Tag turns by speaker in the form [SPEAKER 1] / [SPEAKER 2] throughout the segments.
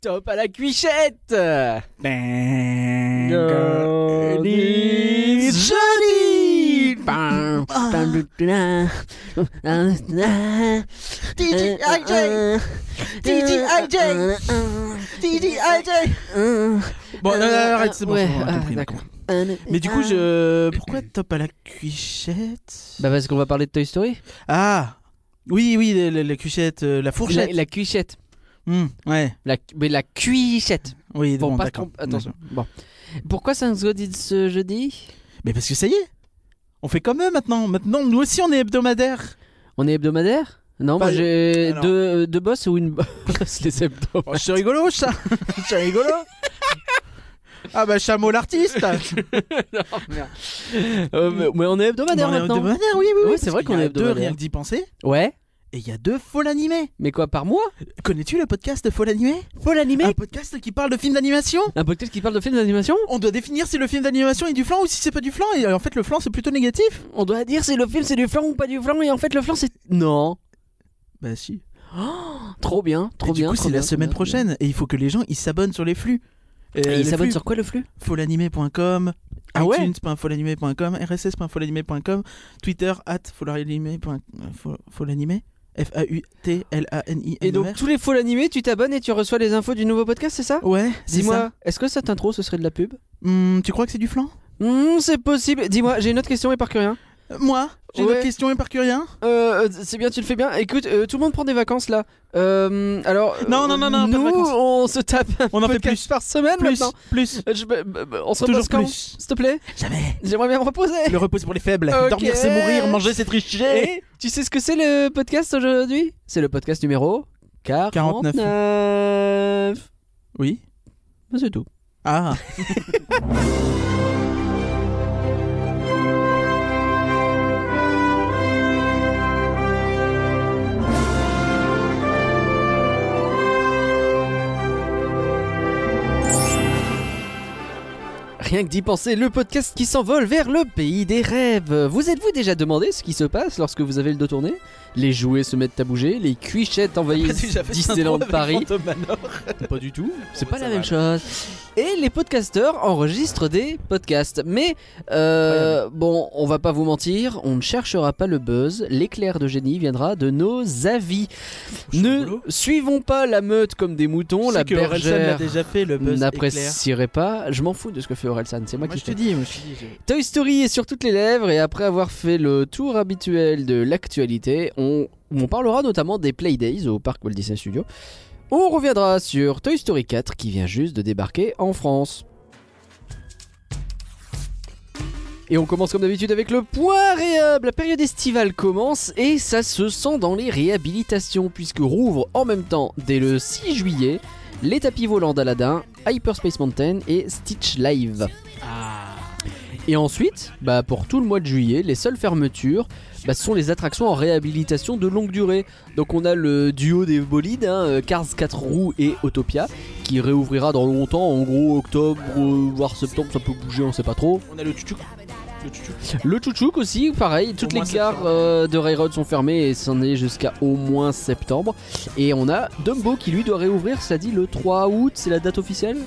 [SPEAKER 1] Top à la cuichette
[SPEAKER 2] Euh,
[SPEAKER 3] Bingo
[SPEAKER 1] Lise
[SPEAKER 3] Jeudi
[SPEAKER 1] TGIJ. TGIJ. TGIJ.
[SPEAKER 3] Bon, non, non, non, euh, arrête, c'est bon,
[SPEAKER 2] Ouais,
[SPEAKER 3] c'est bon, on a
[SPEAKER 2] ah,
[SPEAKER 3] compris, on a
[SPEAKER 2] d'accord. Euh,
[SPEAKER 3] compris. Mais du coup, je... pourquoi top à la cuichette
[SPEAKER 2] Bah parce qu'on va parler de Toy Story.
[SPEAKER 3] Ah Oui, oui, la, la- la cuichette, euh, la
[SPEAKER 2] La,
[SPEAKER 3] fourchette.
[SPEAKER 2] la cuichette.
[SPEAKER 3] Hmm, ouais,
[SPEAKER 2] La, mais la cuichette.
[SPEAKER 3] oui,
[SPEAKER 2] Pour
[SPEAKER 3] bon,
[SPEAKER 2] pas
[SPEAKER 3] d'accord.
[SPEAKER 2] tromper- Attention. Bon. Pourquoi ça nous dit ce jeudi
[SPEAKER 3] Hmm. Mais parce que ça y est on fait comme eux maintenant. Maintenant, nous aussi, on est hebdomadaire.
[SPEAKER 2] On est hebdomadaire Non,
[SPEAKER 3] Pas-
[SPEAKER 2] moi j'ai
[SPEAKER 3] Alors.
[SPEAKER 2] deux, deux bosses ou une bosse les hebdos.
[SPEAKER 3] Oh, c'est rigolo, ça. c'est rigolo. Ah bah, chameau l'artiste.
[SPEAKER 2] Euh, mais, mais on est hebdomadaire
[SPEAKER 3] On est
[SPEAKER 2] maintenant.
[SPEAKER 3] hebdomadaire, oui, oui,
[SPEAKER 2] Oui,
[SPEAKER 3] oui,
[SPEAKER 2] c'est
[SPEAKER 3] parce
[SPEAKER 2] vrai
[SPEAKER 3] qu'il
[SPEAKER 2] qu'on
[SPEAKER 3] y
[SPEAKER 2] est
[SPEAKER 3] a deux,
[SPEAKER 2] hebdomadaire.
[SPEAKER 3] rien que d'y penser.
[SPEAKER 2] Ouais.
[SPEAKER 3] Et il y a deux folles animés.
[SPEAKER 2] Mais quoi par mois
[SPEAKER 3] Connais-tu le podcast Folle Animé
[SPEAKER 2] Faut l'animer.
[SPEAKER 3] Un podcast qui parle de films d'animation
[SPEAKER 2] Un podcast qui parle de films d'animation
[SPEAKER 3] On doit définir si le film d'animation est du flan ou si c'est pas du flan, et euh, en fait le flan c'est plutôt négatif
[SPEAKER 2] On doit dire si le film c'est du flan ou pas du flan et en fait le flan c'est non.
[SPEAKER 3] Bah si.
[SPEAKER 2] Trop bien, trop
[SPEAKER 3] et
[SPEAKER 2] bien.
[SPEAKER 3] du coup
[SPEAKER 2] trop
[SPEAKER 3] c'est
[SPEAKER 2] bien,
[SPEAKER 3] la
[SPEAKER 2] trop
[SPEAKER 3] semaine
[SPEAKER 2] bien, trop bien.
[SPEAKER 3] prochaine, et il faut que les gens ils s'abonnent sur les flux. Euh,
[SPEAKER 2] Et ils s'abonnent sur quoi le flux
[SPEAKER 3] follanimé.com,
[SPEAKER 2] Ah ouais
[SPEAKER 3] iTunes.follanimé.com, rss.follanimé.com, Twitter at follanimé. follanimé, F-A-U-T-L-A-N-I.
[SPEAKER 2] Et donc tous les faux animés, tu t'abonnes et tu reçois les infos du nouveau podcast, c'est ça
[SPEAKER 3] Ouais, c'est ça.
[SPEAKER 2] Dis-moi, est-ce que cette intro ce serait de la pub
[SPEAKER 3] Hmm, tu crois que c'est du flan
[SPEAKER 2] Hmm, C'est possible. Dis-moi, j'ai une autre question et par que rien.
[SPEAKER 3] Euh, Moi J'ai
[SPEAKER 2] Ouais.
[SPEAKER 3] une autre question et par curien
[SPEAKER 2] Euh, euh, c'est bien, tu le fais bien. Écoute, euh, tout le monde prend des vacances là. Euh, alors,
[SPEAKER 3] Non,
[SPEAKER 2] euh,
[SPEAKER 3] non, non, non, pas de
[SPEAKER 2] nous,
[SPEAKER 3] vacances.
[SPEAKER 2] on se tape un
[SPEAKER 3] On en fait
[SPEAKER 2] podcast
[SPEAKER 3] plus.
[SPEAKER 2] par semaine
[SPEAKER 3] Plus,
[SPEAKER 2] maintenant.
[SPEAKER 3] plus,
[SPEAKER 2] Euh, je- bah, bah, bah, on se
[SPEAKER 3] toujours
[SPEAKER 2] repose quand
[SPEAKER 3] plus.
[SPEAKER 2] S'il te plaît,
[SPEAKER 3] Jamais.
[SPEAKER 2] j'aimerais bien me reposer.
[SPEAKER 3] Le repos c'est pour les faibles.
[SPEAKER 2] Ok.
[SPEAKER 3] Dormir c'est mourir, manger c'est tricher.
[SPEAKER 2] Et tu sais ce que c'est le podcast aujourd'hui C'est le podcast numéro 49.
[SPEAKER 3] 49. Oui.
[SPEAKER 2] Bah, C'est tout.
[SPEAKER 3] Ah.
[SPEAKER 2] Rien que d'y penser, le podcast qui s'envole vers le pays des rêves. Vous êtes-vous déjà demandé ce qui se passe lorsque vous avez le dos tourné Les jouets se mettent à bouger, les cuichettes envahissent Disneyland Paris.
[SPEAKER 3] Pas du tout.
[SPEAKER 2] C'est pas la même chose. Et les podcasteurs enregistrent des podcasts. Mais euh, bon, on va pas vous mentir, on ne cherchera pas le buzz. L'éclair de génie viendra de nos avis. Ne
[SPEAKER 3] boulot.
[SPEAKER 2] suivons pas la meute comme des moutons. Oh, La
[SPEAKER 3] l'a
[SPEAKER 2] bergère
[SPEAKER 3] déjà fait le buzz éclair.
[SPEAKER 2] n'apprécierait pas. Je m'en fous de ce que fait Orelsan. C'est moi,
[SPEAKER 3] Moi
[SPEAKER 2] qui
[SPEAKER 3] je te
[SPEAKER 2] fais.
[SPEAKER 3] dis, moi, je te dis, je-
[SPEAKER 2] Toy Story est sur toutes les lèvres et après avoir fait le tour habituel de l'actualité, on, on parlera notamment des Playdays au parc Walt Disney Studios. On reviendra sur Toy Story 4 qui vient juste de débarquer en France. Et on commence comme d'habitude avec le point réhab. La période estivale commence et ça se sent dans les réhabilitations puisque rouvre en même temps dès le 6 juillet les tapis volants d'Aladin, Hyperspace Mountain et Stitch Live. Et ensuite, bah, pour tout le mois de juillet, les seules fermetures bah, ce sont les attractions en réhabilitation de longue durée. Donc on a le duo des bolides, hein, euh, Cars 4 roues et Autopia, qui réouvrira dans longtemps, en gros octobre, euh, voire septembre, ça peut bouger, on sait pas trop.
[SPEAKER 3] On a le tutu. Le tutu. euh,
[SPEAKER 2] Le Chouchouk aussi, pareil, toutes
[SPEAKER 3] Au
[SPEAKER 2] les
[SPEAKER 3] moins
[SPEAKER 2] gares
[SPEAKER 3] septembre.
[SPEAKER 2] euh, de Railroad sont fermées et s'en est jusqu'à au moins septembre. Et on a Dumbo qui lui doit réouvrir, ça dit le 3 août, c'est la date officielle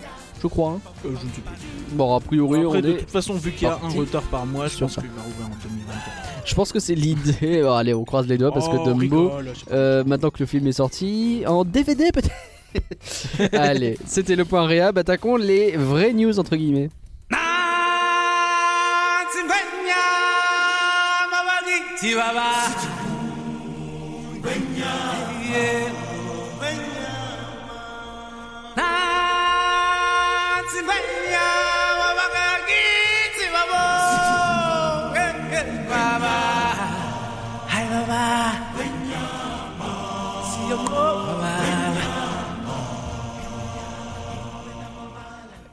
[SPEAKER 2] je crois. hein.
[SPEAKER 3] Euh, je ne sais plus.
[SPEAKER 2] Bon, a priori,
[SPEAKER 3] Après,
[SPEAKER 2] on
[SPEAKER 3] de
[SPEAKER 2] est...
[SPEAKER 3] toute façon, vu qu'il y a un
[SPEAKER 2] parti.
[SPEAKER 3] retard par mois, je
[SPEAKER 2] Sur
[SPEAKER 3] pense
[SPEAKER 2] ça.
[SPEAKER 3] qu'il va rouvrir en 2024.
[SPEAKER 2] Je pense que c'est l'idée. Bon, allez, on croise les doigts parce que
[SPEAKER 3] Oh,
[SPEAKER 2] Dumbo.
[SPEAKER 3] rigole, je-
[SPEAKER 2] Euh, maintenant que le film est sorti, en DVD peut-être Allez, c'était le point réhab, attaquons les vraies news entre guillemets.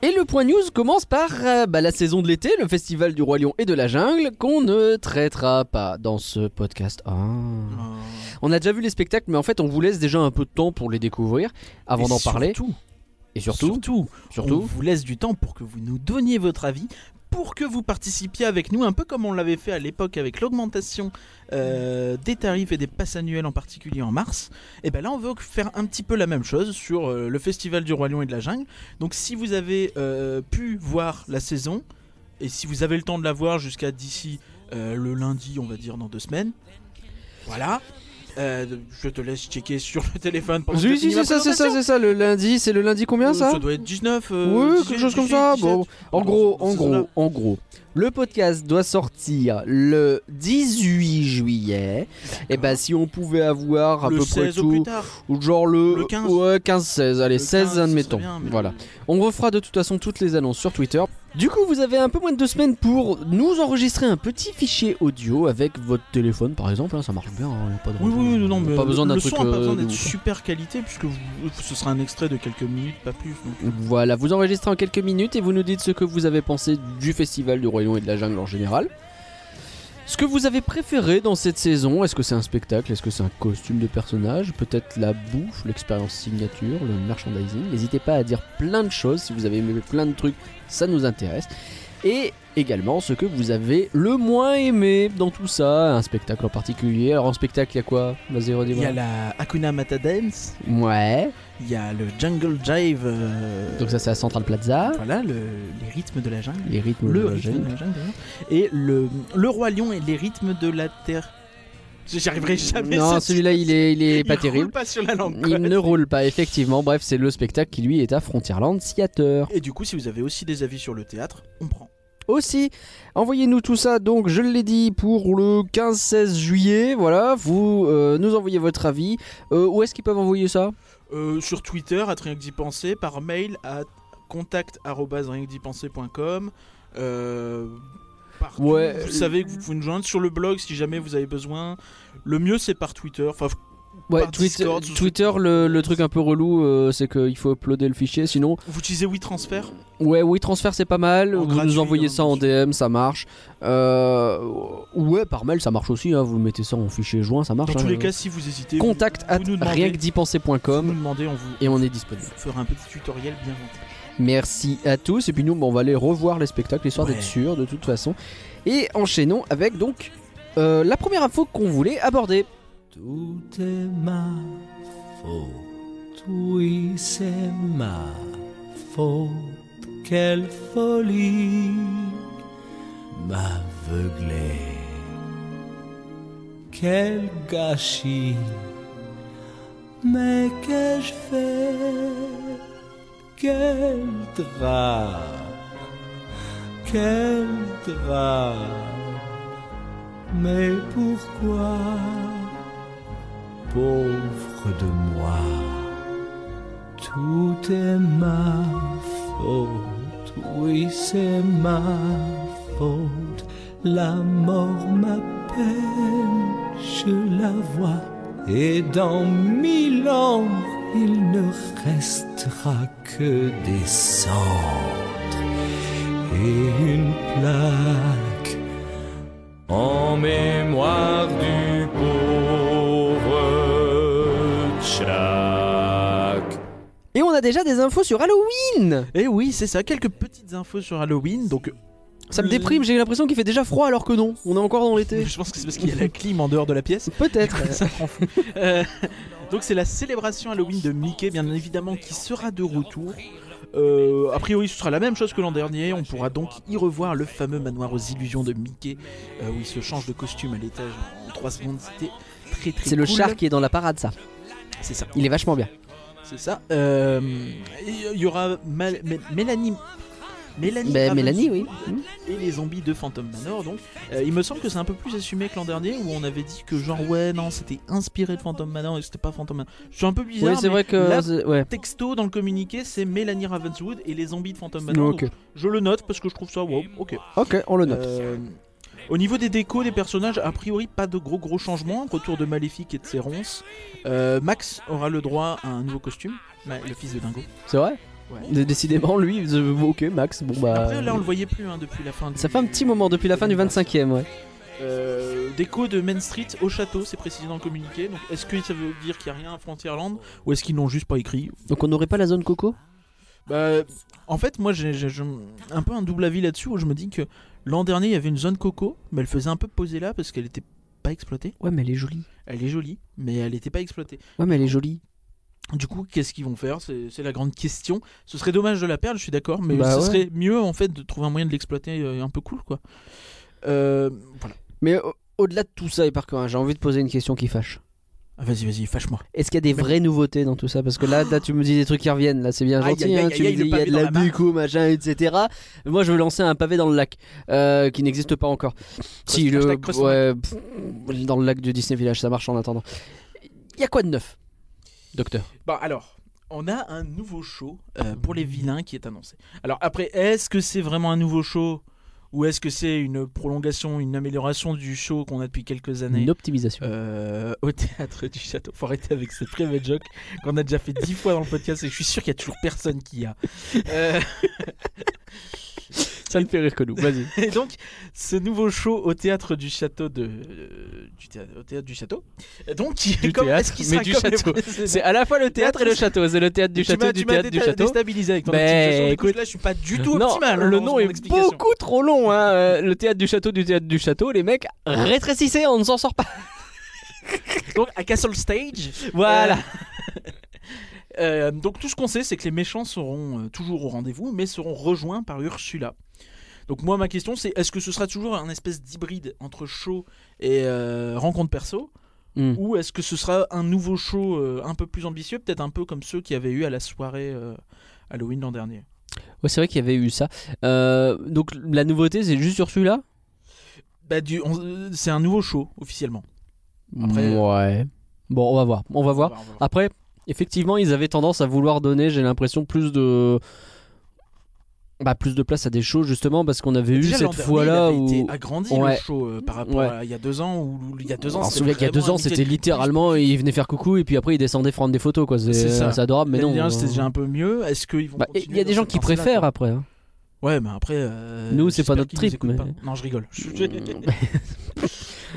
[SPEAKER 2] Et le point news commence par euh, bah, la saison de l'été, le festival du Roi Lion et de la Jungle, qu'on ne traitera pas dans ce podcast. Ah.
[SPEAKER 3] Euh,
[SPEAKER 2] On a déjà vu les spectacles, mais en fait on vous laisse déjà un peu de temps pour les découvrir, avant
[SPEAKER 3] Et
[SPEAKER 2] d'en parler.
[SPEAKER 3] surtout,
[SPEAKER 2] Et surtout,
[SPEAKER 3] surtout, on
[SPEAKER 2] surtout,
[SPEAKER 3] vous laisse du temps pour que vous nous donniez votre avis pour que vous participiez avec nous, un peu comme on l'avait fait à l'époque avec l'augmentation euh, des tarifs et des passes annuelles en particulier en mars, et ben là on veut faire un petit peu la même chose sur euh, le festival du Roi Lion et de la Jungle. Donc si vous avez euh, pu voir la saison, et si vous avez le temps de la voir jusqu'à d'ici euh, le lundi, on va dire dans deux semaines, voilà. Euh, je te laisse checker sur le euh, téléphone. pendant que
[SPEAKER 2] Oui,
[SPEAKER 3] je finis
[SPEAKER 2] si,
[SPEAKER 3] ma
[SPEAKER 2] c'est ça, c'est ça,
[SPEAKER 3] présentation.
[SPEAKER 2] c'est ça. Le lundi, c'est le lundi combien ça
[SPEAKER 3] Ça doit être euh, 19.
[SPEAKER 2] Oui, quelque chose comme ça. Bon, en
[SPEAKER 3] Dans
[SPEAKER 2] gros,
[SPEAKER 3] ce- dans
[SPEAKER 2] en
[SPEAKER 3] ce sens-là.
[SPEAKER 2] gros, en gros. Le podcast doit sortir le 18 juillet. Et bah si on pouvait avoir à
[SPEAKER 3] le
[SPEAKER 2] peu
[SPEAKER 3] 16
[SPEAKER 2] près
[SPEAKER 3] au plus
[SPEAKER 2] tout,
[SPEAKER 3] tard.
[SPEAKER 2] ou genre le,
[SPEAKER 3] Le 15.
[SPEAKER 2] ouais 15 16, allez
[SPEAKER 3] Le
[SPEAKER 2] 16
[SPEAKER 3] 15,
[SPEAKER 2] admettons.
[SPEAKER 3] ce serait bien, mais-
[SPEAKER 2] voilà. On refera de toute façon toutes les annonces sur Twitter. Du coup, vous avez un peu moins de deux semaines pour nous enregistrer un petit fichier audio avec votre téléphone, par exemple. hein, ça marche bien, hein, y a pas, de
[SPEAKER 3] Oui,
[SPEAKER 2] raison.
[SPEAKER 3] oui, oui, non,
[SPEAKER 2] Y a
[SPEAKER 3] mais
[SPEAKER 2] pas
[SPEAKER 3] le-
[SPEAKER 2] besoin d'un
[SPEAKER 3] le
[SPEAKER 2] truc.
[SPEAKER 3] son a pas
[SPEAKER 2] euh,
[SPEAKER 3] besoin
[SPEAKER 2] de
[SPEAKER 3] d'être
[SPEAKER 2] ouf.
[SPEAKER 3] super qualité puisque vous- ce sera un extrait de quelques minutes, pas plus. donc.
[SPEAKER 2] Voilà, vous enregistrez en quelques minutes et vous nous dites ce que vous avez pensé du festival du Royaume et de la Jungle en général. Ce que vous avez préféré dans cette saison, est-ce que c'est un spectacle, est-ce que c'est un costume de personnage, peut-être la bouffe, l'expérience signature, le merchandising. N'hésitez pas à dire plein de choses si vous avez aimé plein de trucs, ça nous intéresse. Et également ce que vous avez le moins aimé dans tout ça, un spectacle en particulier. Alors en spectacle, il y a quoi Vas-y,
[SPEAKER 3] Il y
[SPEAKER 2] redis-moi.
[SPEAKER 3] a la Hakuna Mata Dance,
[SPEAKER 2] Ouais,
[SPEAKER 3] il y a le Jungle Jive. euh, Ah,
[SPEAKER 2] donc ça c'est à Central Plaza,
[SPEAKER 3] Voilà, le- les rythmes de la jungle.
[SPEAKER 2] les rythmes de
[SPEAKER 3] Le
[SPEAKER 2] la
[SPEAKER 3] rythme
[SPEAKER 2] jungle.
[SPEAKER 3] de la jungle, d'ailleurs. Et le, le Roi Lion et les rythmes de la terre. J'y arriverai jamais.
[SPEAKER 2] Non,
[SPEAKER 3] ça,
[SPEAKER 2] celui-là, il est, il est
[SPEAKER 3] il
[SPEAKER 2] pas
[SPEAKER 3] roule
[SPEAKER 2] terrible.
[SPEAKER 3] pas sur la langue.
[SPEAKER 2] Il
[SPEAKER 3] quoi.
[SPEAKER 2] ne roule pas, effectivement. Bref, c'est le spectacle qui, lui, est à Frontierland Theater.
[SPEAKER 3] Et du coup, si vous avez aussi des avis sur le théâtre, on prend.
[SPEAKER 2] Aussi, envoyez-nous tout ça, donc, je l'ai dit, pour le 15-16 juillet. Voilà, vous euh, nous envoyez votre avis. Euh, où est-ce qu'ils peuvent envoyer ça
[SPEAKER 3] Euh, sur Twitter, à rien que d'y penser, par mail à contact.rienquedipenser.com. Euh, partout.
[SPEAKER 2] Ouais.
[SPEAKER 3] Vous savez que vous pouvez nous joindre sur le blog si jamais vous avez besoin. Le mieux, c'est par Twitter. Enfin,
[SPEAKER 2] Ouais,
[SPEAKER 3] Par
[SPEAKER 2] Twitter,
[SPEAKER 3] Discord, sous-
[SPEAKER 2] Twitter le, le truc un peu relou, euh, c'est qu'il faut uploader le fichier, sinon...
[SPEAKER 3] vous utilisez WeTransfer
[SPEAKER 2] Ouais, oui, transfert, c'est pas mal.
[SPEAKER 3] En
[SPEAKER 2] vous
[SPEAKER 3] gratuit,
[SPEAKER 2] nous envoyez
[SPEAKER 3] hein,
[SPEAKER 2] ça en DM, ça marche. Euh, ouais, par mail, ça marche aussi. hein. Vous mettez ça en fichier joint, ça marche.
[SPEAKER 3] Dans tous
[SPEAKER 2] hein.
[SPEAKER 3] les cas, si vous hésitez, vous-
[SPEAKER 2] contact at
[SPEAKER 3] vous nous demandez- vous nous
[SPEAKER 2] rienquedipenser.com
[SPEAKER 3] demandez, on vous
[SPEAKER 2] et on est disponible.
[SPEAKER 3] fera un petit tutoriel bien gentil.
[SPEAKER 2] Merci à tous et puis nous bon, on va aller revoir les spectacles histoire
[SPEAKER 3] Ouais.
[SPEAKER 2] d'être sûr de toute façon et enchaînons avec donc euh, la première info qu'on voulait aborder.
[SPEAKER 4] Tout est ma faute, oui c'est ma faute, quelle folie m'aveugler, quel gâchis, mais qu'ai-je fait, quel drame, quel drame, mais pourquoi Pauvre de moi, tout est ma faute, oui c'est ma faute. La mort m'appelle, je la vois, et dans mille ans, il ne restera que des cendres et une plaque en mémoire du pauvre Tchak.
[SPEAKER 2] Et on a déjà des infos sur Halloween.
[SPEAKER 3] Et Eh oui, c'est ça, quelques petites infos sur Halloween. Donc,
[SPEAKER 2] Ça me
[SPEAKER 3] Euh.
[SPEAKER 2] déprime, j'ai l'impression qu'il fait déjà froid alors que non, on est encore dans l'été.
[SPEAKER 3] je pense que c'est parce qu'il y a la clim en dehors de la pièce.
[SPEAKER 2] Peut-être.
[SPEAKER 3] Ça rend fou. Euh, donc c'est la célébration Halloween de Mickey, bien évidemment, qui sera de retour. Euh, a priori, ce sera la même chose que l'an dernier. On pourra donc y revoir le fameux manoir aux illusions de Mickey, euh, où il se change de costume à l'étage en 3 secondes. C'était très très
[SPEAKER 2] C'est le
[SPEAKER 3] cool.
[SPEAKER 2] char qui est dans la parade ça.
[SPEAKER 3] C'est ça.
[SPEAKER 2] Il est vachement bien.
[SPEAKER 3] C'est ça. Euh, Il y aura Mal- Mé- Mélanie. Mélanie, ah,
[SPEAKER 2] Ben,
[SPEAKER 3] Ravens-
[SPEAKER 2] Mélanie oui.
[SPEAKER 3] et les zombies de Phantom Manor. Donc, Euh, il me semble que c'est un peu plus assumé que l'an dernier où on avait dit que genre ouais non c'était inspiré de Phantom Manor et c'était pas Phantom Manor. Je suis un peu bizarre.
[SPEAKER 2] Oui, c'est
[SPEAKER 3] mais
[SPEAKER 2] vrai que
[SPEAKER 3] là,
[SPEAKER 2] c'est- ouais.
[SPEAKER 3] texto dans le communiqué c'est Mélanie Ravenswood et les zombies de Phantom Manor.
[SPEAKER 2] Ok.
[SPEAKER 3] Donc, je le note parce que je trouve ça wow. Ok.
[SPEAKER 2] OK, on le note.
[SPEAKER 3] Euh, au niveau des décos des personnages, a priori pas de gros gros changements. Retour de Maléfique et de ses ronces. Euh, Max aura le droit à un nouveau costume. Ma- le fils de Dingo.
[SPEAKER 2] C'est vrai
[SPEAKER 3] Ouais.
[SPEAKER 2] Décidément lui, euh, OK, Max, bon bah
[SPEAKER 3] Après là on le voyait plus hein, depuis la fin. Du...
[SPEAKER 2] ça fait un petit moment depuis la fin du 25e, ouais.
[SPEAKER 3] Euh, déco de Main Street au château, c'est précisé dans le communiqué. Donc est-ce que ça veut dire qu'il n'y a rien à Frontierland ou est-ce qu'ils n'ont juste pas écrit
[SPEAKER 2] Donc on n'aurait pas la zone coco Bah,
[SPEAKER 3] En fait, moi, j'ai j'ai- j'ai un peu un double avis là-dessus où je me dis que l'an dernier, il y avait une zone coco, mais elle faisait un peu poser là parce qu'elle n'était pas exploitée.
[SPEAKER 2] ouais, mais elle est jolie.
[SPEAKER 3] Elle est jolie, mais elle n'était pas exploitée.
[SPEAKER 2] Ouais, mais elle est jolie.
[SPEAKER 3] Du coup, qu'est-ce qu'ils vont faire C'est c'est la grande question. Ce serait dommage de la perdre, je suis d'accord, mais
[SPEAKER 2] Bah
[SPEAKER 3] ce
[SPEAKER 2] ouais.
[SPEAKER 3] serait mieux en fait de trouver un moyen de l'exploiter euh, un peu cool, quoi. Euh, voilà.
[SPEAKER 2] Mais au- au-delà de tout ça, et par contre, hein, j'ai envie de poser une question qui fâche.
[SPEAKER 3] Ah, vas-y, vas-y, fâche-moi.
[SPEAKER 2] Est-ce qu'il y a des vraies nouveautés dans tout ça Parce que là, là, tu me dis des trucs qui reviennent. Là, c'est bien
[SPEAKER 3] Aïe,
[SPEAKER 2] gentil.
[SPEAKER 3] aïe,
[SPEAKER 2] hein,
[SPEAKER 3] aïe,
[SPEAKER 2] tu me
[SPEAKER 3] aïe,
[SPEAKER 2] dis
[SPEAKER 3] le
[SPEAKER 2] il y a
[SPEAKER 3] pavé
[SPEAKER 2] de la
[SPEAKER 3] dans la
[SPEAKER 2] déco, machin, etc. Moi, je veux lancer un pavé dans le lac euh, qui n'existe pas encore. Si le
[SPEAKER 3] hashtag cross-
[SPEAKER 2] ouais, pff, dans le lac de Disney Village, ça marche en attendant. Il y a quoi de neuf, docteur
[SPEAKER 3] Bon, Bah, alors, on a un nouveau show
[SPEAKER 2] Ah
[SPEAKER 3] euh, pour les vilains qui est annoncé. Alors, après, est-ce que c'est vraiment un nouveau show ou est-ce que c'est une prolongation, une amélioration du show qu'on a depuis quelques années
[SPEAKER 2] Une optimisation.
[SPEAKER 3] euh, au théâtre du château. Faut arrêter avec cette très belle joke qu'on a déjà fait dix fois dans le podcast et je suis sûr qu'il y a toujours personne qui a. Euh,
[SPEAKER 2] ça le fait rire que nous. Vas-y.
[SPEAKER 3] et donc, ce nouveau show au théâtre du château de euh, du théâtre, au théâtre du château. Et Donc, qui-
[SPEAKER 2] Du
[SPEAKER 3] comme-
[SPEAKER 2] théâtre,
[SPEAKER 3] est-ce qu'il
[SPEAKER 2] mais
[SPEAKER 3] sera
[SPEAKER 2] du
[SPEAKER 3] comme les
[SPEAKER 2] château.
[SPEAKER 3] précédents
[SPEAKER 2] C'est à la fois le théâtre et le château. C'est le théâtre du
[SPEAKER 3] Tu
[SPEAKER 2] château,
[SPEAKER 3] m'as-
[SPEAKER 2] du
[SPEAKER 3] tu m'as
[SPEAKER 2] théâtre du
[SPEAKER 3] déta-
[SPEAKER 2] château.
[SPEAKER 3] déstabilisé avec ton
[SPEAKER 2] Mais
[SPEAKER 3] optimisation. Du coup,
[SPEAKER 2] écoute-
[SPEAKER 3] là, je suis pas du tout
[SPEAKER 2] Non,
[SPEAKER 3] optimal. hein,
[SPEAKER 2] le
[SPEAKER 3] dans
[SPEAKER 2] nom
[SPEAKER 3] mon
[SPEAKER 2] est
[SPEAKER 3] explication.
[SPEAKER 2] beaucoup trop long. hein. Euh, Le théâtre du château, du théâtre du château, les mecs, rétrécissez, on ne s'en sort pas.
[SPEAKER 3] Donc, à Castle Stage.
[SPEAKER 2] Voilà.
[SPEAKER 3] euh, donc, tout ce qu'on sait, c'est que les méchants seront euh, toujours au rendez-vous, mais seront rejoints par Ursula. Donc, moi, ma question, c'est est-ce que ce sera toujours un espèce d'hybride entre show et euh, rencontre perso
[SPEAKER 2] Hmm.
[SPEAKER 3] Ou est-ce que ce sera un nouveau show euh, un peu plus ambitieux, peut-être un peu comme ceux qu'il y avait eu à la soirée euh, Halloween l'an dernier
[SPEAKER 2] Ouais, c'est vrai qu'il y avait eu ça. Euh, donc la nouveauté, c'est juste sur celui-là
[SPEAKER 3] bah, du, on- euh, C'est un nouveau show, officiellement. Après-
[SPEAKER 2] Ouais. euh, Bon, on va voir. On va
[SPEAKER 3] On va
[SPEAKER 2] voir.
[SPEAKER 3] voir, on va voir.
[SPEAKER 2] Après, effectivement, ils avaient tendance à vouloir donner, j'ai l'impression, plus de. Bah, plus de place à des shows, justement, parce qu'on avait eu
[SPEAKER 3] Déjà, l'an
[SPEAKER 2] cette
[SPEAKER 3] dernier,
[SPEAKER 2] fois-là
[SPEAKER 3] il avait
[SPEAKER 2] où.
[SPEAKER 3] été agrandi
[SPEAKER 2] Ouais.
[SPEAKER 3] le show euh, par rapport
[SPEAKER 2] Ouais.
[SPEAKER 3] à il y a deux ans ou il y a deux ans.
[SPEAKER 2] on se
[SPEAKER 3] c'était
[SPEAKER 2] souvient qu'il y a deux
[SPEAKER 3] vraiment
[SPEAKER 2] ans,
[SPEAKER 3] un
[SPEAKER 2] c'était
[SPEAKER 3] métier de
[SPEAKER 2] littéralement, ils venaient faire coucou et puis après ils descendaient prendre des photos, quoi. C'est
[SPEAKER 3] C'est ça.
[SPEAKER 2] c'est adorable, mais
[SPEAKER 3] L'année
[SPEAKER 2] non.
[SPEAKER 3] dernière,
[SPEAKER 2] euh,
[SPEAKER 3] c'était déjà un peu mieux. Est-ce qu'ils vont
[SPEAKER 2] bah, Il
[SPEAKER 3] continuer
[SPEAKER 2] y a des
[SPEAKER 3] dans
[SPEAKER 2] gens
[SPEAKER 3] cette
[SPEAKER 2] qui
[SPEAKER 3] lancée-là,
[SPEAKER 2] préfèrent
[SPEAKER 3] quoi
[SPEAKER 2] après. hein.
[SPEAKER 3] Ouais, mais après. euh,
[SPEAKER 2] Nous, c'est pas
[SPEAKER 3] j'espère
[SPEAKER 2] notre
[SPEAKER 3] qu'ils nous
[SPEAKER 2] trip,
[SPEAKER 3] écoutent
[SPEAKER 2] mais-
[SPEAKER 3] pas. Non, je rigole.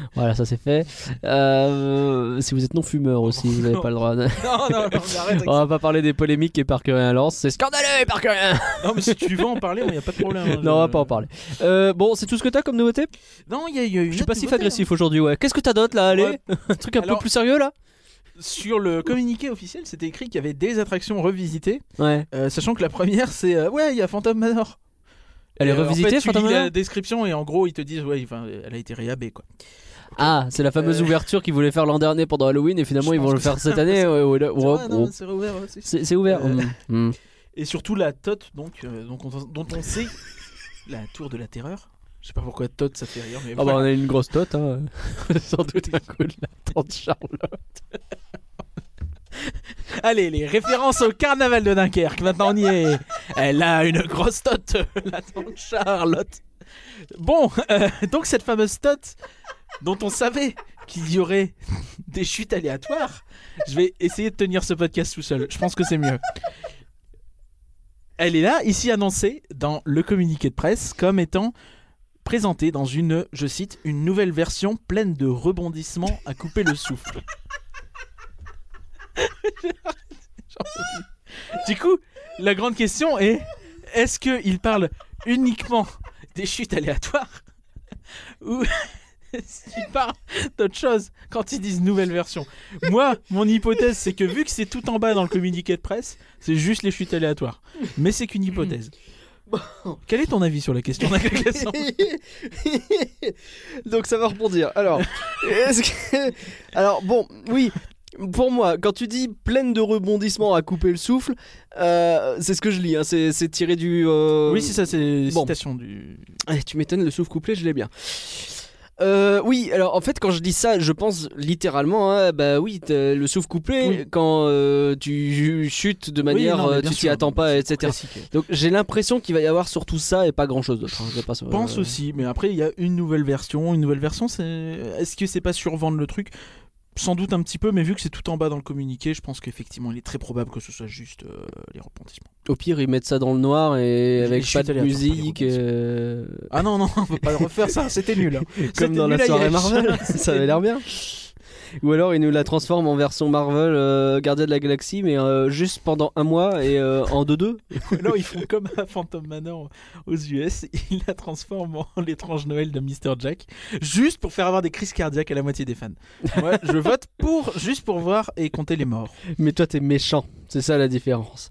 [SPEAKER 3] Je-
[SPEAKER 2] voilà, ça c'est fait. Euh, si vous êtes non fumeur aussi, vous n'avez pas le droit. de-
[SPEAKER 3] non, non, non, mais arrête. avec
[SPEAKER 2] On
[SPEAKER 3] ça.
[SPEAKER 2] va pas parler des polémiques et Parkerien lance. C'est scandaleux, Parkerien
[SPEAKER 3] Non, mais si tu veux en parler, il n'y a pas de problème. hein, je-
[SPEAKER 2] Non, on va pas en parler. Euh, bon, c'est tout ce que t'as comme nouveauté
[SPEAKER 3] Non, il y a, il y a une.
[SPEAKER 2] Je suis
[SPEAKER 3] autre
[SPEAKER 2] passif
[SPEAKER 3] nouveauté, hein.
[SPEAKER 2] agressif aujourd'hui, ouais. Qu'est-ce que t'as d'autre là Allez
[SPEAKER 3] Ouais.
[SPEAKER 2] Un truc un
[SPEAKER 3] Alors-
[SPEAKER 2] peu plus sérieux là
[SPEAKER 3] hein. Sur le communiqué officiel, c'était écrit qu'il y avait des attractions revisitées.
[SPEAKER 2] Ouais.
[SPEAKER 3] euh, sachant que la première, c'est. euh, ouais, il y a Phantom Manor.
[SPEAKER 2] Elle est
[SPEAKER 3] Et, euh, en fait,
[SPEAKER 2] revisitée,
[SPEAKER 3] tu lis
[SPEAKER 2] Phantom Manor
[SPEAKER 3] la description et en gros, ils te disent, ouais, enfin, elle a été réhabée, quoi.
[SPEAKER 2] Ah, c'est la fameuse
[SPEAKER 3] Euh,
[SPEAKER 2] ouverture qu'ils voulaient faire l'an dernier pendant Halloween et finalement
[SPEAKER 3] je
[SPEAKER 2] ils vont
[SPEAKER 3] pense
[SPEAKER 2] le
[SPEAKER 3] que
[SPEAKER 2] faire
[SPEAKER 3] c'est
[SPEAKER 2] cette année. ouais, ouais, ouais,
[SPEAKER 3] Tu
[SPEAKER 2] ouais,
[SPEAKER 3] vois, non,
[SPEAKER 2] ouais.
[SPEAKER 3] c'est rouvert, ouais, c'est-
[SPEAKER 2] C'est c'est ouvert.
[SPEAKER 3] Euh,
[SPEAKER 2] Mm, mm.
[SPEAKER 3] Et surtout la Tote, donc, euh, donc on- dont on sait la tour de la terreur. Je sais pas pourquoi Tote ça fait rire, mais
[SPEAKER 2] Ah bah
[SPEAKER 3] voilà.
[SPEAKER 2] on a une grosse tote, hein. sans doute un coup de la tante Charlotte.
[SPEAKER 3] Allez, les références au carnaval de Dunkerque, maintenant on y est. Elle a une grosse Tote, la tante Charlotte. Bon, euh, donc cette fameuse Tote, dont on savait qu'il y aurait des chutes aléatoires, je vais essayer de tenir ce podcast tout seul, je pense que c'est mieux. Elle est là, ici annoncée dans le communiqué de presse comme étant présentée dans une, je cite, une nouvelle version pleine de rebondissements à couper le souffle. J'en peux plus. du coup, la grande question est est-ce qu'il parle uniquement des chutes aléatoires ou est-ce qu'il parle d'autre chose quand ils disent nouvelle version Moi, mon hypothèse, c'est que vu que c'est tout en bas dans le communiqué de presse, c'est juste les chutes aléatoires. Mais c'est qu'une hypothèse. Quel est ton avis sur la question Nadia Casson
[SPEAKER 5] Donc ça va rebondir. Alors, est-ce que- alors bon, oui. Pour moi, quand tu dis pleine de rebondissements à couper le souffle, euh, c'est ce que je lis. hein, c'est c'est tiré du. euh,
[SPEAKER 3] Oui, c'est ça, c'est
[SPEAKER 5] bon.
[SPEAKER 3] citation du.
[SPEAKER 5] eh, tu m'étonnes, le souffle couplé, je l'ai bien. Euh, oui, alors en fait, quand je dis ça, je pense littéralement, hein, bah oui, t'as le souffle couplé,
[SPEAKER 3] Oui.
[SPEAKER 5] quand euh, tu chutes de manière,
[SPEAKER 3] Oui, non, mais
[SPEAKER 5] euh,
[SPEAKER 3] bien
[SPEAKER 5] tu t'y
[SPEAKER 3] sûr,
[SPEAKER 5] attends pas,
[SPEAKER 3] c'est
[SPEAKER 5] etc.
[SPEAKER 3] classique.
[SPEAKER 5] Donc j'ai l'impression qu'il va y avoir surtout ça et pas grand chose d'autre. hein, je pense,
[SPEAKER 3] Je pense aussi, mais après il y a une nouvelle version. Une nouvelle version, c'est. Est-ce que c'est pas survendre le truc Sans doute un petit peu, mais vu que c'est tout en bas dans le communiqué, je pense qu'effectivement il est très probable que ce soit juste euh, les repentissements.
[SPEAKER 2] Au pire, ils mettent ça dans le noir et
[SPEAKER 3] Je-
[SPEAKER 2] avec
[SPEAKER 3] je suis
[SPEAKER 2] pas de
[SPEAKER 3] allé à ton
[SPEAKER 2] musique.
[SPEAKER 3] Paris,
[SPEAKER 2] euh,
[SPEAKER 3] Ah non, non, on peut pas le refaire ça, c'était nul. hein. C'était
[SPEAKER 2] Comme dans la
[SPEAKER 3] nul à
[SPEAKER 2] soirée
[SPEAKER 3] Yash.
[SPEAKER 2] Marvel, ça avait l'air bien. Ou alors ils nous la transforment en version Marvel euh, Gardien de la Galaxie, mais euh, juste pendant un mois et euh, en 2-2.
[SPEAKER 3] non, ils font comme à Phantom Manor aux US, ils la transforment en l'étrange Noël de Mr. Jack, juste pour faire avoir des crises cardiaques à la moitié des fans. Moi, je vote pour, juste pour voir et compter les morts.
[SPEAKER 2] Mais toi t'es méchant, c'est ça la différence.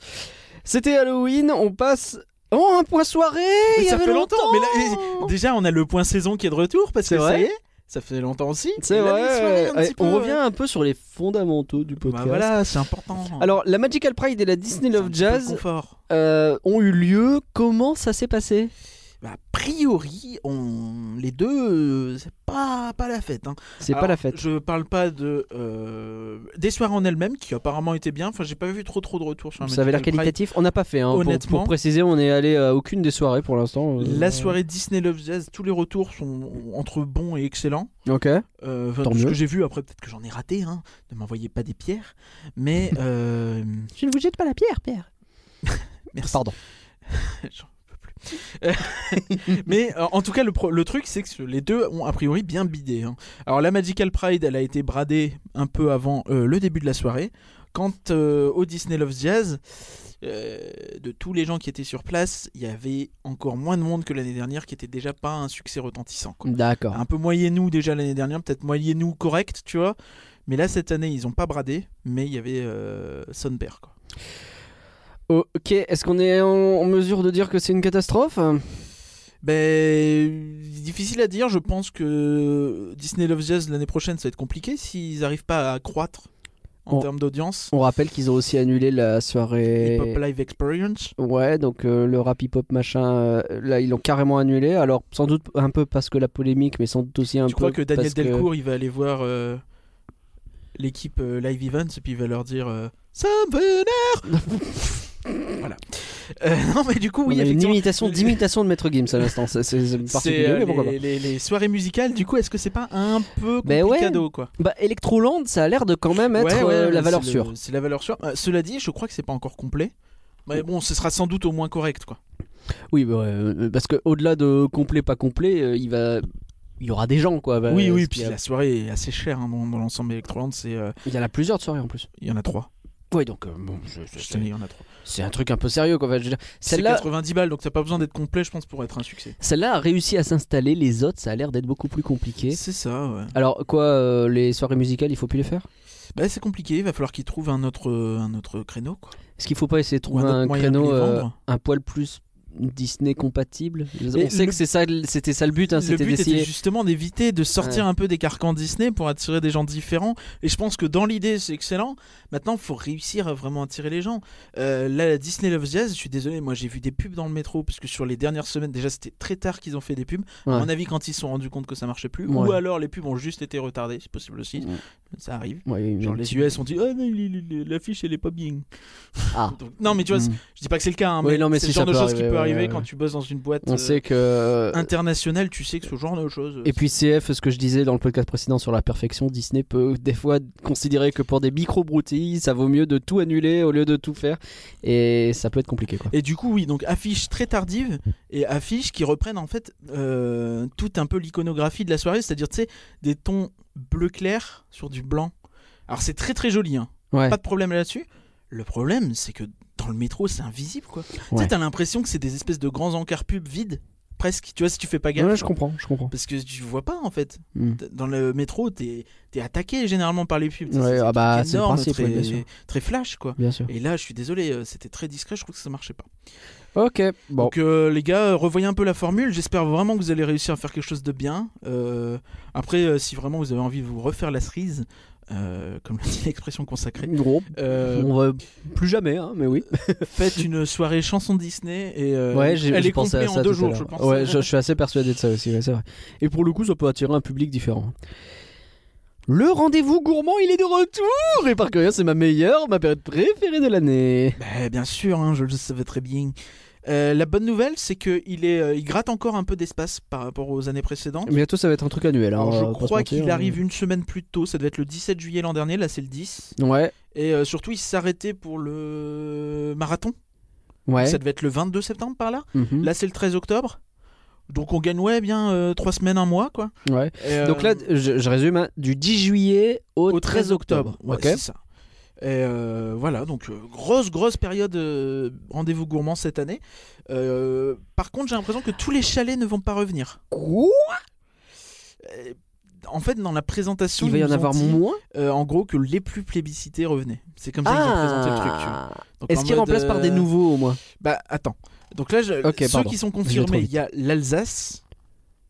[SPEAKER 2] C'était Halloween, on passe. Oh, un point soirée
[SPEAKER 3] Mais
[SPEAKER 2] il y
[SPEAKER 3] ça
[SPEAKER 2] avait
[SPEAKER 3] fait longtemps, mais là, déjà, on a le point saison qui est de retour parce
[SPEAKER 2] C'est
[SPEAKER 3] que ça
[SPEAKER 2] vrai
[SPEAKER 3] y est, ça fait longtemps aussi.
[SPEAKER 2] C'est
[SPEAKER 3] La
[SPEAKER 2] vrai,
[SPEAKER 3] mise soirée, un
[SPEAKER 2] ouais.
[SPEAKER 3] petit
[SPEAKER 2] on
[SPEAKER 3] peu,
[SPEAKER 2] revient un peu sur les fondamentaux du
[SPEAKER 3] Bah
[SPEAKER 2] podcast.
[SPEAKER 3] voilà, c'est important.
[SPEAKER 2] Alors, la Magical Pride et la Disney
[SPEAKER 3] C'est un
[SPEAKER 2] Love
[SPEAKER 3] petit peu le
[SPEAKER 2] Jazz
[SPEAKER 3] confort.
[SPEAKER 2] euh, ont eu lieu. Comment ça s'est passé
[SPEAKER 3] Bah, a priori, on... les deux, euh, c'est pas, pas la fête. hein.
[SPEAKER 2] C'est pas
[SPEAKER 3] Alors,
[SPEAKER 2] la fête.
[SPEAKER 3] Je parle pas de euh, des soirées en elles-mêmes qui apparemment étaient bien. Enfin, j'ai pas vu trop trop de retours sur. un
[SPEAKER 2] Ça avait l'air
[SPEAKER 3] Magical Pride.
[SPEAKER 2] qualitatif. On n'a pas fait. hein, pour- pour,
[SPEAKER 3] Honnêtement.
[SPEAKER 2] préciser, on est allé à aucune des soirées pour l'instant. euh.
[SPEAKER 3] La soirée Disney Love Jazz, tous les retours sont entre bons et excellents.
[SPEAKER 2] Ok.
[SPEAKER 3] Euh, enfin,
[SPEAKER 2] Tant
[SPEAKER 3] tout ce
[SPEAKER 2] mieux.
[SPEAKER 3] que j'ai vu, après peut-être que j'en ai raté. Hein. Ne m'envoyez pas des pierres. Mais euh,
[SPEAKER 2] Je ne vous jette pas la pierre, Pierre.
[SPEAKER 3] merci.
[SPEAKER 2] Pardon.
[SPEAKER 3] J'en peux plus. Euh, Mais euh, en tout cas, le, pro- le truc, c'est que les deux ont a priori bien bidé. hein. Alors la Magical Pride, elle a été bradée un peu avant euh, le début de la soirée. Quant euh, au Disney Loves Jazz, euh, de tous les gens qui étaient sur place, il y avait encore moins de monde que l'année dernière, qui était déjà pas un succès retentissant. quoi.
[SPEAKER 2] D'accord.
[SPEAKER 3] Un peu moyennou déjà l'année dernière, peut-être moyennou correct, tu vois. Mais là, cette année, ils ont pas bradé, mais il y avait euh, Sonberg. quoi.
[SPEAKER 2] Ok. Est-ce qu'on est en, en mesure de dire que c'est une catastrophe
[SPEAKER 3] Ben, difficile à dire. Je pense que Disney Loves Jazz l'année prochaine, ça va être compliqué s'ils n'arrivent pas à croître en
[SPEAKER 2] Bon.
[SPEAKER 3] termes d'audience.
[SPEAKER 2] On rappelle qu'ils ont aussi annulé la
[SPEAKER 3] Hip
[SPEAKER 2] soirée.
[SPEAKER 3] Hop Live Experience.
[SPEAKER 2] Ouais, donc euh, le rap hip hop machin, euh, là ils l'ont carrément annulé. Alors sans doute un peu parce que la polémique, mais sans doute aussi un
[SPEAKER 3] Tu
[SPEAKER 2] peu.
[SPEAKER 3] crois que Daniel
[SPEAKER 2] parce que-
[SPEAKER 3] Delcourt, il va aller voir euh, l'équipe euh, Live Events et puis il va leur dire euh, Ça me vénère Voilà. Euh, non, mais du coup, oui,
[SPEAKER 2] On a une
[SPEAKER 3] effectivement.
[SPEAKER 2] imitation d'imitation de Maître Gims à l'instant. C'est- C'est c'est particulier,
[SPEAKER 3] C'est euh,
[SPEAKER 2] mais pourquoi pas.
[SPEAKER 3] les, les- les soirées musicales, du coup, est-ce que c'est pas un peu
[SPEAKER 2] Ben ouais.
[SPEAKER 3] complicado quoi
[SPEAKER 2] Bah, Electroland, ça a l'air de quand même être
[SPEAKER 3] Ouais, ouais,
[SPEAKER 2] euh, la
[SPEAKER 3] ouais,
[SPEAKER 2] valeur
[SPEAKER 3] c'est le-
[SPEAKER 2] sûre.
[SPEAKER 3] C'est la valeur sûre. Euh, cela dit, je crois que c'est pas encore complet. Mais bon, ce sera sans doute au moins correct, quoi.
[SPEAKER 2] Oui, bah, ouais, euh, parce que au-delà de complet pas complet, euh, il va, il y aura des gens quoi. Bah,
[SPEAKER 3] oui, oui.
[SPEAKER 2] parce
[SPEAKER 3] Puis
[SPEAKER 2] qu'il y a-
[SPEAKER 3] la soirée est assez chère hein, dans, dans l'ensemble Electroland. C'est, euh,
[SPEAKER 2] il y en a plusieurs de soirées en plus.
[SPEAKER 3] il y en a trois.
[SPEAKER 2] Oui, donc euh, bon, c'est-
[SPEAKER 3] Je
[SPEAKER 2] c'est-
[SPEAKER 3] te dis, il y en a trois.
[SPEAKER 2] c'est un truc un peu sérieux quoi. Enfin, je veux dire,
[SPEAKER 3] C'est
[SPEAKER 2] Celle-là,
[SPEAKER 3] 90 balles, donc t'as pas besoin d'être complet, je pense, pour être un succès.
[SPEAKER 2] celle-là a réussi à s'installer. Les autres, ça a l'air d'être beaucoup plus compliqué.
[SPEAKER 3] C'est ça. Ouais.
[SPEAKER 2] Alors quoi, euh, les soirées musicales, il faut plus les faire.
[SPEAKER 3] Bah, c'est compliqué. Il va falloir qu'ils trouvent un autre, euh, un autre créneau, quoi.
[SPEAKER 2] Est-ce qu'il faut pas essayer de trouver
[SPEAKER 3] Ou un autre
[SPEAKER 2] un,
[SPEAKER 3] moyen de
[SPEAKER 2] créneau
[SPEAKER 3] les
[SPEAKER 2] euh,
[SPEAKER 3] vendre.
[SPEAKER 2] un poil plus Disney compatible Je- On
[SPEAKER 3] Et
[SPEAKER 2] sait
[SPEAKER 3] le-
[SPEAKER 2] que c'est ça, c'était ça le but, hein,
[SPEAKER 3] le
[SPEAKER 2] c'était
[SPEAKER 3] but
[SPEAKER 2] d'essayer.
[SPEAKER 3] était justement d'éviter de sortir un peu des carcans Disney pour attirer des gens différents. Et je pense que dans l'idée, c'est excellent. Maintenant, faut réussir à vraiment attirer les gens. Euh, là, la Disney Loves Jazz, je suis désolé, moi j'ai vu des pubs dans le métro parce que sur les dernières semaines, déjà c'était très tard qu'ils ont fait des pubs.
[SPEAKER 2] Ouais.
[SPEAKER 3] À mon avis, quand ils se sont rendus compte que ça marchait plus, ou
[SPEAKER 2] Ouais.
[SPEAKER 3] alors les pubs ont juste été retardées, c'est possible aussi.
[SPEAKER 2] Ouais.
[SPEAKER 3] Ça arrive.
[SPEAKER 2] Ouais, il y a une-
[SPEAKER 3] Genre les US ont dit oh, mais l- l- l'affiche elle est pas bien.
[SPEAKER 2] Ah.
[SPEAKER 3] Donc, non mais tu vois, c'est-
[SPEAKER 2] Mm.
[SPEAKER 3] je dis pas que c'est le cas, hein,
[SPEAKER 2] Oui,
[SPEAKER 3] mais,
[SPEAKER 2] non, mais
[SPEAKER 3] c'est
[SPEAKER 2] si,
[SPEAKER 3] le genre
[SPEAKER 2] ça
[SPEAKER 3] de
[SPEAKER 2] peut
[SPEAKER 3] choses qui
[SPEAKER 2] arriver,
[SPEAKER 3] peut
[SPEAKER 2] ouais,
[SPEAKER 3] arriver
[SPEAKER 2] ouais.
[SPEAKER 3] quand tu bosses dans une boîte
[SPEAKER 2] On
[SPEAKER 3] euh,
[SPEAKER 2] sait que.
[SPEAKER 3] internationale, tu sais que ce genre de choses.
[SPEAKER 2] euh, Et puis CF, ce que je disais dans le podcast précédent sur la perfection, Disney peut des fois considérer que pour des micro-broutilles, ça vaut mieux de tout annuler au lieu de tout faire. Et ça peut être compliqué quoi.
[SPEAKER 3] Et du coup, oui, donc affiches très tardives et affiches qui reprennent en fait euh, toute un peu l'iconographie de la soirée, c'est-à-dire, tu sais, des tons bleu clair sur du blanc. Alors, c'est très très joli, hein.
[SPEAKER 2] Ouais.
[SPEAKER 3] pas de problème là-dessus. Le problème, c'est que dans le métro, c'est invisible, quoi. Tu
[SPEAKER 2] Ouais.
[SPEAKER 3] sais, t'as l'impression que c'est des espèces de grands encarts pubs vides, presque, tu vois, si tu fais pas gaffe.
[SPEAKER 2] Ouais, je comprends, je comprends.
[SPEAKER 3] Parce que tu vois pas, en fait.
[SPEAKER 2] Mm.
[SPEAKER 3] T'as- Dans le métro, t'es es attaqué généralement par les pubs.
[SPEAKER 2] Ouais,
[SPEAKER 3] C'est-
[SPEAKER 2] ah bah,
[SPEAKER 3] des trucs
[SPEAKER 2] c'est le
[SPEAKER 3] énormes,
[SPEAKER 2] principe,
[SPEAKER 3] très,
[SPEAKER 2] ouais, bien sûr.
[SPEAKER 3] très flash, quoi.
[SPEAKER 2] Bien sûr.
[SPEAKER 3] Et là, je suis désolé, euh, c'était très discret, je trouve que ça marchait pas.
[SPEAKER 2] Ok, bon.
[SPEAKER 3] Donc euh, les gars, euh, revoyez un peu la formule. J'espère vraiment que vous allez réussir à faire quelque chose de bien. Euh, après, euh, si vraiment vous avez envie de vous refaire la cerise, euh, comme le dit l'expression consacrée,
[SPEAKER 2] Gros.
[SPEAKER 3] euh,
[SPEAKER 2] On va plus jamais, hein, mais oui.
[SPEAKER 3] faites une soirée chanson Disney et euh,
[SPEAKER 2] Ouais, j'ai
[SPEAKER 3] elle
[SPEAKER 2] j'ai
[SPEAKER 3] est
[SPEAKER 2] pensé
[SPEAKER 3] complète
[SPEAKER 2] à ça
[SPEAKER 3] en
[SPEAKER 2] tout
[SPEAKER 3] deux
[SPEAKER 2] à
[SPEAKER 3] jours,
[SPEAKER 2] l'heure.
[SPEAKER 3] je pense.
[SPEAKER 2] Ouais, je, je suis assez persuadé de ça aussi, ouais, c'est vrai. Et pour le coup, ça peut attirer un public différent. Le rendez-vous gourmand, il est de retour Et par curieux, c'est ma meilleure, ma période préférée de l'année.
[SPEAKER 3] Bah, bien sûr, hein, je le savais très bien. Euh, la bonne nouvelle, c'est qu'il est, euh, il gratte encore un peu d'espace par rapport aux années précédentes.
[SPEAKER 2] Bientôt, ça va être un truc annuel. hein, on
[SPEAKER 3] Alors,
[SPEAKER 2] va pas
[SPEAKER 3] je
[SPEAKER 2] se
[SPEAKER 3] crois
[SPEAKER 2] mentir,
[SPEAKER 3] qu'il
[SPEAKER 2] hein.
[SPEAKER 3] arrive une semaine plus tôt. Ça devait être le 17 juillet l'an dernier. Là, c'est le 10.
[SPEAKER 2] hein. Ouais,
[SPEAKER 3] Et euh, surtout, il s'arrêtait pour le marathon.
[SPEAKER 2] ouais.
[SPEAKER 3] Ça devait être le 22 septembre par là.
[SPEAKER 2] mhm.
[SPEAKER 3] Là, c'est le 13 octobre. Donc on gagne ouais bien euh, trois semaines, un mois quoi.
[SPEAKER 2] Ouais.
[SPEAKER 3] Et, euh,
[SPEAKER 2] Donc là, je, je résume, hein, du 10 juillet au,
[SPEAKER 3] au
[SPEAKER 2] 13 octobre.
[SPEAKER 3] Ouais,
[SPEAKER 2] ok.
[SPEAKER 3] c'est ça. Et euh, voilà, donc euh, grosse, grosse période euh, rendez-vous gourmand cette année. Euh, par contre, j'ai l'impression que tous les chalets ne vont pas revenir.
[SPEAKER 2] Quoi
[SPEAKER 3] Euh, en fait, dans la présentation,
[SPEAKER 2] Il va y
[SPEAKER 3] ils
[SPEAKER 2] en
[SPEAKER 3] nous ont
[SPEAKER 2] avoir
[SPEAKER 3] dit,
[SPEAKER 2] moins.
[SPEAKER 3] euh, en gros, que les plus plébiscités revenaient. C'est comme ça qu'ils ont présenté le truc. tu vois.
[SPEAKER 2] Ah.
[SPEAKER 3] Donc,
[SPEAKER 2] Est-ce
[SPEAKER 3] en
[SPEAKER 2] qu'ils
[SPEAKER 3] mode,
[SPEAKER 2] remplacent par des
[SPEAKER 3] euh,
[SPEAKER 2] nouveaux au moins
[SPEAKER 3] Bah attends. Donc là, je-
[SPEAKER 2] Ok,
[SPEAKER 3] ceux
[SPEAKER 2] pardon.
[SPEAKER 3] qui sont
[SPEAKER 2] vais trop
[SPEAKER 3] confirmés, il y a l'Alsace,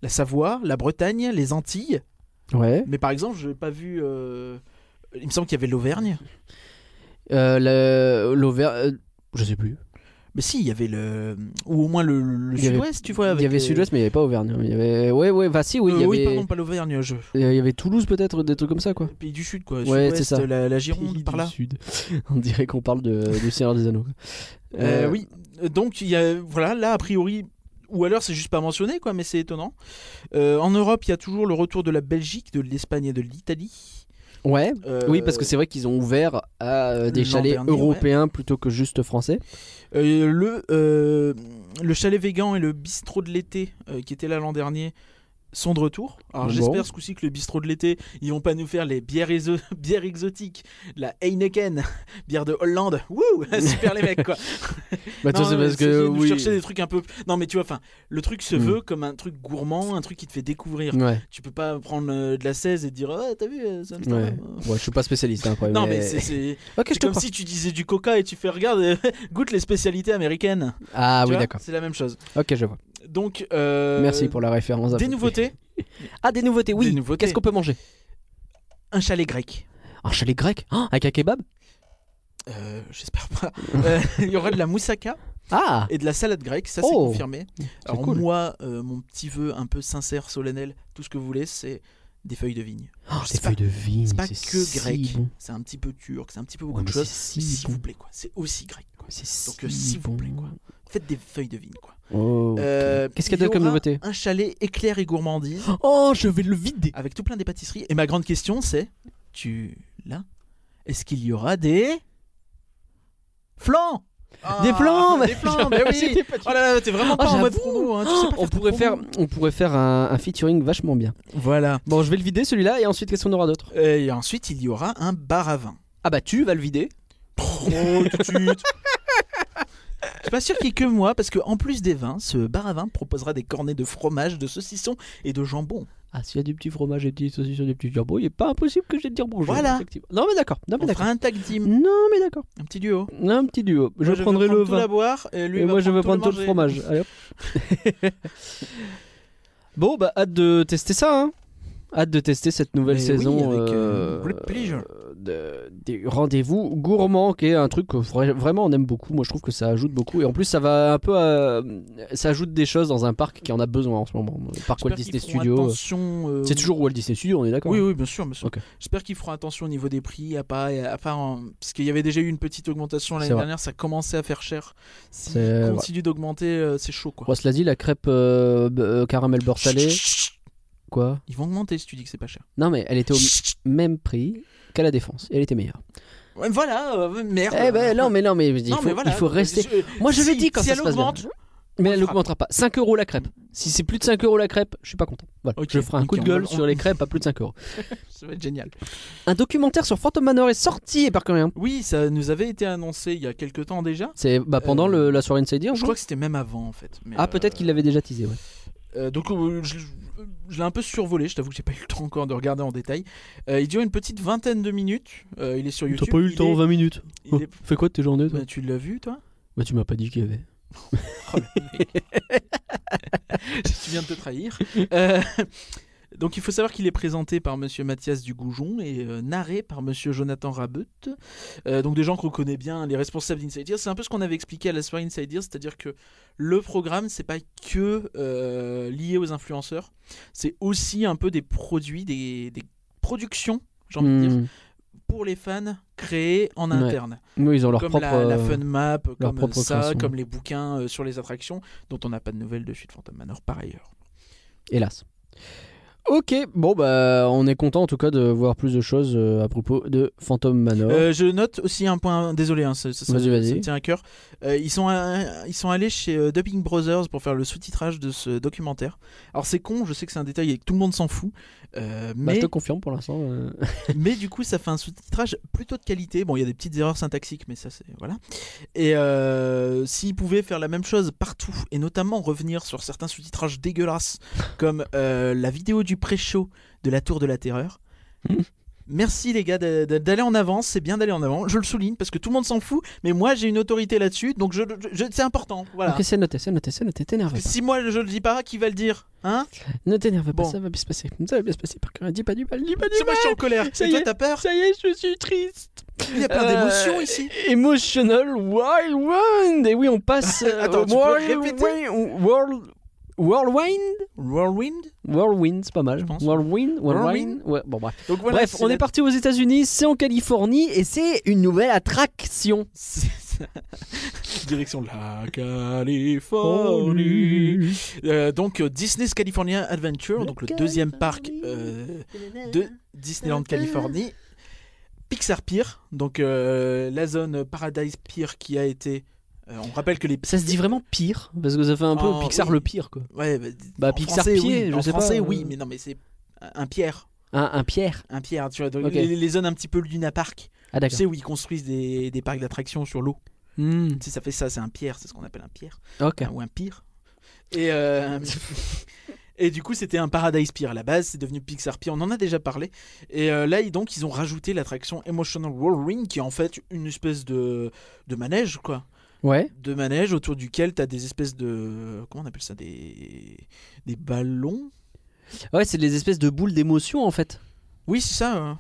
[SPEAKER 3] la Savoie, la Bretagne, les Antilles.
[SPEAKER 2] Ouais.
[SPEAKER 3] Mais par exemple, je n'ai pas vu. euh, Il me semble qu'il y avait l'Auvergne.
[SPEAKER 2] Euh, le- l'Auvergne. euh, je sais plus.
[SPEAKER 3] Mais si, il y avait le. Ou au moins le, le
[SPEAKER 2] Il y avait-
[SPEAKER 3] sud-ouest, tu vois.
[SPEAKER 2] Il y
[SPEAKER 3] avec
[SPEAKER 2] avait
[SPEAKER 3] les-
[SPEAKER 2] Sud-Ouest, mais il n'y avait pas Auvergne. Il y avait... Ouais, ouais, bah si, oui,
[SPEAKER 3] Euh,
[SPEAKER 2] il y
[SPEAKER 3] oui,
[SPEAKER 2] avait-
[SPEAKER 3] pardon, pas l'Auvergne, je...
[SPEAKER 2] il y avait Toulouse peut-être, des trucs comme ça quoi.
[SPEAKER 3] pays du sud, quoi.
[SPEAKER 2] Ouais,
[SPEAKER 3] Sud-ouest, euh,
[SPEAKER 2] c'est ça.
[SPEAKER 3] La, la Gironde,
[SPEAKER 2] Pays
[SPEAKER 3] par
[SPEAKER 2] du
[SPEAKER 3] là.
[SPEAKER 2] Sud. On dirait qu'on parle de, du Seigneur des Anneaux. quoi.
[SPEAKER 3] Euh, oui, Euh, donc il y a, voilà, là a priori, ou alors c'est juste pas mentionné, quoi, mais c'est étonnant. Euh, en Europe, il y a toujours le retour de la Belgique, de l'Espagne et de l'Italie.
[SPEAKER 2] Ouais.
[SPEAKER 3] Euh,
[SPEAKER 2] Oui, parce que c'est vrai qu'ils ont ouvert à euh, des
[SPEAKER 3] l'an
[SPEAKER 2] chalets
[SPEAKER 3] dernier,
[SPEAKER 2] européens plutôt que juste français.
[SPEAKER 3] euh, le, euh, le chalet végan et le bistrot de l'été euh, qui était là l'an dernier sont de retour. Alors
[SPEAKER 2] Bon.
[SPEAKER 3] j'espère ce coup-ci que le bistrot de l'été, ils vont pas nous faire les bières, exo- bières exotiques, la Heineken, bière de Hollande. Wouh, super les mecs quoi.
[SPEAKER 2] Bah,
[SPEAKER 3] Non,
[SPEAKER 2] toi, c'est
[SPEAKER 3] mais
[SPEAKER 2] parce
[SPEAKER 3] c'est essayer
[SPEAKER 2] que.
[SPEAKER 3] de nous
[SPEAKER 2] Oui.
[SPEAKER 3] chercher des trucs un peu. Non, mais tu vois, enfin, le truc se
[SPEAKER 2] Mm.
[SPEAKER 3] veut comme un truc gourmand, un truc qui te fait découvrir.
[SPEAKER 2] Ouais.
[SPEAKER 3] Tu peux pas prendre euh, de la 16 et te dire, ouais, t'as vu, euh, c'est Amsterdam,
[SPEAKER 2] Ouais.
[SPEAKER 3] hein.
[SPEAKER 2] Bon, je suis pas spécialiste, hein, après,
[SPEAKER 3] Non, mais c'est- c'est
[SPEAKER 2] Ok,
[SPEAKER 3] c'est
[SPEAKER 2] je te
[SPEAKER 3] comme
[SPEAKER 2] crois.
[SPEAKER 3] si tu disais du coca et tu fais, regarde, euh, goûte les spécialités américaines.
[SPEAKER 2] Ah
[SPEAKER 3] Tu
[SPEAKER 2] oui,
[SPEAKER 3] vois,
[SPEAKER 2] d'accord.
[SPEAKER 3] C'est la même chose.
[SPEAKER 2] Ok, je vois.
[SPEAKER 3] Donc, euh,
[SPEAKER 2] Merci pour la référence.
[SPEAKER 3] Des nouveautés
[SPEAKER 2] Ah, des nouveautés,
[SPEAKER 3] Des
[SPEAKER 2] oui.
[SPEAKER 3] nouveautés.
[SPEAKER 2] Qu'est-ce qu'on peut manger
[SPEAKER 3] Un chalet grec.
[SPEAKER 2] Un chalet grec Ah, Avec un kebab
[SPEAKER 3] Euh, J'espère pas. Euh, Il y aura de la moussaka
[SPEAKER 2] Ah
[SPEAKER 3] et de la salade grecque, ça c'est
[SPEAKER 2] Oh.
[SPEAKER 3] confirmé. Alors,
[SPEAKER 2] cool.
[SPEAKER 3] moi, euh, mon petit vœu un peu sincère, solennel, tout ce que vous voulez, c'est des feuilles de vigne.
[SPEAKER 2] Oh,
[SPEAKER 3] Je
[SPEAKER 2] Des
[SPEAKER 3] sais pas.
[SPEAKER 2] feuilles de vigne.
[SPEAKER 3] C'est pas que
[SPEAKER 2] si
[SPEAKER 3] grec,
[SPEAKER 2] bon.
[SPEAKER 3] c'est un petit peu turc, c'est un petit peu
[SPEAKER 2] Ouais, mais
[SPEAKER 3] beaucoup de
[SPEAKER 2] c'est
[SPEAKER 3] choses.
[SPEAKER 2] si
[SPEAKER 3] mais S'il
[SPEAKER 2] bon.
[SPEAKER 3] vous plaît, quoi. C'est aussi grec. quoi.
[SPEAKER 2] C'est si
[SPEAKER 3] Donc, euh, s'il vous plaît,
[SPEAKER 2] bon.
[SPEAKER 3] Faites des feuilles de vigne, quoi.
[SPEAKER 2] Oh.
[SPEAKER 3] Euh,
[SPEAKER 2] Qu'est-ce qu'il y a
[SPEAKER 3] il
[SPEAKER 2] d'autre comme
[SPEAKER 3] aura
[SPEAKER 2] nouveauté
[SPEAKER 3] Un chalet éclair et gourmandise
[SPEAKER 2] Oh, je vais le vider.
[SPEAKER 3] avec tout plein des pâtisseries. Et ma grande question, c'est tu là Est-ce qu'il y aura des flans
[SPEAKER 2] Ah, Des flans,
[SPEAKER 3] Des flans, mais oui. Oh là là, t'es vraiment pas
[SPEAKER 2] Ah,
[SPEAKER 3] en mode
[SPEAKER 2] j'avoue.
[SPEAKER 3] promo, hein, tu sais pas
[SPEAKER 2] on
[SPEAKER 3] de
[SPEAKER 2] pourrait, faire,
[SPEAKER 3] promo.
[SPEAKER 2] on pourrait faire un, un featuring vachement bien.
[SPEAKER 3] Voilà.
[SPEAKER 2] Bon, je vais le vider celui-là et ensuite qu'est-ce qu'on aura d'autre
[SPEAKER 3] Et ensuite, il y aura un bar à vin.
[SPEAKER 2] Ah bah tu vas le vider.
[SPEAKER 3] Oh, tout de suite. Je suis pas sûr qu'il y ait que moi, parce que en plus des vins, ce bar à vin proposera des cornets de fromage, de saucisson et de jambon.
[SPEAKER 2] Ah s'il y a du petit fromage et des petites saucisses et des petits jambons, il est pas impossible que je vais te dire bonjour.
[SPEAKER 3] Voilà.
[SPEAKER 2] effectivement. Non mais d'accord. Non mais
[SPEAKER 3] On fera
[SPEAKER 2] d'accord.
[SPEAKER 3] un tag team,
[SPEAKER 2] Non mais d'accord.
[SPEAKER 3] un petit duo.
[SPEAKER 2] Un petit duo. Je
[SPEAKER 3] Moi,
[SPEAKER 2] prendrai
[SPEAKER 3] veux
[SPEAKER 2] le
[SPEAKER 3] prendre tout
[SPEAKER 2] vin.
[SPEAKER 3] à boire, et lui
[SPEAKER 2] et
[SPEAKER 3] va
[SPEAKER 2] moi je veux prendre
[SPEAKER 3] prendre
[SPEAKER 2] tout le fromage. Allez, hop. bon bah hâte de tester ça. Hein. Hâte de tester cette nouvelle
[SPEAKER 3] Mais oui,
[SPEAKER 2] saison.
[SPEAKER 3] avec,
[SPEAKER 2] euh,
[SPEAKER 3] euh, great pleasure.
[SPEAKER 2] de- des rendez-vous gourmands, qui est un truc que vra- vraiment on aime beaucoup. Moi je trouve que ça ajoute beaucoup. Et en plus ça va un peu, à- ça ajoute des choses dans un parc qui en a besoin en ce moment. Le parc Walt Disney Studio.
[SPEAKER 3] Attention, euh,
[SPEAKER 2] C'est toujours Walt Disney Studio, on est d'accord.
[SPEAKER 3] Oui, oui, bien sûr. bien sûr.
[SPEAKER 2] Ok.
[SPEAKER 3] J'espère qu'ils feront attention au niveau des prix, à pas, à pas en- parce qu'il y avait déjà eu une petite augmentation
[SPEAKER 2] C'est
[SPEAKER 3] l'année
[SPEAKER 2] vrai.
[SPEAKER 3] dernière, ça commençait à faire cher. S'ils
[SPEAKER 2] C'est vrai.
[SPEAKER 3] continuent d'augmenter, euh, c'est chaud quoi.
[SPEAKER 2] Bon, cela dit, la crêpe euh, b- euh, caramel beurre salé, quoi
[SPEAKER 3] Ils vont augmenter si tu dis que c'est pas cher.
[SPEAKER 2] Non mais elle était au même prix qu'à la défense. Et elle était meilleure.
[SPEAKER 3] Ouais, Voilà, euh, merde.
[SPEAKER 2] Eh ben non mais non mais je dis, il
[SPEAKER 3] Non,
[SPEAKER 2] faut,
[SPEAKER 3] mais voilà,
[SPEAKER 2] il faut
[SPEAKER 3] je-
[SPEAKER 2] rester.
[SPEAKER 3] je-
[SPEAKER 2] Moi je
[SPEAKER 3] si-
[SPEAKER 2] l'ai dit quand
[SPEAKER 3] si
[SPEAKER 2] ça
[SPEAKER 3] elle
[SPEAKER 2] se passe bien.
[SPEAKER 3] augmente,
[SPEAKER 2] Mais
[SPEAKER 3] on
[SPEAKER 2] elle
[SPEAKER 3] frappe.
[SPEAKER 2] n'augmentera pas. 5 euros la crêpe. Si c'est plus de 5 euros la crêpe, je suis pas content. Voilà.
[SPEAKER 3] Ok,
[SPEAKER 2] je ferai un coup de
[SPEAKER 3] nickel, on
[SPEAKER 2] gueule
[SPEAKER 3] va-
[SPEAKER 2] sur les crêpes à plus de 5 euros.
[SPEAKER 3] Ça va être génial.
[SPEAKER 2] Un documentaire sur Phantom Manor est sorti et par combien
[SPEAKER 3] Oui, ça nous avait été annoncé il y a quelques temps déjà.
[SPEAKER 2] C'est bah, pendant
[SPEAKER 3] Euh,
[SPEAKER 2] le- la soirée Inside Ear,
[SPEAKER 3] Je crois que c'était même avant en fait. mais,
[SPEAKER 2] Ah peut-être
[SPEAKER 3] euh,
[SPEAKER 2] qu'il l'avait déjà teasé. Ouais.
[SPEAKER 3] euh, donc euh, je, je l'ai un peu survolé, je t'avoue que j'ai pas eu le temps encore de regarder en détail. Euh, il dure une petite vingtaine de minutes. Euh, il est sur YouTube. il est-
[SPEAKER 2] 20 minutes.
[SPEAKER 3] il est-
[SPEAKER 2] Fais quoi de tes journées
[SPEAKER 3] Bah, tu l'as vu toi
[SPEAKER 2] Bah tu m'as pas dit qu'il y avait.
[SPEAKER 3] Tu viens de te trahir. Euh, donc il faut savoir qu'il est présenté par Monsieur Mathias Dugoujon et euh, narré par Monsieur Jonathan Rabeut. Euh, donc des gens qu'on connaît bien, les responsables d'Inside Ears. C'est un peu ce qu'on avait expliqué à la soirée Inside Ears, c'est-à-dire que le programme, c'est pas que euh, lié aux influenceurs, c'est aussi un peu des produits, des, des productions, j'ai envie de dire,
[SPEAKER 2] Hmm.
[SPEAKER 3] pour les fans créés en
[SPEAKER 2] Ouais.
[SPEAKER 3] interne.
[SPEAKER 2] Nous Hmm. ils ont leur
[SPEAKER 3] comme
[SPEAKER 2] propre.
[SPEAKER 3] la, la
[SPEAKER 2] euh,
[SPEAKER 3] fun map, comme
[SPEAKER 2] propre
[SPEAKER 3] ça,
[SPEAKER 2] création.
[SPEAKER 3] comme les bouquins euh, sur les attractions, dont on n'a pas de nouvelles de Suite Phantom Manor par ailleurs.
[SPEAKER 2] Hélas. Ok, bon bah on est content en tout cas de voir plus de choses euh, à propos de Phantom Manor.
[SPEAKER 3] Euh, je note aussi un point, désolé, hein, ça, ça- ça-
[SPEAKER 2] Vas-y, vas-y.
[SPEAKER 3] ça me tient à cœur. Euh, ils, sont, euh, ils sont allés chez euh, Dubbing Brothers pour faire le sous-titrage de ce documentaire. Alors c'est con, je sais que c'est un détail et que tout le monde s'en fout, euh,
[SPEAKER 2] Bah,
[SPEAKER 3] mais,
[SPEAKER 2] je te confirme pour l'instant. euh.
[SPEAKER 3] mais du coup ça fait un sous-titrage plutôt de qualité. Bon, il y a des petites erreurs syntaxiques, mais ça c'est... Voilà. Et euh, s'ils pouvaient faire la même chose partout, et notamment revenir sur certains sous-titrages dégueulasses, comme euh, la vidéo du pré-show de la Tour de la Terreur, Merci les gars d'a- d'a- d'aller en avant, c'est bien d'aller en avant. Je le souligne parce que tout le monde s'en fout, mais moi j'ai une autorité là-dessus, donc je, je- je- c'est important. Voilà.
[SPEAKER 2] Ok, c'est noté, c'est noté, c'est noté, t'énerve
[SPEAKER 3] Parce que
[SPEAKER 2] pas.
[SPEAKER 3] si moi je le dis pas, qui va le dire Hein
[SPEAKER 2] Ne t'énerve pas,
[SPEAKER 3] Bon.
[SPEAKER 2] ça va bien se passer. Ça va bien se passer, par cœur. Dis pas du mal, dis pas du
[SPEAKER 3] C'est moi
[SPEAKER 2] mal.
[SPEAKER 3] je suis en colère.
[SPEAKER 2] Ça
[SPEAKER 3] Et
[SPEAKER 2] y
[SPEAKER 3] toi
[SPEAKER 2] est.
[SPEAKER 3] t'as peur
[SPEAKER 2] Ça y est, je suis triste.
[SPEAKER 3] Il y a plein
[SPEAKER 2] Euh,
[SPEAKER 3] d'émotions ici.
[SPEAKER 2] Emotional Wild Wind. Et oui, on passe euh,
[SPEAKER 3] Attends,
[SPEAKER 2] au
[SPEAKER 3] tu peux
[SPEAKER 2] World-
[SPEAKER 3] répéter
[SPEAKER 2] World Whirlwind
[SPEAKER 3] Whirlwind
[SPEAKER 2] Whirlwind, c'est pas mal.
[SPEAKER 3] Je pense.
[SPEAKER 2] Whirlwind, Whirlwind.
[SPEAKER 3] Whirlwind.
[SPEAKER 2] Ouais, bon, bref.
[SPEAKER 3] Donc voilà,
[SPEAKER 2] Bref,
[SPEAKER 3] c'est
[SPEAKER 2] on
[SPEAKER 3] la-
[SPEAKER 2] est parti aux États-Unis, c'est en Californie et c'est une nouvelle attraction.
[SPEAKER 3] c'est ça. Direction de la Californie. Euh, donc euh, Disney's California Adventure, donc le deuxième parc euh, de Disneyland Californie. Pixar Pier, donc euh, la zone Paradise Pier qui a été. euh, on rappelle que les.
[SPEAKER 2] Ça se dit vraiment pire parce que ça fait un peu
[SPEAKER 3] Oh,
[SPEAKER 2] Pixar
[SPEAKER 3] oui.
[SPEAKER 2] le pire quoi.
[SPEAKER 3] Ouais, bah,
[SPEAKER 2] Bah,
[SPEAKER 3] en
[SPEAKER 2] Pixar
[SPEAKER 3] français,
[SPEAKER 2] Pier,
[SPEAKER 3] oui.
[SPEAKER 2] je
[SPEAKER 3] en
[SPEAKER 2] sais pas,
[SPEAKER 3] français,
[SPEAKER 2] euh.
[SPEAKER 3] oui, mais non, mais c'est un pierre.
[SPEAKER 2] Un, un pierre.
[SPEAKER 3] Un pierre, tu vois. donc
[SPEAKER 2] Ok.
[SPEAKER 3] les, les zones un petit peu Luna Park,
[SPEAKER 2] Ah
[SPEAKER 3] tu
[SPEAKER 2] d'accord.
[SPEAKER 3] sais, où ils construisent des, des parcs d'attractions sur l'eau.
[SPEAKER 2] Hmm,
[SPEAKER 3] Tu sais, ça fait ça, c'est un pierre, c'est ce qu'on appelle un pierre.
[SPEAKER 2] Ok.
[SPEAKER 3] Ou un pire. Et, euh, et du coup, c'était un Paradise Pier à la base, c'est devenu Pixar Pier, on en a déjà parlé. Et euh, là, ils- donc, ils ont rajouté l'attraction Emotional Whirlwind, qui est en fait une espèce de, de manège, quoi.
[SPEAKER 2] Ouais.
[SPEAKER 3] De manège autour duquel tu as des espèces de. Comment on appelle ça Des, des ballons
[SPEAKER 2] Ouais, c'est des espèces de boules d'émotion en fait.
[SPEAKER 3] Oui, c'est ça. hein.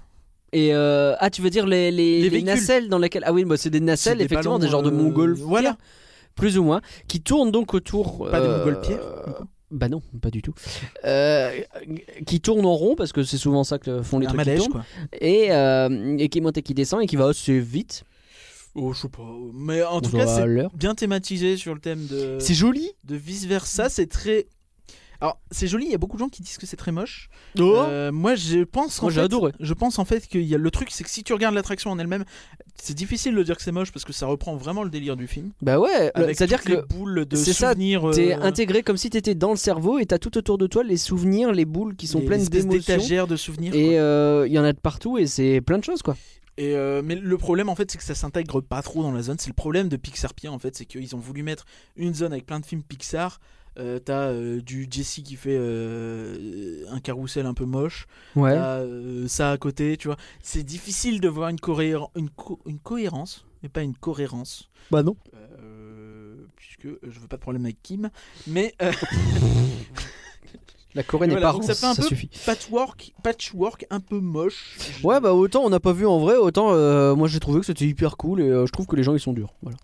[SPEAKER 2] Et euh, ah, tu veux dire les, les,
[SPEAKER 3] Les
[SPEAKER 2] les
[SPEAKER 3] véhicules.
[SPEAKER 2] nacelles dans lesquelles ah oui, bah, c'est des nacelles
[SPEAKER 3] des
[SPEAKER 2] effectivement,
[SPEAKER 3] ballons,
[SPEAKER 2] des genres de
[SPEAKER 3] euh,
[SPEAKER 2] montgolfières,
[SPEAKER 3] voilà.
[SPEAKER 2] plus ou moins, qui tournent donc autour.
[SPEAKER 3] Pas des
[SPEAKER 2] euh,
[SPEAKER 3] montgolfières, du coup.
[SPEAKER 2] Bah non, pas du tout. Euh, qui tournent en rond parce que c'est souvent ça que font les
[SPEAKER 3] un
[SPEAKER 2] trucs qui
[SPEAKER 3] manège,
[SPEAKER 2] tournent.
[SPEAKER 3] quoi.
[SPEAKER 2] et, euh, et qui monte et qui descend et qui va assez vite.
[SPEAKER 3] Oh, je sais pas. Mais en
[SPEAKER 2] On
[SPEAKER 3] tout
[SPEAKER 2] se
[SPEAKER 3] cas,
[SPEAKER 2] voit à
[SPEAKER 3] c'est
[SPEAKER 2] l'heure.
[SPEAKER 3] bien thématisé sur le thème de.
[SPEAKER 2] C'est joli.
[SPEAKER 3] de vice versa, c'est très. Alors, c'est joli, il y a beaucoup de gens qui disent que c'est très moche. Euh, moi, je pense.
[SPEAKER 2] Oh.
[SPEAKER 3] qu'en
[SPEAKER 2] Moi, j'ai
[SPEAKER 3] fait-
[SPEAKER 2] adoré.
[SPEAKER 3] Je pense en fait que y a... le truc, c'est que si tu regardes l'attraction en elle-même, c'est difficile de dire que c'est moche parce que ça reprend vraiment le délire du film.
[SPEAKER 2] Bah ouais.
[SPEAKER 3] Avec
[SPEAKER 2] C'est-à-dire
[SPEAKER 3] toutes les
[SPEAKER 2] que
[SPEAKER 3] boules de
[SPEAKER 2] c'est ça,
[SPEAKER 3] souvenirs.
[SPEAKER 2] t'es
[SPEAKER 3] euh,
[SPEAKER 2] intégré comme si t'étais dans le cerveau et t'as tout autour de toi les souvenirs, les boules qui sont
[SPEAKER 3] des
[SPEAKER 2] pleines
[SPEAKER 3] espèces
[SPEAKER 2] d'émotions.
[SPEAKER 3] d'étagères de souvenirs. quoi.
[SPEAKER 2] Et euh, il y en a de partout et c'est plein de choses quoi.
[SPEAKER 3] Et, euh, mais le problème en fait c'est que ça s'intègre pas trop dans la zone. C'est le problème de Pixar Pier en fait, c'est qu'ils ont voulu mettre une zone avec plein de films Pixar. Euh, T'as euh, du Jesse qui fait euh, un carrousel un peu moche.
[SPEAKER 2] Ouais.
[SPEAKER 3] T'as, euh, ça à côté, tu vois. C'est difficile de voir une, cohé- une, co- une cohérence, mais pas une cohérence.
[SPEAKER 2] Bah non.
[SPEAKER 3] Euh, puisque euh, je veux pas de problème avec Kim. Mais euh,
[SPEAKER 2] La Corée
[SPEAKER 3] Et
[SPEAKER 2] n'est
[SPEAKER 3] voilà,
[SPEAKER 2] pas
[SPEAKER 3] donc
[SPEAKER 2] rose,
[SPEAKER 3] ça fait un peu-
[SPEAKER 2] suffit.
[SPEAKER 3] patchwork, patchwork un peu moche. Je-
[SPEAKER 2] Ouais bah autant on n'a pas vu en vrai, autant euh, moi j'ai trouvé que c'était hyper cool et euh, je trouve que les gens ils sont durs. Voilà.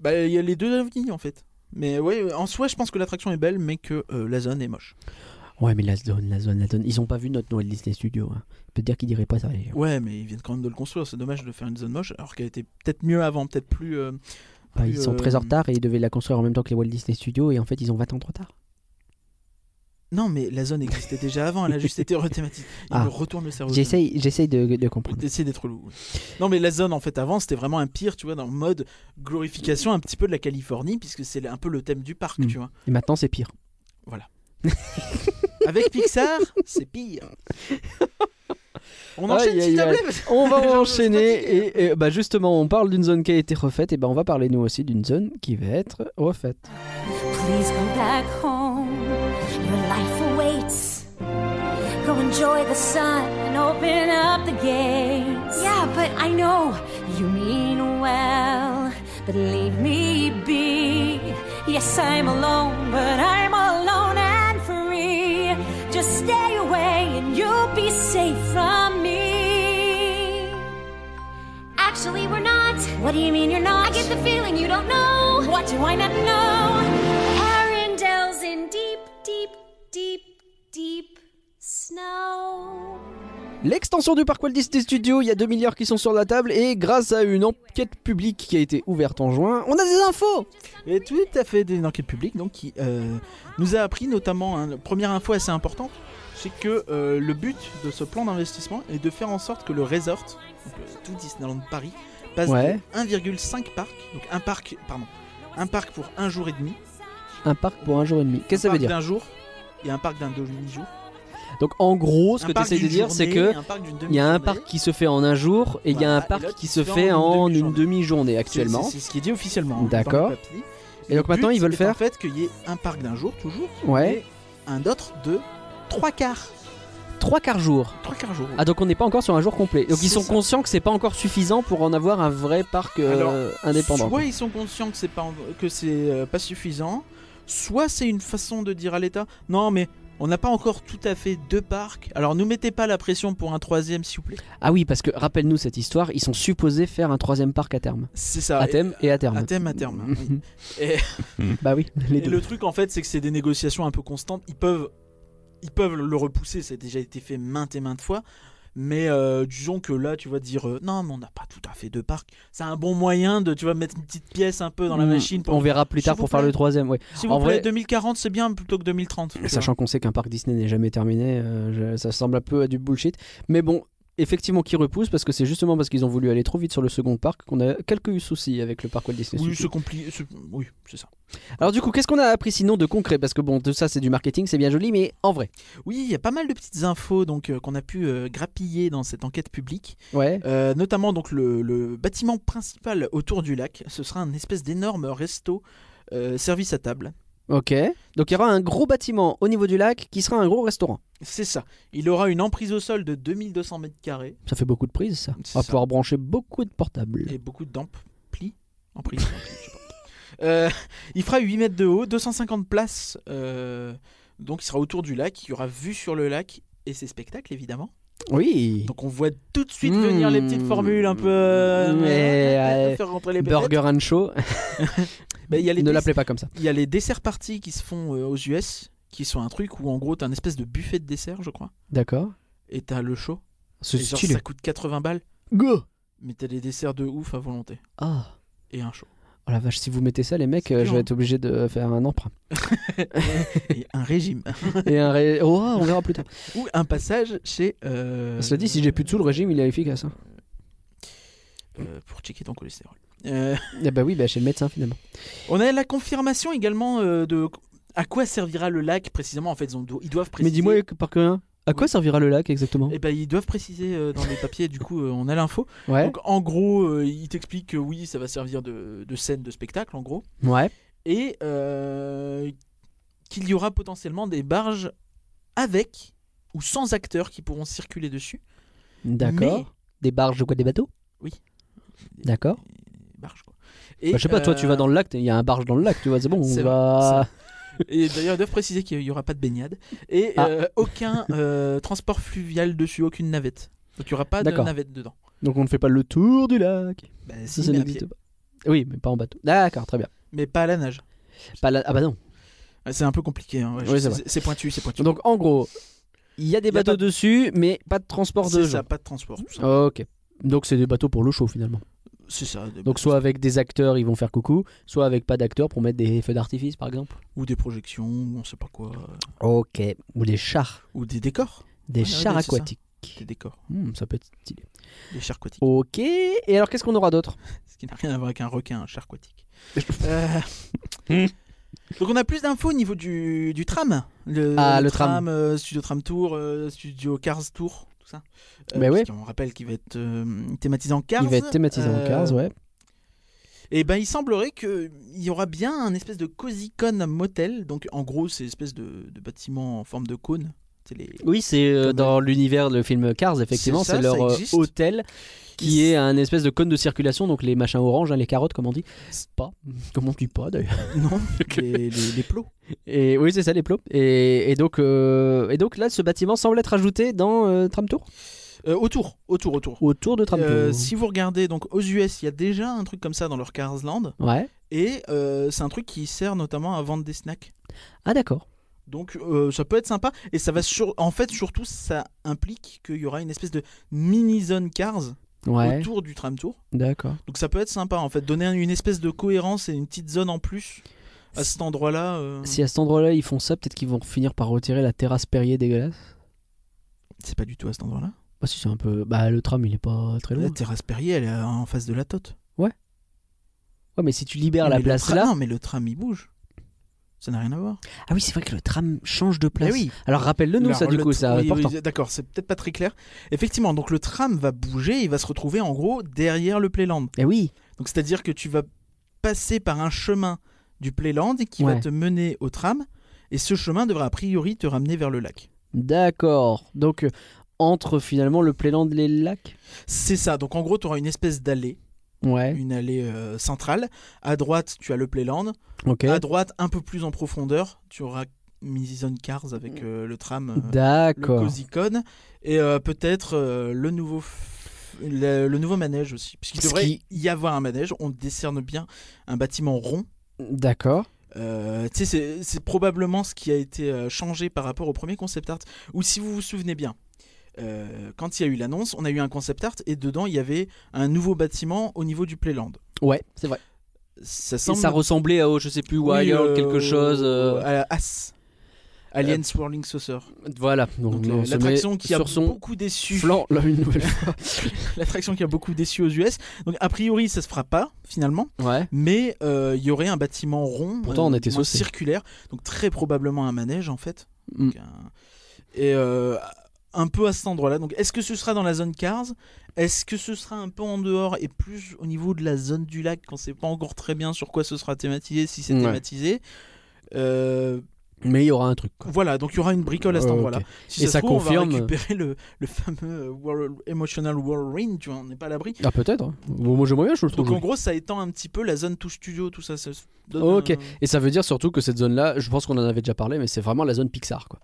[SPEAKER 3] Bah, il y a les deux avis en fait. Mais ouais, en soi, je pense que l'attraction est belle, mais que euh, la zone est moche.
[SPEAKER 2] Ouais mais la zone, la zone, la zone. Ils ont pas vu notre Noël Disney Studio. Hein. Je peux te dire qu'ils diraient pas ça. hein. les gens.
[SPEAKER 3] Ouais, mais ils viennent quand même de le construire. C'est dommage de faire une zone moche, alors qu'elle était peut-être mieux avant, peut-être plus. euh,
[SPEAKER 2] Bah,
[SPEAKER 3] plus,
[SPEAKER 2] ils sont
[SPEAKER 3] euh,
[SPEAKER 2] très en retard et ils devaient la construire en même temps que les Walt Disney Studios et en fait ils ont 20 ans trop tard.
[SPEAKER 3] Non, mais la zone existait déjà avant. Elle a juste été rethématisée. Il
[SPEAKER 2] Ah.
[SPEAKER 3] me retourne le cerveau.
[SPEAKER 2] J'essaye, j'essaye de, de comprendre.
[SPEAKER 3] D'essayer d'être loup. Non, mais la zone en fait avant, c'était vraiment un pire, tu vois, dans le mode glorification un petit peu de la Californie, puisque c'est un peu le thème du parc,
[SPEAKER 2] Mm.
[SPEAKER 3] tu vois.
[SPEAKER 2] Et maintenant c'est pire.
[SPEAKER 3] Avec Pixar, c'est pire. On enchaîne
[SPEAKER 2] Aïe,
[SPEAKER 3] s'il te
[SPEAKER 2] aïe,
[SPEAKER 3] plaît, parce-
[SPEAKER 2] On
[SPEAKER 3] Genre,
[SPEAKER 2] va
[SPEAKER 3] je
[SPEAKER 2] enchaîner
[SPEAKER 3] suis
[SPEAKER 2] et, et, bah justement on parle d'une zone qui a été refaite et ben on va parler nous aussi d'une zone qui va être refaite.
[SPEAKER 6] Please go back home. Your life awaits. Go enjoy the sun and open up the gates. Yeah, but I know you mean well. But leave me be. Yes, I'm alone, but I'm alone and free. Just stay away and you'll be safe from me. Actually, we're not. What do you mean you're not? I get the feeling you don't know. What do I not know? Arendelle's in deep, deep, deep, deep snow.
[SPEAKER 2] L'extension du parc Walt Disney Studios, il y a 2 milliards qui sont sur la table et grâce à une enquête publique qui a été ouverte en juin, on a des infos
[SPEAKER 3] Et tout à fait, une enquête publique donc, qui euh, nous a appris notamment, hein, la première info assez importante, c'est que euh, le but de ce plan d'investissement est de faire en sorte que le resort, donc, euh, tout Disneyland Paris, passe
[SPEAKER 2] Ouais.
[SPEAKER 3] de 1,5 parc, donc un parc, pardon, un parc pour un jour et demi,
[SPEAKER 2] Un parc pour un jour et demi. Qu'est-ce que ça
[SPEAKER 3] un
[SPEAKER 2] veut dire
[SPEAKER 3] parc d'un jour et un parc d'un demi-jour.
[SPEAKER 2] Donc en gros, Oh, ce
[SPEAKER 3] Un
[SPEAKER 2] que tu
[SPEAKER 3] parc
[SPEAKER 2] essayes de
[SPEAKER 3] d'une
[SPEAKER 2] dire, c'est
[SPEAKER 3] journée,
[SPEAKER 2] que
[SPEAKER 3] un parc d'une
[SPEAKER 2] il y a un
[SPEAKER 3] demi-journée.
[SPEAKER 2] parc qui se fait en un jour et il y a
[SPEAKER 3] Voilà,
[SPEAKER 2] un
[SPEAKER 3] et
[SPEAKER 2] parc
[SPEAKER 3] l'autre
[SPEAKER 2] qui
[SPEAKER 3] qui
[SPEAKER 2] se
[SPEAKER 3] se
[SPEAKER 2] fait
[SPEAKER 3] fait en
[SPEAKER 2] en
[SPEAKER 3] une
[SPEAKER 2] une demi-journée
[SPEAKER 3] C'est-
[SPEAKER 2] actuellement.
[SPEAKER 3] C'est c'est ce qui est dit officiellement. hein,
[SPEAKER 2] D'accord.
[SPEAKER 3] dans le papier.
[SPEAKER 2] Et donc
[SPEAKER 3] Le
[SPEAKER 2] maintenant,
[SPEAKER 3] but
[SPEAKER 2] ils veulent
[SPEAKER 3] est En
[SPEAKER 2] faire
[SPEAKER 3] fait, qu'il y ait un parc d'un jour, toujours,
[SPEAKER 2] Ouais.
[SPEAKER 3] et un autre de trois quarts.
[SPEAKER 2] Trois quarts jour.
[SPEAKER 3] Trois quarts jour.
[SPEAKER 2] Ah donc on n'est pas encore sur un jour complet. Donc ils
[SPEAKER 3] C'est
[SPEAKER 2] sont
[SPEAKER 3] ça.
[SPEAKER 2] conscients que c'est pas encore suffisant pour en avoir un vrai parc euh,
[SPEAKER 3] Alors,
[SPEAKER 2] indépendant.
[SPEAKER 3] Soit ils sont conscients que c'est pas, que c'est euh, pas suffisant, soit c'est une façon de dire à l'État non, mais on n'a pas encore tout à fait deux parcs, alors nous mettez pas la pression pour un troisième, s'il vous plaît.
[SPEAKER 2] Ah oui, parce que rappelle-nous cette histoire, ils sont supposés faire un troisième parc à terme.
[SPEAKER 3] C'est ça.
[SPEAKER 2] à thème et à terme.
[SPEAKER 3] Ah, À thème, à terme. hein, oui.
[SPEAKER 2] bah oui, les
[SPEAKER 3] Et
[SPEAKER 2] deux.
[SPEAKER 3] le truc en fait, c'est que c'est des négociations un peu constantes. Ils peuvent, ils peuvent le repousser. Ça a déjà été fait maintes et maintes fois. Mais euh, disons que là, tu vas dire euh, non, mais on n'a pas tout à fait deux parcs. C'est un bon moyen de, tu vas mettre une petite pièce un peu dans la
[SPEAKER 2] Mm,
[SPEAKER 3] machine. Pour...
[SPEAKER 2] On verra plus
[SPEAKER 3] S'il
[SPEAKER 2] tard
[SPEAKER 3] vous
[SPEAKER 2] pour faire
[SPEAKER 3] plaît.
[SPEAKER 2] le troisième. Ouais.
[SPEAKER 3] S'il vous
[SPEAKER 2] en
[SPEAKER 3] plaît,
[SPEAKER 2] vrai-
[SPEAKER 3] 2040 c'est bien plutôt que 2030. tu vois.
[SPEAKER 2] Sachant qu'on sait qu'un parc Disney n'est jamais terminé, euh, je- ça semble un peu à du bullshit. Mais bon, effectivement, qui repousse parce que c'est justement parce qu'ils ont voulu aller trop vite sur le second parc qu'on a quelques soucis avec le parc Walt Disney.
[SPEAKER 3] oui,
[SPEAKER 2] Studios.
[SPEAKER 3] c'est compliqué. c'est- Oui, c'est ça.
[SPEAKER 2] Alors du coup, qu'est-ce qu'on a appris sinon de concret Parce que bon, tout ça c'est du marketing, c'est bien joli, mais en vrai.
[SPEAKER 3] Oui, il y a pas mal de petites infos donc euh, qu'on a pu euh, grappiller dans cette enquête publique.
[SPEAKER 2] Ouais.
[SPEAKER 3] Euh, notamment donc le, le bâtiment principal autour du lac. Ce sera un espèce d'énorme resto euh, service à table.
[SPEAKER 2] Ok. Donc il y aura un gros bâtiment au niveau du lac qui sera un gros restaurant.
[SPEAKER 3] C'est ça. Il aura une emprise au sol de 2200 mètres carrés
[SPEAKER 2] Ça fait beaucoup de prises, ça.
[SPEAKER 3] C'est
[SPEAKER 2] On va
[SPEAKER 3] ça.
[SPEAKER 2] pouvoir brancher beaucoup de portables.
[SPEAKER 3] et beaucoup de dampes. Plis En prise. Euh, il fera 8 mètres de haut, 250 places. euh, donc il sera autour du lac. Il y aura vue sur le lac et ses spectacles évidemment.
[SPEAKER 2] Oui.
[SPEAKER 3] Donc on voit tout de suite
[SPEAKER 2] Mmh.
[SPEAKER 3] venir les petites formules un peu. euh,
[SPEAKER 2] Mais,
[SPEAKER 3] euh,
[SPEAKER 2] euh,
[SPEAKER 3] faire rentrer les pépettes.
[SPEAKER 2] Burger and Show.
[SPEAKER 3] Bah, il y a les
[SPEAKER 2] ne
[SPEAKER 3] dés-
[SPEAKER 2] l'appelez pas comme ça.
[SPEAKER 3] Il y a les desserts parties qui se font euh, aux US, qui sont un truc où en gros t'as un espèce de buffet de dessert, je crois,
[SPEAKER 2] D'accord.
[SPEAKER 3] et t'as le show.
[SPEAKER 2] C'est
[SPEAKER 3] Et genre,
[SPEAKER 2] stylé.
[SPEAKER 3] ça coûte 80 balles,
[SPEAKER 2] Go.
[SPEAKER 3] mais t'as des desserts de ouf à volonté
[SPEAKER 2] Ah.
[SPEAKER 3] et un show
[SPEAKER 2] Oh la vache, si vous mettez ça, les mecs,
[SPEAKER 3] C'est
[SPEAKER 2] euh, je
[SPEAKER 3] dur,
[SPEAKER 2] vais
[SPEAKER 3] hein.
[SPEAKER 2] être obligé de faire un emprunt.
[SPEAKER 3] et un régime
[SPEAKER 2] Et un ré- Oh, on verra plus tard.
[SPEAKER 3] ou un passage chez. euh,
[SPEAKER 2] Cela dit, si j'ai plus de sous, le régime, il est efficace. hein.
[SPEAKER 3] euh, pour checker ton cholestérol. Euh,
[SPEAKER 2] Eh bah oui, bah, chez le médecin, finalement.
[SPEAKER 3] on a la confirmation également euh, de à quoi servira le lac précisément. En fait, ils, ont- ils doivent préciser.
[SPEAKER 2] Mais dis-moi, hein. que- par que hein, à quoi
[SPEAKER 3] Oui.
[SPEAKER 2] servira le lac exactement
[SPEAKER 3] Eh ben, ils doivent préciser euh, dans les papiers. Du coup, euh, on a l'info.
[SPEAKER 2] Ouais.
[SPEAKER 3] Donc, en gros, euh, ils t'expliquent que oui, ça va servir de, de scène de spectacle, en gros,
[SPEAKER 2] Ouais.
[SPEAKER 3] et euh, qu'il y aura potentiellement des barges avec ou sans acteurs qui pourront circuler dessus.
[SPEAKER 2] D'accord.
[SPEAKER 3] Mais-
[SPEAKER 2] Des barges, quoi, des bateaux
[SPEAKER 3] Oui.
[SPEAKER 2] D'accord.
[SPEAKER 3] Des barges, quoi. Et,
[SPEAKER 2] Bah, je sais pas, toi, tu vas
[SPEAKER 3] euh,
[SPEAKER 2] dans le lac, il y a un barge dans le lac, tu vois, c'est bon, on
[SPEAKER 3] C'est
[SPEAKER 2] va.
[SPEAKER 3] euh, Et d'ailleurs, ils doivent préciser qu'il n'y aura pas de baignade et
[SPEAKER 2] Ah.
[SPEAKER 3] euh, aucun euh, transport fluvial dessus, aucune navette. Donc il n'y aura pas de
[SPEAKER 2] D'accord.
[SPEAKER 3] navette dedans.
[SPEAKER 2] Donc on ne fait pas le tour du lac.
[SPEAKER 3] Bah,
[SPEAKER 2] Ça,
[SPEAKER 3] si,
[SPEAKER 2] ça
[SPEAKER 3] mais, à
[SPEAKER 2] n'existe
[SPEAKER 3] pied.
[SPEAKER 2] pas. Oui, mais pas en bateau. D'accord, très bien.
[SPEAKER 3] Mais pas à la nage.
[SPEAKER 2] Pas la- Ah bah non.
[SPEAKER 3] Ouais, C'est un peu compliqué. hein, ouais, je-
[SPEAKER 2] Oui, c'est vrai.
[SPEAKER 3] c'est c'est pointu, c'est pointu.
[SPEAKER 2] Donc en gros, il y a des
[SPEAKER 3] Y a
[SPEAKER 2] bateaux
[SPEAKER 3] pas-
[SPEAKER 2] dessus, mais pas de transport de
[SPEAKER 3] c'est
[SPEAKER 2] gens.
[SPEAKER 3] ça, pas de transport. tout simplement.
[SPEAKER 2] Ok. Donc c'est des bateaux pour le show finalement.
[SPEAKER 3] C'est ça. des-
[SPEAKER 2] Donc soit avec des acteurs, ils vont faire coucou, soit avec pas d'acteurs pour mettre des feux d'artifice par exemple.
[SPEAKER 3] ou des projections, ou on sait pas quoi, euh,
[SPEAKER 2] Ok. Ou des chars,
[SPEAKER 3] ou des décors,
[SPEAKER 2] des
[SPEAKER 3] Ouais,
[SPEAKER 2] chars
[SPEAKER 3] ouais, c'est ça.
[SPEAKER 2] aquatiques.
[SPEAKER 3] des décors,
[SPEAKER 2] Hmm, ça peut être stylé.
[SPEAKER 3] des chars aquatiques,
[SPEAKER 2] Ok. Et alors qu'est-ce qu'on aura d'autre
[SPEAKER 3] ce qui n'a rien à voir avec un requin, un char aquatique. Euh,
[SPEAKER 2] Hmm.
[SPEAKER 3] Donc on a plus d'infos au niveau du, du tram, le,
[SPEAKER 2] Ah, le tram.
[SPEAKER 3] euh, studio tram tour, euh, studio Cars tour, tout ça. Euh,
[SPEAKER 2] Mais
[SPEAKER 3] parce
[SPEAKER 2] ouais.
[SPEAKER 3] qu'on rappelle qu'il va être euh, thématisé en Cars.
[SPEAKER 2] Ben Il va être thématisé en
[SPEAKER 3] Euh,
[SPEAKER 2] Cars, ouais.
[SPEAKER 3] Et ben il semblerait que il y aura bien un espèce de cozy cone motel, donc en gros c'est une espèce de, de bâtiment en forme de cône. C'est les-
[SPEAKER 2] Oui, c'est euh,
[SPEAKER 3] Comme-
[SPEAKER 2] dans l'univers le film Cars, effectivement,
[SPEAKER 3] ça,
[SPEAKER 2] c'est leur
[SPEAKER 3] ça
[SPEAKER 2] euh,
[SPEAKER 3] existe.
[SPEAKER 2] hôtel qui
[SPEAKER 3] Ils-
[SPEAKER 2] est un espèce de cône de circulation, donc les machins oranges, hein, les carottes, comme on dit. Pas. Comment on dit pas d'ailleurs.
[SPEAKER 3] non les, les- les plots.
[SPEAKER 2] Et oui, c'est ça les plots. Et, et donc, euh, et donc là, ce bâtiment semble être ajouté dans euh, Tram Tour
[SPEAKER 3] Euh, autour, autour, autour.
[SPEAKER 2] autour de Tram Tour.
[SPEAKER 3] Euh, si vous regardez, donc aux US, il y a déjà un truc comme ça dans leur Cars Land.
[SPEAKER 2] Ouais.
[SPEAKER 3] Et euh, c'est un truc qui sert notamment à vendre des snacks.
[SPEAKER 2] Ah d'accord.
[SPEAKER 3] Donc euh, ça peut être sympa. Et ça va sur... En fait, surtout, ça implique qu'il y aura une espèce de mini zone Cars
[SPEAKER 2] Ouais.
[SPEAKER 3] autour du tram tour.
[SPEAKER 2] D'accord.
[SPEAKER 3] Donc ça peut être sympa, en fait. Donner une espèce de cohérence et une petite zone en plus à cet endroit-là. euh,
[SPEAKER 2] Mmh. Si à cet endroit-là ils font ça, peut-être qu'ils vont finir par retirer la terrasse Perrier dégueulasse.
[SPEAKER 3] C'est pas du tout à cet endroit-là.
[SPEAKER 2] Bah si c'est un peu... Bah le tram il est pas très loin.
[SPEAKER 3] La terrasse Perrier, elle est en face de la tote.
[SPEAKER 2] Ouais mais si tu libères
[SPEAKER 3] Mais
[SPEAKER 2] la
[SPEAKER 3] le
[SPEAKER 2] place
[SPEAKER 3] tra-
[SPEAKER 2] là...
[SPEAKER 3] Non, mais le tram il bouge. Ça n'a rien à voir.
[SPEAKER 2] Ah oui c'est vrai que le tram change de place.
[SPEAKER 3] Eh oui.
[SPEAKER 2] Alors rappelle-le-nous
[SPEAKER 3] Alors,
[SPEAKER 2] ça du
[SPEAKER 3] le
[SPEAKER 2] coup,
[SPEAKER 3] tr-
[SPEAKER 2] ça
[SPEAKER 3] oui,
[SPEAKER 2] important.
[SPEAKER 3] oui, D'accord, c'est peut-être pas très clair. Effectivement, donc le tram va bouger, il va se retrouver en gros derrière le Playland.
[SPEAKER 2] Eh oui,
[SPEAKER 3] Donc c'est-à-dire que tu vas passer par un chemin du Playland qui va
[SPEAKER 2] Ouais.
[SPEAKER 3] te mener au tram. Et ce chemin devra a priori te ramener vers le lac.
[SPEAKER 2] d'accord. Donc euh, entre finalement le Playland et les lacs
[SPEAKER 3] C'est ça. Donc en gros, tu auras une espèce d'allée,
[SPEAKER 2] Ouais,
[SPEAKER 3] une allée euh, centrale. À droite, tu as le Playland.
[SPEAKER 2] ok.
[SPEAKER 3] À droite, un peu plus en profondeur, tu auras Mizon Cars avec euh, le tram, euh, le
[SPEAKER 2] D'accord.
[SPEAKER 3] Cozy Con, et euh, peut-être euh, le nouveau f- le, le nouveau manège aussi. Parce qu'il
[SPEAKER 2] Ce
[SPEAKER 3] devrait
[SPEAKER 2] qui-
[SPEAKER 3] y avoir un manège, on discerne bien un bâtiment rond.
[SPEAKER 2] D'accord.
[SPEAKER 3] Euh, tu sais, c'est- c'est probablement ce qui a été euh, changé par rapport au premier concept art. Ou si vous vous souvenez bien, euh, quand il y a eu l'annonce, on a eu un concept art et dedans il y avait un nouveau bâtiment au niveau du Playland.
[SPEAKER 2] Ouais, c'est vrai.
[SPEAKER 3] Ça
[SPEAKER 2] Et
[SPEAKER 3] semble
[SPEAKER 2] ça ressemblait à, oh, je sais plus,
[SPEAKER 3] Oui,
[SPEAKER 2] Wild,
[SPEAKER 3] euh,
[SPEAKER 2] quelque chose. euh,
[SPEAKER 3] à la As. Alien Swirling Saucer.
[SPEAKER 2] Voilà. Donc,
[SPEAKER 3] Donc,
[SPEAKER 2] on
[SPEAKER 3] la-
[SPEAKER 2] se
[SPEAKER 3] L'attraction
[SPEAKER 2] met
[SPEAKER 3] qui a
[SPEAKER 2] sur son
[SPEAKER 3] beaucoup déçu.
[SPEAKER 2] flanc là une nouvelle
[SPEAKER 3] L'attraction qui a beaucoup déçu aux US. Donc a priori ça se fera pas finalement,
[SPEAKER 2] fois. Ouais.
[SPEAKER 3] mais euh, il y aurait un bâtiment rond,
[SPEAKER 2] Pourtant, on
[SPEAKER 3] euh,
[SPEAKER 2] était
[SPEAKER 3] moins
[SPEAKER 2] saucés.
[SPEAKER 3] circulaire, donc très probablement un manège en fait.
[SPEAKER 2] Mm.
[SPEAKER 3] Donc, un- Et euh, un peu à cet endroit-là. Donc est-ce que ce sera dans la zone Cars Est-ce que ce sera un peu en dehors et plus au niveau de la zone du lac quand c'est pas encore très bien sur quoi ce sera thématisé si c'est
[SPEAKER 2] Ouais.
[SPEAKER 3] thématisé Euh,
[SPEAKER 2] Mais il y aura un truc. quoi.
[SPEAKER 3] voilà, donc il y aura une bricole à cet
[SPEAKER 2] Ouais,
[SPEAKER 3] endroit-là.
[SPEAKER 2] ok.
[SPEAKER 3] Si
[SPEAKER 2] Et
[SPEAKER 3] se
[SPEAKER 2] ça
[SPEAKER 3] trouve,
[SPEAKER 2] confirme-
[SPEAKER 3] On va récupérer le, le fameux euh, Whirl- Emotional Whirlwind, tu vois, on n'est pas à l'abri.
[SPEAKER 2] Ah peut-être. hein. Bon, moi j'aimerais bien, je le trouve.
[SPEAKER 3] Donc en
[SPEAKER 2] joli.
[SPEAKER 3] gros, ça étend un petit peu la zone tout studio, tout ça. ça se donne
[SPEAKER 2] Ok.
[SPEAKER 3] un-
[SPEAKER 2] Et ça veut dire surtout que cette zone-là, je pense qu'on en avait déjà parlé, mais c'est vraiment la zone Pixar, quoi.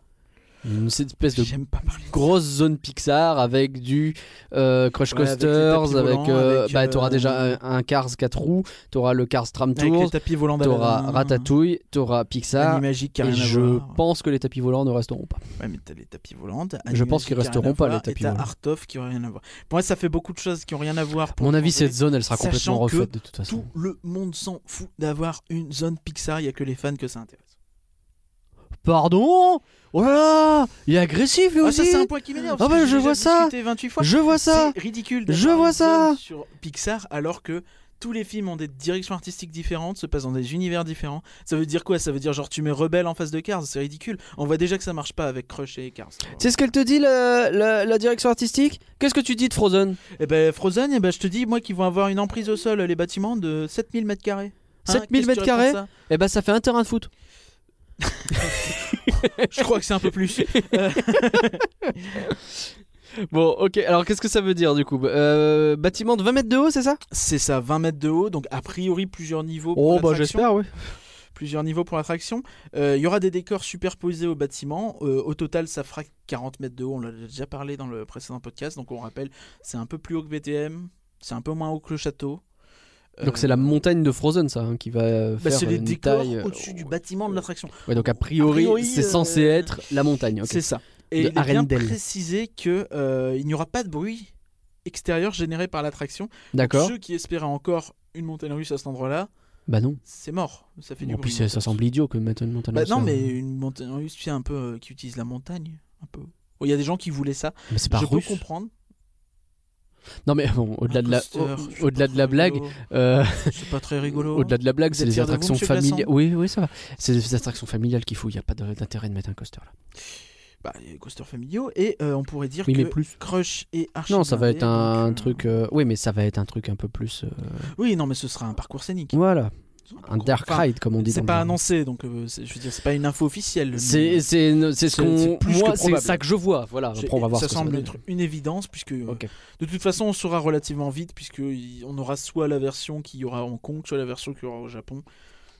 [SPEAKER 2] Une- Cette espèce de
[SPEAKER 3] J'aime pas parler.
[SPEAKER 2] grosse zone Pixar avec du euh, Crush
[SPEAKER 3] Ouais, avec les
[SPEAKER 2] Coasters,
[SPEAKER 3] tapis
[SPEAKER 2] avec,
[SPEAKER 3] volants,
[SPEAKER 2] euh,
[SPEAKER 3] avec,
[SPEAKER 2] bah
[SPEAKER 3] euh,
[SPEAKER 2] t'auras déjà un, un Cars 4 roues, t'auras le Cars Tram
[SPEAKER 3] Avec les
[SPEAKER 2] Tour,
[SPEAKER 3] tapis volants
[SPEAKER 2] t'auras
[SPEAKER 3] d'Aladin,
[SPEAKER 2] Ratatouille, t'auras Pixar.
[SPEAKER 3] Animagique qui a
[SPEAKER 2] Et
[SPEAKER 3] rien à
[SPEAKER 2] je
[SPEAKER 3] voir.
[SPEAKER 2] pense que les tapis volants ne resteront pas.
[SPEAKER 3] Ouais, mais t'as les tapis volants. t'as
[SPEAKER 2] Je pense qu'ils
[SPEAKER 3] Animagique qui a rien
[SPEAKER 2] resteront
[SPEAKER 3] à
[SPEAKER 2] pas,
[SPEAKER 3] voir,
[SPEAKER 2] les tapis
[SPEAKER 3] Et t'as
[SPEAKER 2] volants.
[SPEAKER 3] Art of qui ont rien à voir. Pour moi, ça fait beaucoup de choses qui ont rien à voir.
[SPEAKER 2] À
[SPEAKER 3] Pour
[SPEAKER 2] mon avis,
[SPEAKER 3] changer.
[SPEAKER 2] cette zone, elle sera complètement
[SPEAKER 3] Sachant que
[SPEAKER 2] refaite de toute façon.
[SPEAKER 3] Tout le monde s'en fout d'avoir une zone Pixar. Il y a que les fans que ça intéresse.
[SPEAKER 2] Pardon Oh là là Il est agressif lui
[SPEAKER 3] Ah, ça,
[SPEAKER 2] aussi
[SPEAKER 3] c'est un point qui m'énerve.
[SPEAKER 2] Ah
[SPEAKER 3] parce que
[SPEAKER 2] bah,
[SPEAKER 3] j'ai
[SPEAKER 2] je
[SPEAKER 3] déjà
[SPEAKER 2] vois ça.
[SPEAKER 3] discuté 28 fois.
[SPEAKER 2] Je vois ça
[SPEAKER 3] C'est ridicule.
[SPEAKER 2] Je
[SPEAKER 3] d'avoir
[SPEAKER 2] vois
[SPEAKER 3] une
[SPEAKER 2] ça.
[SPEAKER 3] zone Sur Pixar, alors que tous les films ont des directions artistiques différentes, se passent dans des univers différents. Ça veut dire quoi Ça veut dire genre tu mets Rebelle en face de Cars, c'est ridicule. On voit déjà que ça marche pas avec Crush et Cars.
[SPEAKER 2] C'est ce qu'elle te dit la, la- la direction artistique Qu'est-ce que tu dis de Frozen
[SPEAKER 3] Et ben Frozen, eh ben je te dis moi qu'ils vont avoir une emprise au sol les bâtiments de 7000 mètres carrés. Hein,
[SPEAKER 2] 7000
[SPEAKER 3] qu'est-ce que tu
[SPEAKER 2] mètres
[SPEAKER 3] réponds ça
[SPEAKER 2] Eh ben ça fait un terrain de foot.
[SPEAKER 3] Je crois que c'est un peu plus.
[SPEAKER 2] Bon ok, alors qu'est-ce que ça veut dire du coup Euh, Bâtiment de 20 mètres de haut c'est ça
[SPEAKER 3] C'est ça, 20 mètres de haut, donc a priori plusieurs niveaux. pour
[SPEAKER 2] Oh bah
[SPEAKER 3] l'attraction.
[SPEAKER 2] j'espère oui.
[SPEAKER 3] plusieurs niveaux pour l'attraction. Euh, Il y aura des décors superposés au bâtiment. Euh, au total, ça fera 40 mètres de haut. On l'a déjà parlé dans le précédent podcast. Donc on rappelle, c'est un peu plus haut que BTM. C'est un peu moins haut que le château. Euh,
[SPEAKER 2] Donc c'est la montagne de Frozen ça hein, qui va euh,
[SPEAKER 3] bah,
[SPEAKER 2] faire
[SPEAKER 3] c'est les
[SPEAKER 2] une
[SPEAKER 3] décors
[SPEAKER 2] taille, euh,
[SPEAKER 3] au-dessus du bâtiment de l'attraction.
[SPEAKER 2] Ouais, donc a priori,
[SPEAKER 3] A priori,
[SPEAKER 2] c'est
[SPEAKER 3] euh,
[SPEAKER 2] censé être la montagne. ok.
[SPEAKER 3] C'est ça. Et
[SPEAKER 2] De
[SPEAKER 3] il est bien
[SPEAKER 2] Arendelle.
[SPEAKER 3] précisé que euh, il n'y aura pas de bruit extérieur généré par l'attraction.
[SPEAKER 2] D'accord.
[SPEAKER 3] Ceux qui espéraient encore une montagne russe à cet endroit-là,
[SPEAKER 2] Bah non.
[SPEAKER 3] c'est mort. Ça fait du
[SPEAKER 2] En
[SPEAKER 3] bruit.
[SPEAKER 2] plus ça, ça semble idiot que mettre une montagne.
[SPEAKER 3] Bah
[SPEAKER 2] comme
[SPEAKER 3] non,
[SPEAKER 2] ça.
[SPEAKER 3] mais une montagne russe, c'est un peu euh, qui utilise la montagne, un peu. Il y a des gens qui voulaient ça.
[SPEAKER 2] Mais c'est pas
[SPEAKER 3] je
[SPEAKER 2] russe.
[SPEAKER 3] peux comprendre.
[SPEAKER 2] Non mais euh, bon, au-delà de la,
[SPEAKER 3] Imposteur,
[SPEAKER 2] au-
[SPEAKER 3] c'est pas
[SPEAKER 2] au-delà de la
[SPEAKER 3] très
[SPEAKER 2] blague,
[SPEAKER 3] rigolo.
[SPEAKER 2] euh,
[SPEAKER 3] C'est pas très rigolo. hein.
[SPEAKER 2] Au-delà de la blague, c'est
[SPEAKER 3] êtes
[SPEAKER 2] les
[SPEAKER 3] fiers de vous,
[SPEAKER 2] attractions
[SPEAKER 3] monsieur Glaçant
[SPEAKER 2] familiales. Oui, oui, ça va. C'est les attractions familiales qu'il faut. Il n'y a pas de- d'intérêt de mettre un coaster là.
[SPEAKER 3] Bah, il y a les coasters familiaux et euh, on pourrait dire
[SPEAKER 2] Oui,
[SPEAKER 3] que
[SPEAKER 2] mais plus.
[SPEAKER 3] Crush et Archie.
[SPEAKER 2] Non, ça va être un,
[SPEAKER 3] donc, euh,
[SPEAKER 2] truc. euh, Oui, mais ça va être un truc un peu plus. euh,
[SPEAKER 3] Oui, non, mais ce sera un parcours scénique.
[SPEAKER 2] Voilà, un
[SPEAKER 3] parcours-
[SPEAKER 2] dark
[SPEAKER 3] enfin,
[SPEAKER 2] ride comme on dit. dans
[SPEAKER 3] C'est
[SPEAKER 2] le
[SPEAKER 3] pas
[SPEAKER 2] jargon.
[SPEAKER 3] annoncé, donc euh, c'est- je veux dire, c'est pas une info officielle. mais
[SPEAKER 2] C'est c'est c'est ce
[SPEAKER 3] C'est- c'est
[SPEAKER 2] qu'on.
[SPEAKER 3] plus que
[SPEAKER 2] Moi, c'est
[SPEAKER 3] probable.
[SPEAKER 2] ça que je vois. Voilà.
[SPEAKER 3] j'ai-
[SPEAKER 2] Après, on va voir.
[SPEAKER 3] ça
[SPEAKER 2] ce que
[SPEAKER 3] semble
[SPEAKER 2] va
[SPEAKER 3] être une évidence puisque euh,
[SPEAKER 2] Ok.
[SPEAKER 3] de toute façon on saura relativement vite puisque il- on aura soit la version qu'il y aura à Hong Kong, soit la version qu'il y aura au Japon.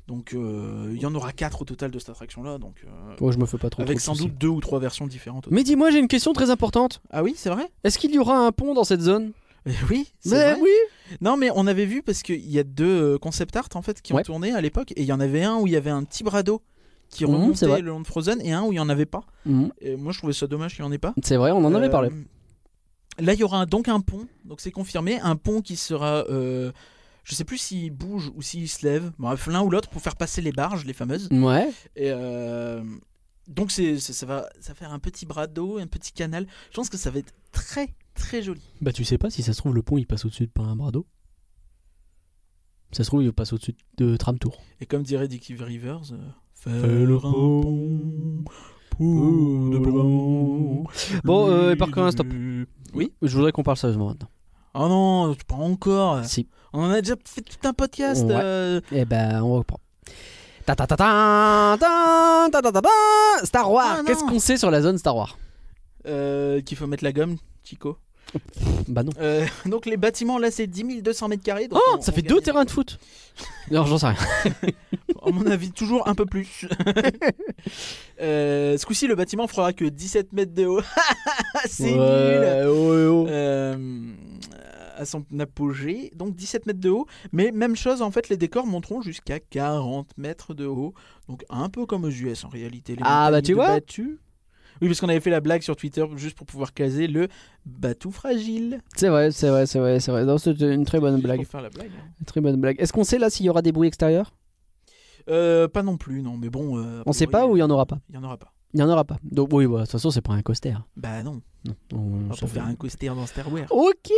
[SPEAKER 3] Donc euh, il y en aura quatre au total de cette attraction là, donc euh,
[SPEAKER 2] donner. Ouais, Oh, je me fais pas trop.
[SPEAKER 3] avec
[SPEAKER 2] trop de
[SPEAKER 3] sans
[SPEAKER 2] soucis.
[SPEAKER 3] doute deux ou trois versions différentes.
[SPEAKER 2] Mais dis-moi, j'ai une question très importante.
[SPEAKER 3] Ah oui, c'est vrai.
[SPEAKER 2] Est-ce qu'il y aura un pont dans cette zone
[SPEAKER 3] Eh Oui, c'est
[SPEAKER 2] Ben
[SPEAKER 3] vrai.
[SPEAKER 2] oui.
[SPEAKER 3] Non, mais on avait vu parce qu'il y a deux euh, concept art en fait qui ont
[SPEAKER 2] Ouais.
[SPEAKER 3] tourné à l'époque et il y en avait un où il y avait un petit bras d'eau qui
[SPEAKER 2] Mhm, c'est
[SPEAKER 3] remontait
[SPEAKER 2] vrai.
[SPEAKER 3] le long de Frozen et un où il n'y en avait pas.
[SPEAKER 2] Mhm.
[SPEAKER 3] Et moi je trouvais ça dommage qu'il n'y en ait pas.
[SPEAKER 2] C'est vrai, on en avait
[SPEAKER 3] Euh,
[SPEAKER 2] parlé.
[SPEAKER 3] Là, il y aura un- donc un pont, donc c'est confirmé, un pont qui sera. euh, je sais plus s'il bouge ou s'il se lève, bref, l'un ou l'autre pour faire passer les barges, les fameuses.
[SPEAKER 2] Ouais.
[SPEAKER 3] Et euh, donc c'est, c'est- ça, va, ça va faire un petit bras d'eau, un petit canal. Je pense que ça va être très très joli.
[SPEAKER 7] Bah tu sais pas si ça se trouve le pont il passe au-dessus de pas un bras d'eau. Ça se trouve il passe au-dessus de tram tour.
[SPEAKER 3] Et comme dirait Dickie Rivers, euh,
[SPEAKER 7] Fais le
[SPEAKER 3] un
[SPEAKER 7] pont
[SPEAKER 3] pour le blanc.
[SPEAKER 2] Bon, euh, et par contre, stop.
[SPEAKER 3] Oui
[SPEAKER 2] Je voudrais qu'on parle sérieusement maintenant.
[SPEAKER 3] Oh non, pas encore.
[SPEAKER 7] Si.
[SPEAKER 3] On en a déjà fait tout un podcast.
[SPEAKER 7] Ouais.
[SPEAKER 3] euh,
[SPEAKER 7] Eh ben on reprend.
[SPEAKER 2] Ta ta ta ta ta ta ta ta ta. Star Wars.
[SPEAKER 3] Ah, non.
[SPEAKER 2] Qu'est-ce qu'on sait sur la zone Star Wars
[SPEAKER 3] euh, qu'il faut mettre la gomme, Chico.
[SPEAKER 7] Bah non.
[SPEAKER 3] Euh, donc les bâtiments, là, c'est 10 200 mètres carrés. donc
[SPEAKER 2] Oh,
[SPEAKER 3] on-
[SPEAKER 2] ça
[SPEAKER 3] on
[SPEAKER 2] fait
[SPEAKER 3] gagne-
[SPEAKER 2] deux terrains de foot. Non, j'en sais rien.
[SPEAKER 3] À mon avis, toujours un peu plus. Euh, ce coup-ci, le bâtiment fera que 17 mètres de haut. c'est nul.
[SPEAKER 5] Ouais, ouais, ouais.
[SPEAKER 3] Euh, à son apogée, donc 17 mètres de haut. Mais même chose, en fait, les décors monteront jusqu'à 40 mètres de haut. Donc un peu comme aux US en réalité. Les
[SPEAKER 2] Ah, bah,
[SPEAKER 3] montagnes
[SPEAKER 2] tu
[SPEAKER 3] de
[SPEAKER 2] vois.
[SPEAKER 3] Batu. Oui, parce qu'on avait fait la blague sur Twitter juste pour pouvoir caser le bateau fragile.
[SPEAKER 2] C'est vrai, c'est vrai, c'est vrai, c'est vrai. Non, c'était une très bonne blague.
[SPEAKER 3] Pour faire la blague. hein.
[SPEAKER 2] Une Très bonne blague. Est-ce qu'on sait là s'il y aura des bruits extérieurs
[SPEAKER 3] Euh, pas non plus, non, mais bon. euh, a
[SPEAKER 2] On sait
[SPEAKER 3] priori,
[SPEAKER 2] pas ou il y en aura pas
[SPEAKER 3] Il y en aura pas.
[SPEAKER 2] Il y en aura pas. Donc oui, bah, de toute façon, c'est pas un coaster.
[SPEAKER 3] Bah non,
[SPEAKER 2] Non. On-
[SPEAKER 3] pas
[SPEAKER 2] ça
[SPEAKER 3] pour
[SPEAKER 2] fait-
[SPEAKER 3] faire un coaster dans Star Wars.
[SPEAKER 2] Ok.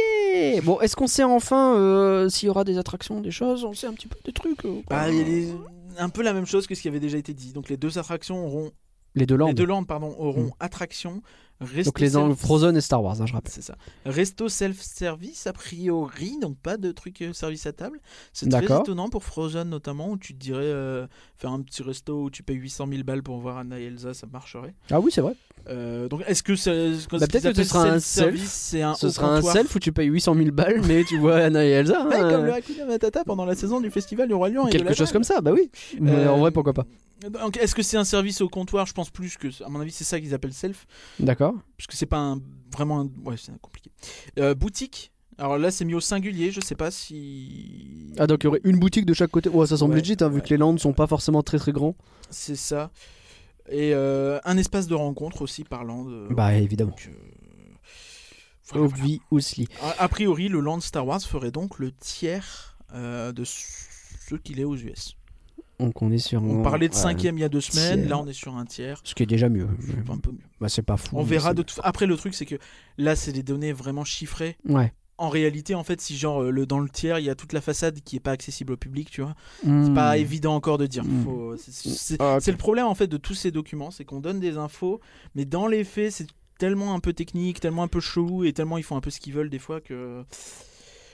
[SPEAKER 2] Bon, est-ce qu'on sait enfin euh, s'il y aura des attractions, des choses On sait un petit peu des trucs. euh, quoi.
[SPEAKER 3] Bah, il y a des- un peu la même chose que ce qui avait déjà été dit. Donc les deux attractions auront,
[SPEAKER 2] Les deux
[SPEAKER 3] les
[SPEAKER 2] langues.
[SPEAKER 3] deux landes pardon auront
[SPEAKER 2] Mm.
[SPEAKER 3] attraction. Resto
[SPEAKER 2] Donc les langues
[SPEAKER 3] self-
[SPEAKER 2] Frozen et Star Wars, hein, je rappelle.
[SPEAKER 3] C'est ça. Resto self-service a priori, donc pas de truc euh, service à table. C'est très
[SPEAKER 2] D'accord.
[SPEAKER 3] étonnant pour Frozen notamment où tu te dirais euh, faire un petit resto où tu payes 800 000 balles pour voir Anna et Elsa, ça marcherait.
[SPEAKER 2] Ah oui, c'est vrai.
[SPEAKER 3] Euh, donc est-ce que ça, est-ce
[SPEAKER 2] Bah,
[SPEAKER 3] qu'ils
[SPEAKER 2] peut-être que ce
[SPEAKER 3] appellent
[SPEAKER 2] sera un
[SPEAKER 3] self-service,
[SPEAKER 2] self.
[SPEAKER 3] c'est un
[SPEAKER 2] Ce
[SPEAKER 3] haut
[SPEAKER 2] sera un
[SPEAKER 3] comptoir
[SPEAKER 2] self où tu payes 800 000 balles, mais tu vois Anna et Elsa.
[SPEAKER 3] Ouais,
[SPEAKER 2] hein,
[SPEAKER 3] comme le Hakuna Matata pendant la saison du festival du Roi Lion. et de
[SPEAKER 2] Quelque
[SPEAKER 3] la
[SPEAKER 2] chose
[SPEAKER 3] Jungle.
[SPEAKER 2] comme ça, bah oui. Mais
[SPEAKER 3] Euh,
[SPEAKER 2] en vrai, pourquoi pas
[SPEAKER 3] Donc, est-ce que c'est un service au comptoir Je pense plus que, à mon avis, c'est ça qu'ils appellent self,
[SPEAKER 2] D'accord.
[SPEAKER 3] parce que c'est pas un, vraiment, un- ouais, c'est compliqué. Euh, boutique. Alors là, c'est mis au singulier. Je sais pas si.
[SPEAKER 2] Ah, donc il y aurait une boutique de chaque côté. Ouais, ça semble
[SPEAKER 3] Ouais,
[SPEAKER 2] legit, hein, vu
[SPEAKER 3] ouais.
[SPEAKER 2] que les landes sont pas forcément très très grands.
[SPEAKER 3] C'est ça. Et euh, un espace de rencontre aussi parlant de.
[SPEAKER 2] Bah, évidemment.
[SPEAKER 3] Donc, euh, voilà, voilà.
[SPEAKER 2] Obviously.
[SPEAKER 3] A, a priori, le land Star Wars ferait donc le tiers euh, de ce qu'il est aux US.
[SPEAKER 2] Donc on est sur.
[SPEAKER 3] On
[SPEAKER 2] un-
[SPEAKER 3] parlait de
[SPEAKER 2] Mmh, ouais.
[SPEAKER 3] cinquième il y a deux semaines.
[SPEAKER 2] Tiers.
[SPEAKER 3] Là, on est sur un tiers.
[SPEAKER 2] Ce qui est déjà mieux.
[SPEAKER 3] C'est un peu mieux.
[SPEAKER 2] Bah, c'est pas fou.
[SPEAKER 3] On
[SPEAKER 2] mais
[SPEAKER 3] verra.
[SPEAKER 2] c'est-
[SPEAKER 3] De tout- Après, le truc, c'est que là, c'est des données vraiment chiffrées.
[SPEAKER 2] Ouais.
[SPEAKER 3] en réalité, en fait, si genre euh, le dans le tiers, il y a toute la façade qui est pas accessible au public, tu vois, c'est
[SPEAKER 2] Hmm.
[SPEAKER 3] pas évident encore de dire.
[SPEAKER 2] Mm.
[SPEAKER 3] Faut- c'est- C'est
[SPEAKER 2] Ah, ok.
[SPEAKER 3] c'est le problème en fait de tous ces documents, c'est qu'on donne des infos, mais dans les faits, c'est tellement un peu technique, tellement un peu chelou et tellement ils font un peu ce qu'ils veulent des fois que.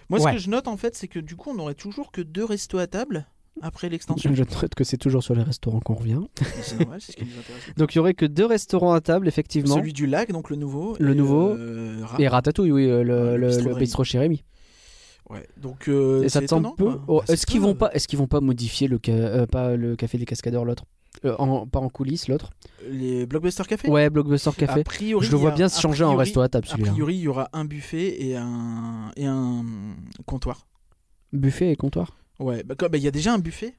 [SPEAKER 3] Moi,
[SPEAKER 2] Ouais.
[SPEAKER 3] ce que je note en fait, c'est que du coup, on aurait toujours que deux restos à table après l'extension.
[SPEAKER 7] Je note que c'est toujours sur les restaurants qu'on revient.
[SPEAKER 3] Mais c'est normal, c'est ce qui nous intéresse.
[SPEAKER 2] Donc il y aurait que deux restaurants à table, effectivement.
[SPEAKER 3] Celui du lac, donc le nouveau.
[SPEAKER 2] Le
[SPEAKER 3] et,
[SPEAKER 2] nouveau.
[SPEAKER 3] euh, Ra-
[SPEAKER 2] Et Ratatouille, oui, euh, le,
[SPEAKER 3] Ah, Le
[SPEAKER 2] le,
[SPEAKER 3] bistrot
[SPEAKER 2] le
[SPEAKER 3] Rémi.
[SPEAKER 2] bistrot chez Rémi.
[SPEAKER 3] Ouais. Donc. euh,
[SPEAKER 2] Et ça
[SPEAKER 3] c'est
[SPEAKER 2] te semble
[SPEAKER 3] étonnant,
[SPEAKER 2] peu
[SPEAKER 3] quoi.
[SPEAKER 2] oh,
[SPEAKER 3] Bah, c'est
[SPEAKER 2] Est-ce qu'ils
[SPEAKER 3] peu.
[SPEAKER 2] vont pas, est-ce qu'ils vont pas modifier le, ca- euh, pas le café des cascadeurs l'autre, Euh, en- pas en coulisses l'autre
[SPEAKER 3] euh, Les blockbusters café.
[SPEAKER 2] Ouais, Blockbuster
[SPEAKER 3] A
[SPEAKER 2] Café.
[SPEAKER 3] priori,
[SPEAKER 2] Je le vois
[SPEAKER 3] il y a-
[SPEAKER 2] bien
[SPEAKER 3] a
[SPEAKER 2] se changer en
[SPEAKER 3] priori-
[SPEAKER 2] resto à table
[SPEAKER 3] A
[SPEAKER 2] celui-là.
[SPEAKER 3] priori, il y aura un buffet et un, et un comptoir.
[SPEAKER 2] Buffet et comptoir.
[SPEAKER 3] Ouais, bah, comme- bah, il y a déjà un buffet.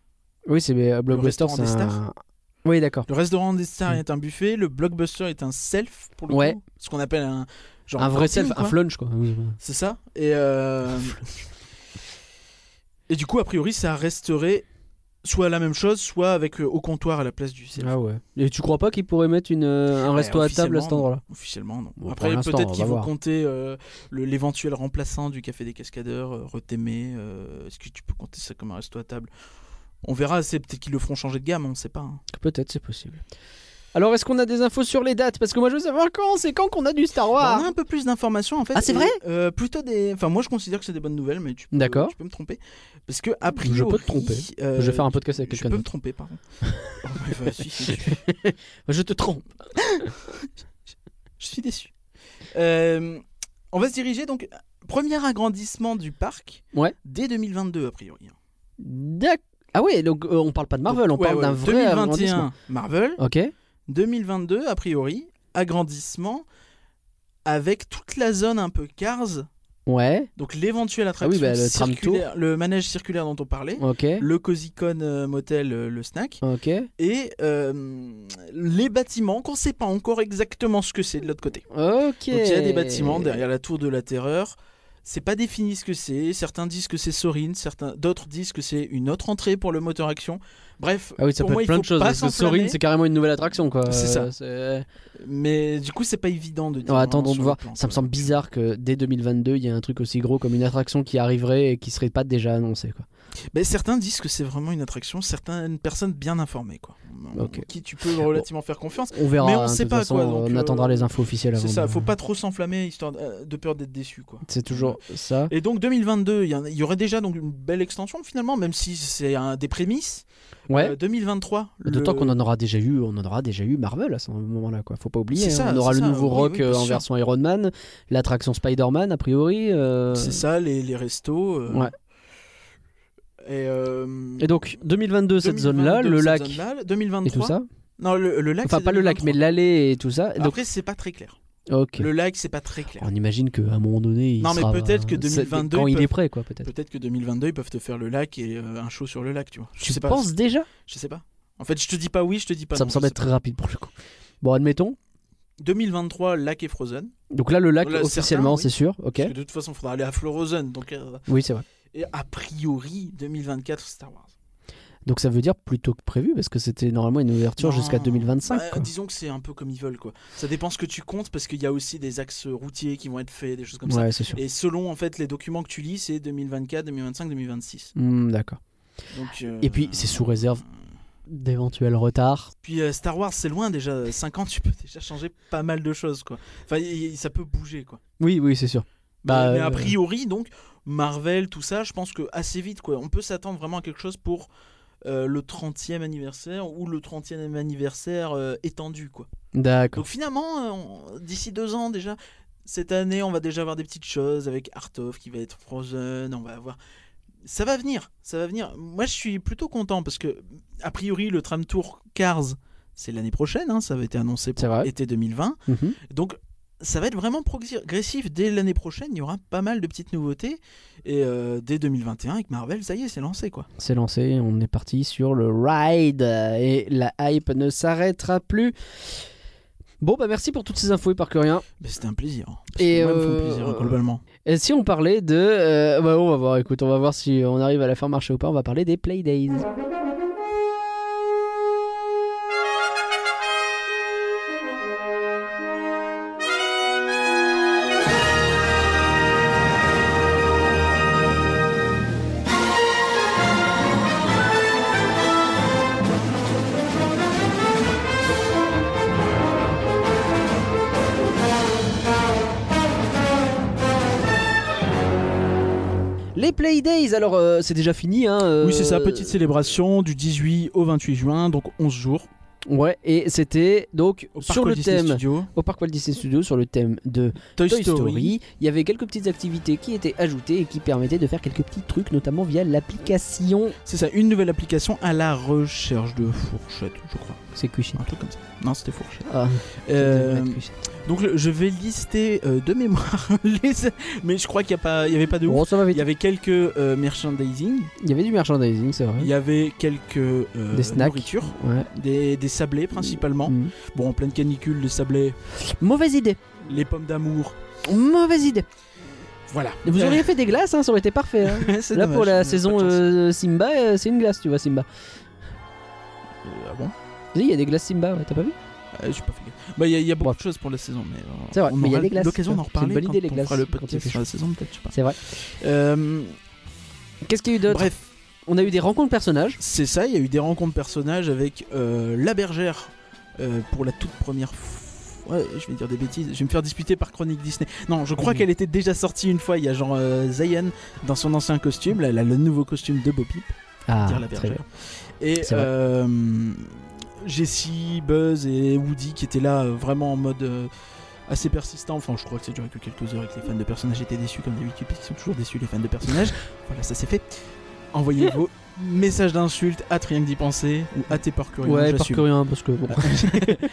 [SPEAKER 2] Oui, c'est mais, euh, Blockbuster,
[SPEAKER 3] restaurant
[SPEAKER 2] c'est
[SPEAKER 3] des
[SPEAKER 2] un. Oui, d'accord.
[SPEAKER 3] Le restaurant des stars
[SPEAKER 2] Mm.
[SPEAKER 3] est un buffet. Le blockbuster est un self, pour le
[SPEAKER 2] Ouais.
[SPEAKER 3] coup. Ce qu'on appelle un. Genre
[SPEAKER 2] Un vrai
[SPEAKER 3] cantine,
[SPEAKER 2] self, un
[SPEAKER 3] quoi.
[SPEAKER 2] flunch quoi.
[SPEAKER 3] C'est ça. Et, euh, et du coup, a priori, ça resterait soit la même chose, soit avec euh, au comptoir à la place du self.
[SPEAKER 2] Ah ouais. Et tu crois pas qu'ils pourraient mettre une, euh, un
[SPEAKER 3] Ouais,
[SPEAKER 2] resto à table à cet
[SPEAKER 3] officiellement,
[SPEAKER 2] endroit-là
[SPEAKER 3] non. Officiellement, non.
[SPEAKER 2] Bon, pour
[SPEAKER 3] Après,
[SPEAKER 2] l'instant, on
[SPEAKER 3] peut-être qu'ils
[SPEAKER 2] va
[SPEAKER 3] vont
[SPEAKER 2] voir.
[SPEAKER 3] compter euh, le- l'éventuel remplaçant du Café des Cascadeurs, euh, Retémé. euh, Est-ce que tu peux compter ça comme un resto à table On verra, c'est peut-être qu'ils le feront changer de gamme, on ne sait pas. hein.
[SPEAKER 2] Peut-être, c'est possible. Alors, est-ce qu'on a des infos sur les dates Parce que moi, je veux savoir quand c'est quand qu'on a du Star
[SPEAKER 3] Bah,
[SPEAKER 2] Wars.
[SPEAKER 3] on a un peu plus d'informations en fait.
[SPEAKER 2] Ah, c'est
[SPEAKER 3] et,
[SPEAKER 2] vrai
[SPEAKER 3] euh, Plutôt des. Enfin, moi je considère que c'est des bonnes nouvelles, mais tu peux,
[SPEAKER 2] D'accord.
[SPEAKER 3] tu peux me tromper. Parce que, a priori.
[SPEAKER 2] peux te tromper.
[SPEAKER 3] euh,
[SPEAKER 2] je vais faire un podcast avec
[SPEAKER 3] je
[SPEAKER 2] quelqu'un
[SPEAKER 3] peux me
[SPEAKER 2] d'autre.
[SPEAKER 3] tromper, pardon. Oh, mais bah, si, si, si.
[SPEAKER 2] Je te trompe.
[SPEAKER 3] Je suis déçu. Euh, on va se diriger donc. Premier agrandissement du parc
[SPEAKER 2] Ouais.
[SPEAKER 3] dès 2022 a priori. hein.
[SPEAKER 2] D'accord. Ah ouais, donc euh, on parle pas de Marvel, on
[SPEAKER 3] Donc, ouais,
[SPEAKER 2] parle
[SPEAKER 3] ouais,
[SPEAKER 2] d'un
[SPEAKER 3] ouais.
[SPEAKER 2] vrai
[SPEAKER 3] 2021
[SPEAKER 2] agrandissement.
[SPEAKER 3] Marvel,
[SPEAKER 2] Ok.
[SPEAKER 3] 2022 a priori agrandissement avec toute la zone un peu Cars,
[SPEAKER 2] Ouais.
[SPEAKER 3] donc l'éventuelle attraction
[SPEAKER 2] bah, le tram
[SPEAKER 3] circulaire- le manège circulaire dont on parlait.
[SPEAKER 2] Ok.
[SPEAKER 3] le Cosicon euh, Motel, euh, le snack,
[SPEAKER 2] Ok.
[SPEAKER 3] et euh, les bâtiments qu'on sait pas encore exactement ce que c'est de l'autre côté.
[SPEAKER 2] Ok.
[SPEAKER 3] Donc il y a des bâtiments derrière la tour de la terreur. C'est pas défini ce que c'est. Certains disent que c'est Sorin, certains, d'autres disent que c'est une autre entrée pour le moteur action. Bref,
[SPEAKER 7] Ah oui, ça
[SPEAKER 3] pour
[SPEAKER 7] peut
[SPEAKER 3] moi,
[SPEAKER 7] être
[SPEAKER 3] il
[SPEAKER 7] plein
[SPEAKER 3] faut
[SPEAKER 7] de choses.
[SPEAKER 3] pas
[SPEAKER 7] Parce que Sorin,
[SPEAKER 3] s'enflammer,
[SPEAKER 7] c'est carrément une nouvelle attraction, quoi.
[SPEAKER 3] C'est ça.
[SPEAKER 7] Euh, c'est-
[SPEAKER 3] mais du coup, c'est pas évident de dire.
[SPEAKER 2] Non,
[SPEAKER 3] hein,
[SPEAKER 2] attendons
[SPEAKER 3] sur
[SPEAKER 2] de
[SPEAKER 3] le
[SPEAKER 2] voir.
[SPEAKER 3] plan,
[SPEAKER 2] Ça me
[SPEAKER 3] quoi.
[SPEAKER 2] semble bizarre que dès 2022, il y ait un truc aussi gros comme une attraction qui arriverait et qui serait pas déjà annoncée. Quoi.
[SPEAKER 3] Mais certains disent que c'est vraiment une attraction, certaines personnes bien informées, quoi. En- en
[SPEAKER 2] Ok.
[SPEAKER 3] Qui tu peux relativement faire confiance.
[SPEAKER 2] On verra.
[SPEAKER 3] Mais on
[SPEAKER 2] hein, de
[SPEAKER 3] sait
[SPEAKER 2] toute
[SPEAKER 3] pas,
[SPEAKER 2] façon,
[SPEAKER 3] quoi, donc,
[SPEAKER 2] on
[SPEAKER 3] euh,
[SPEAKER 2] attendra les infos officielles avant.
[SPEAKER 3] C'est ça,
[SPEAKER 2] de-
[SPEAKER 3] faut pas trop s'enflammer histoire de, euh, de peur d'être déçu, quoi.
[SPEAKER 2] C'est toujours ça.
[SPEAKER 3] Et donc 2022, il y en- il y, aurait déjà donc une belle extension finalement, même si c'est un des prémices.
[SPEAKER 2] Ouais.
[SPEAKER 3] Euh, 2023.
[SPEAKER 2] D'autant
[SPEAKER 3] le-
[SPEAKER 2] qu'on en aura déjà eu, on en aura déjà eu Marvel à ce moment-là. Quoi. Faut pas oublier.
[SPEAKER 3] C'est
[SPEAKER 2] hein,
[SPEAKER 3] ça,
[SPEAKER 2] on aura
[SPEAKER 3] c'est
[SPEAKER 2] le
[SPEAKER 3] ça,
[SPEAKER 2] nouveau
[SPEAKER 3] oui,
[SPEAKER 2] Rock
[SPEAKER 3] oui, bien
[SPEAKER 2] euh, en
[SPEAKER 3] sûr.
[SPEAKER 2] version Iron Man, l'attraction Spider-Man a priori. euh,
[SPEAKER 3] C'est ça, les, les restos. euh,
[SPEAKER 2] Ouais.
[SPEAKER 3] Et, euh,
[SPEAKER 2] Et donc 2022 cette
[SPEAKER 3] 2022,
[SPEAKER 2] zone-là, le
[SPEAKER 3] cette
[SPEAKER 2] lac
[SPEAKER 3] zone-là,
[SPEAKER 2] et
[SPEAKER 3] 2023.
[SPEAKER 2] tout ça.
[SPEAKER 3] Non, le, le lac.
[SPEAKER 2] Enfin
[SPEAKER 3] c'est
[SPEAKER 2] pas le lac, mais
[SPEAKER 3] 2023.
[SPEAKER 2] l'allée et tout ça. Et Donc,
[SPEAKER 3] Après, c'est pas très clair.
[SPEAKER 2] ok.
[SPEAKER 3] Le lac, c'est pas très clair.
[SPEAKER 2] On imagine qu'à un moment donné, il
[SPEAKER 3] Non, mais
[SPEAKER 2] sera-
[SPEAKER 3] peut-être que
[SPEAKER 2] c'est-
[SPEAKER 3] 2022,
[SPEAKER 2] quand
[SPEAKER 3] ils
[SPEAKER 2] il est
[SPEAKER 3] peuvent-
[SPEAKER 2] prêt, quoi, peut-être.
[SPEAKER 3] Peut-être que 2022, ils peuvent te faire le lac et euh, un show sur le lac, tu vois. Je
[SPEAKER 2] Tu
[SPEAKER 3] sais pas.
[SPEAKER 2] penses déjà
[SPEAKER 3] Je sais pas. En fait, je te dis pas oui, je te dis pas
[SPEAKER 2] Ça
[SPEAKER 3] non,
[SPEAKER 2] me
[SPEAKER 3] je
[SPEAKER 2] semble
[SPEAKER 3] sais
[SPEAKER 2] être très rapide pour le coup. Bon, admettons.
[SPEAKER 3] pas. 2023, lac et Frozen.
[SPEAKER 2] Donc là, le lac,
[SPEAKER 3] Là,
[SPEAKER 2] officiellement,
[SPEAKER 3] certains,
[SPEAKER 2] c'est sûr. Ok.
[SPEAKER 3] Parce que de toute façon, il faudra aller à Florozen. Donc, euh,
[SPEAKER 2] Oui, c'est vrai.
[SPEAKER 3] et a priori, 2024, Star Wars.
[SPEAKER 2] Donc ça veut dire plus tôt que prévu, parce que c'était normalement une ouverture
[SPEAKER 3] Non.
[SPEAKER 2] jusqu'à 2025.
[SPEAKER 3] Bah,
[SPEAKER 2] quoi.
[SPEAKER 3] disons que c'est un peu comme ils veulent, quoi. Ça dépend ce que tu comptes, parce qu'il y a aussi des axes routiers qui vont être faits, des choses comme ça.
[SPEAKER 2] ouais, c'est sûr.
[SPEAKER 3] Et selon en fait les documents que tu lis, c'est 2024, 2025, 2026.
[SPEAKER 2] Hmm, D'accord.
[SPEAKER 3] Donc, euh,
[SPEAKER 2] Et puis, c'est sous réserve d'éventuels retards.
[SPEAKER 3] Puis euh, Star Wars, c'est loin déjà. 5 ans, tu peux déjà changer pas mal de choses, quoi. Enfin, y- y- ça peut bouger, quoi.
[SPEAKER 2] Oui, oui, c'est sûr.
[SPEAKER 3] Mais-
[SPEAKER 2] Bah,
[SPEAKER 3] mais,
[SPEAKER 2] euh,
[SPEAKER 3] a priori, donc, Marvel, tout ça, je pense que assez vite, quoi. On peut s'attendre vraiment à quelque chose pour euh, le 30e anniversaire ou le 30e anniversaire euh, étendu, quoi.
[SPEAKER 2] D'accord.
[SPEAKER 3] Donc finalement, euh, on- d'ici deux ans déjà, cette année, on va déjà avoir des petites choses avec Artov qui va être Frozen, on va avoir... Ça va venir, ça va venir. Moi, je suis plutôt content parce que, a priori, le tram tour Cars, c'est l'année prochaine, hein, ça avait été annoncé
[SPEAKER 2] C'est
[SPEAKER 3] pour
[SPEAKER 2] vrai.
[SPEAKER 3] été 2020.
[SPEAKER 2] Mhm.
[SPEAKER 3] Donc, ça va être vraiment progressif. Dès l'année prochaine, il y aura pas mal de petites nouveautés. Et euh, dès 2021, avec Marvel, ça y est, c'est lancé, quoi.
[SPEAKER 2] C'est lancé, on est parti sur le ride euh, et la hype ne s'arrêtera plus. Bon, bah merci pour toutes ces infos, Hypercurien.
[SPEAKER 3] Mais c'était un plaisir. hein, parce
[SPEAKER 2] Et
[SPEAKER 3] que moi, ils me font
[SPEAKER 2] euh,
[SPEAKER 3] plaisir, hein, globalement.
[SPEAKER 2] Et si on parlait de. euh, bah on va voir, écoute, on va voir si on arrive à la faire marcher ou pas. On va parler des Playdays. Les Playdays, alors euh, c'est déjà fini. Hein, euh,
[SPEAKER 3] Oui, c'est ça, petite célébration du 18 au 28 juin, donc 11 jours.
[SPEAKER 2] Ouais, et c'était donc
[SPEAKER 3] Au
[SPEAKER 2] sur
[SPEAKER 3] Parc
[SPEAKER 2] le
[SPEAKER 3] Walt Disney
[SPEAKER 2] thème.
[SPEAKER 3] Studio.
[SPEAKER 2] Au parc Walt Disney Studios, sur le thème de
[SPEAKER 3] Toy,
[SPEAKER 2] Toy
[SPEAKER 3] Story.
[SPEAKER 2] Story, il y avait quelques petites activités qui étaient ajoutées et qui permettaient de faire quelques petits trucs, notamment via l'application.
[SPEAKER 3] C'est ça, une nouvelle application à la recherche de fourchettes, je crois.
[SPEAKER 2] C'est Cuisine.
[SPEAKER 3] Un truc comme ça. Non, c'était fourchette.
[SPEAKER 2] Ah,
[SPEAKER 3] Euh,
[SPEAKER 2] ça devait être Cuisine.
[SPEAKER 3] donc le- je vais lister euh, de mémoire les. Mais je crois qu'il n'y a pas, il y avait pas de ouf.
[SPEAKER 2] Bon, ça va
[SPEAKER 3] Il
[SPEAKER 2] vite.
[SPEAKER 3] y avait quelques euh, merchandising,
[SPEAKER 2] Il y avait du merchandising, c'est vrai.
[SPEAKER 3] il y avait quelques euh,
[SPEAKER 2] Des snacks.
[SPEAKER 3] nourritures,
[SPEAKER 2] Ouais.
[SPEAKER 3] des, des sablés principalement.
[SPEAKER 2] Mhm.
[SPEAKER 3] Bon, en pleine canicule, les sablés,
[SPEAKER 2] Mauvaise idée.
[SPEAKER 3] les pommes d'amour,
[SPEAKER 2] Mauvaise idée.
[SPEAKER 3] voilà.
[SPEAKER 2] Vous auriez fait des glaces, hein, ça aurait été parfait. hein.
[SPEAKER 3] C'est
[SPEAKER 2] Là pour
[SPEAKER 3] dommage, on
[SPEAKER 2] la
[SPEAKER 3] a
[SPEAKER 2] saison
[SPEAKER 3] pas de chance.
[SPEAKER 2] euh, Simba, euh, c'est une glace, tu vois Simba.
[SPEAKER 3] Euh, ah bon
[SPEAKER 2] Si, Il y a des glaces Simba, ouais, t'as pas vu
[SPEAKER 3] Euh, j'ai pas fait gaffe. Bah, il y, a- il y a beaucoup
[SPEAKER 2] Bref.
[SPEAKER 3] de choses pour la saison, mais euh,
[SPEAKER 2] C'est vrai,
[SPEAKER 3] on
[SPEAKER 2] mais il y a
[SPEAKER 3] aura
[SPEAKER 2] des glaces,
[SPEAKER 3] L'occasion
[SPEAKER 2] tu
[SPEAKER 3] d'en
[SPEAKER 2] vois. C'est une
[SPEAKER 3] reparler.
[SPEAKER 2] bonne idée,
[SPEAKER 3] quand
[SPEAKER 2] les
[SPEAKER 3] on
[SPEAKER 2] glaces,
[SPEAKER 3] fera le
[SPEAKER 2] quand il fait
[SPEAKER 3] podcast sur la saison, peut-être, je sais pas.
[SPEAKER 2] C'est vrai.
[SPEAKER 3] Euh,
[SPEAKER 2] Qu'est-ce qu'il y a eu d'autre
[SPEAKER 3] bref,
[SPEAKER 2] On a eu des rencontres personnages.
[SPEAKER 3] c'est ça. Il y a eu des rencontres personnages avec euh, la bergère euh, pour la toute première. fois Ouais, je vais dire des bêtises. Je vais me faire disputer par Chronique Disney. Non, je crois
[SPEAKER 2] Mhm.
[SPEAKER 3] qu'elle était déjà sortie une fois. Il y a genre euh, Zayan dans son ancien costume. Là, elle a le nouveau costume de Bo Peep.
[SPEAKER 2] Ah,
[SPEAKER 3] dire la
[SPEAKER 2] très bien.
[SPEAKER 3] bergère. Et
[SPEAKER 2] C'est vrai.
[SPEAKER 3] euh, Jessie, Buzz et Woody qui étaient là euh, vraiment en mode euh, assez persistant. Enfin, je crois que ça durait que quelques heures et que les fans de personnages étaient déçus comme d'habitude, parce qu'ils sont toujours déçus les fans de personnages. voilà, ça c'est fait. Envoyez vos messages d'insultes à Rien que d'y penser ou à tes parcours.
[SPEAKER 2] Ouais, par
[SPEAKER 3] j'assume.
[SPEAKER 2] curieux, hein, parce que bon.
[SPEAKER 3] Ah.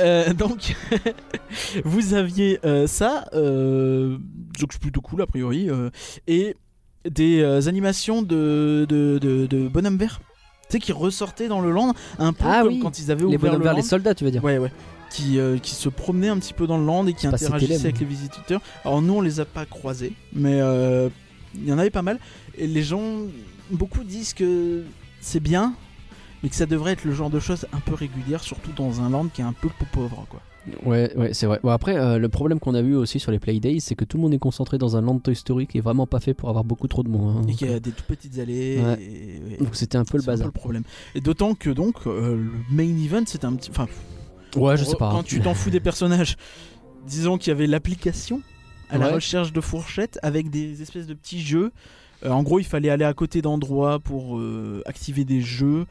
[SPEAKER 3] Euh, donc, vous aviez euh, ça, euh, donc c'est plutôt cool a priori, euh, et des euh, animations de, de, de, de bonhomme vert, tu sais, qui ressortaient dans le land, un peu
[SPEAKER 2] Ah
[SPEAKER 3] comme
[SPEAKER 2] oui,
[SPEAKER 3] quand ils avaient
[SPEAKER 2] les
[SPEAKER 3] ouvert
[SPEAKER 2] bonhommes
[SPEAKER 3] le
[SPEAKER 2] verts,
[SPEAKER 3] land.
[SPEAKER 2] les soldats, tu veux dire.
[SPEAKER 3] Ouais, ouais. Qui, euh, qui se promenaient un petit peu dans le land et qui
[SPEAKER 2] pas CTLM.
[SPEAKER 3] interagissaient avec les visiteurs. Alors nous, on les a pas croisés, mais euh, il y en avait pas mal. Et les gens, beaucoup disent que c'est bien, mais que ça devrait être le genre de choses un peu régulière, surtout dans un land qui est un peu plus pauvre, quoi.
[SPEAKER 2] Ouais, ouais, c'est vrai. Bon, après, euh, le problème qu'on a vu aussi sur les Playdays, c'est que tout le monde est concentré dans un land Toy Story qui est vraiment pas fait pour avoir beaucoup trop de monde. hein.
[SPEAKER 3] Et qu'il y a des tout petites allées.
[SPEAKER 2] Ouais.
[SPEAKER 3] et- et-
[SPEAKER 2] Donc c'était un peu le
[SPEAKER 3] c'est un peu
[SPEAKER 2] bazar.
[SPEAKER 3] le problème. Et d'autant que donc euh, le main event c'était un petit, enfin
[SPEAKER 2] Ouais, Ah, je sais pas. hein.
[SPEAKER 3] Quand tu t'en fous des personnages, disons qu'il y avait l'application à la
[SPEAKER 2] Ouais.
[SPEAKER 3] recherche de fourchettes avec des espèces de petits jeux. Euh, en gros, il fallait aller à côté d'endroits pour euh, activer des jeux,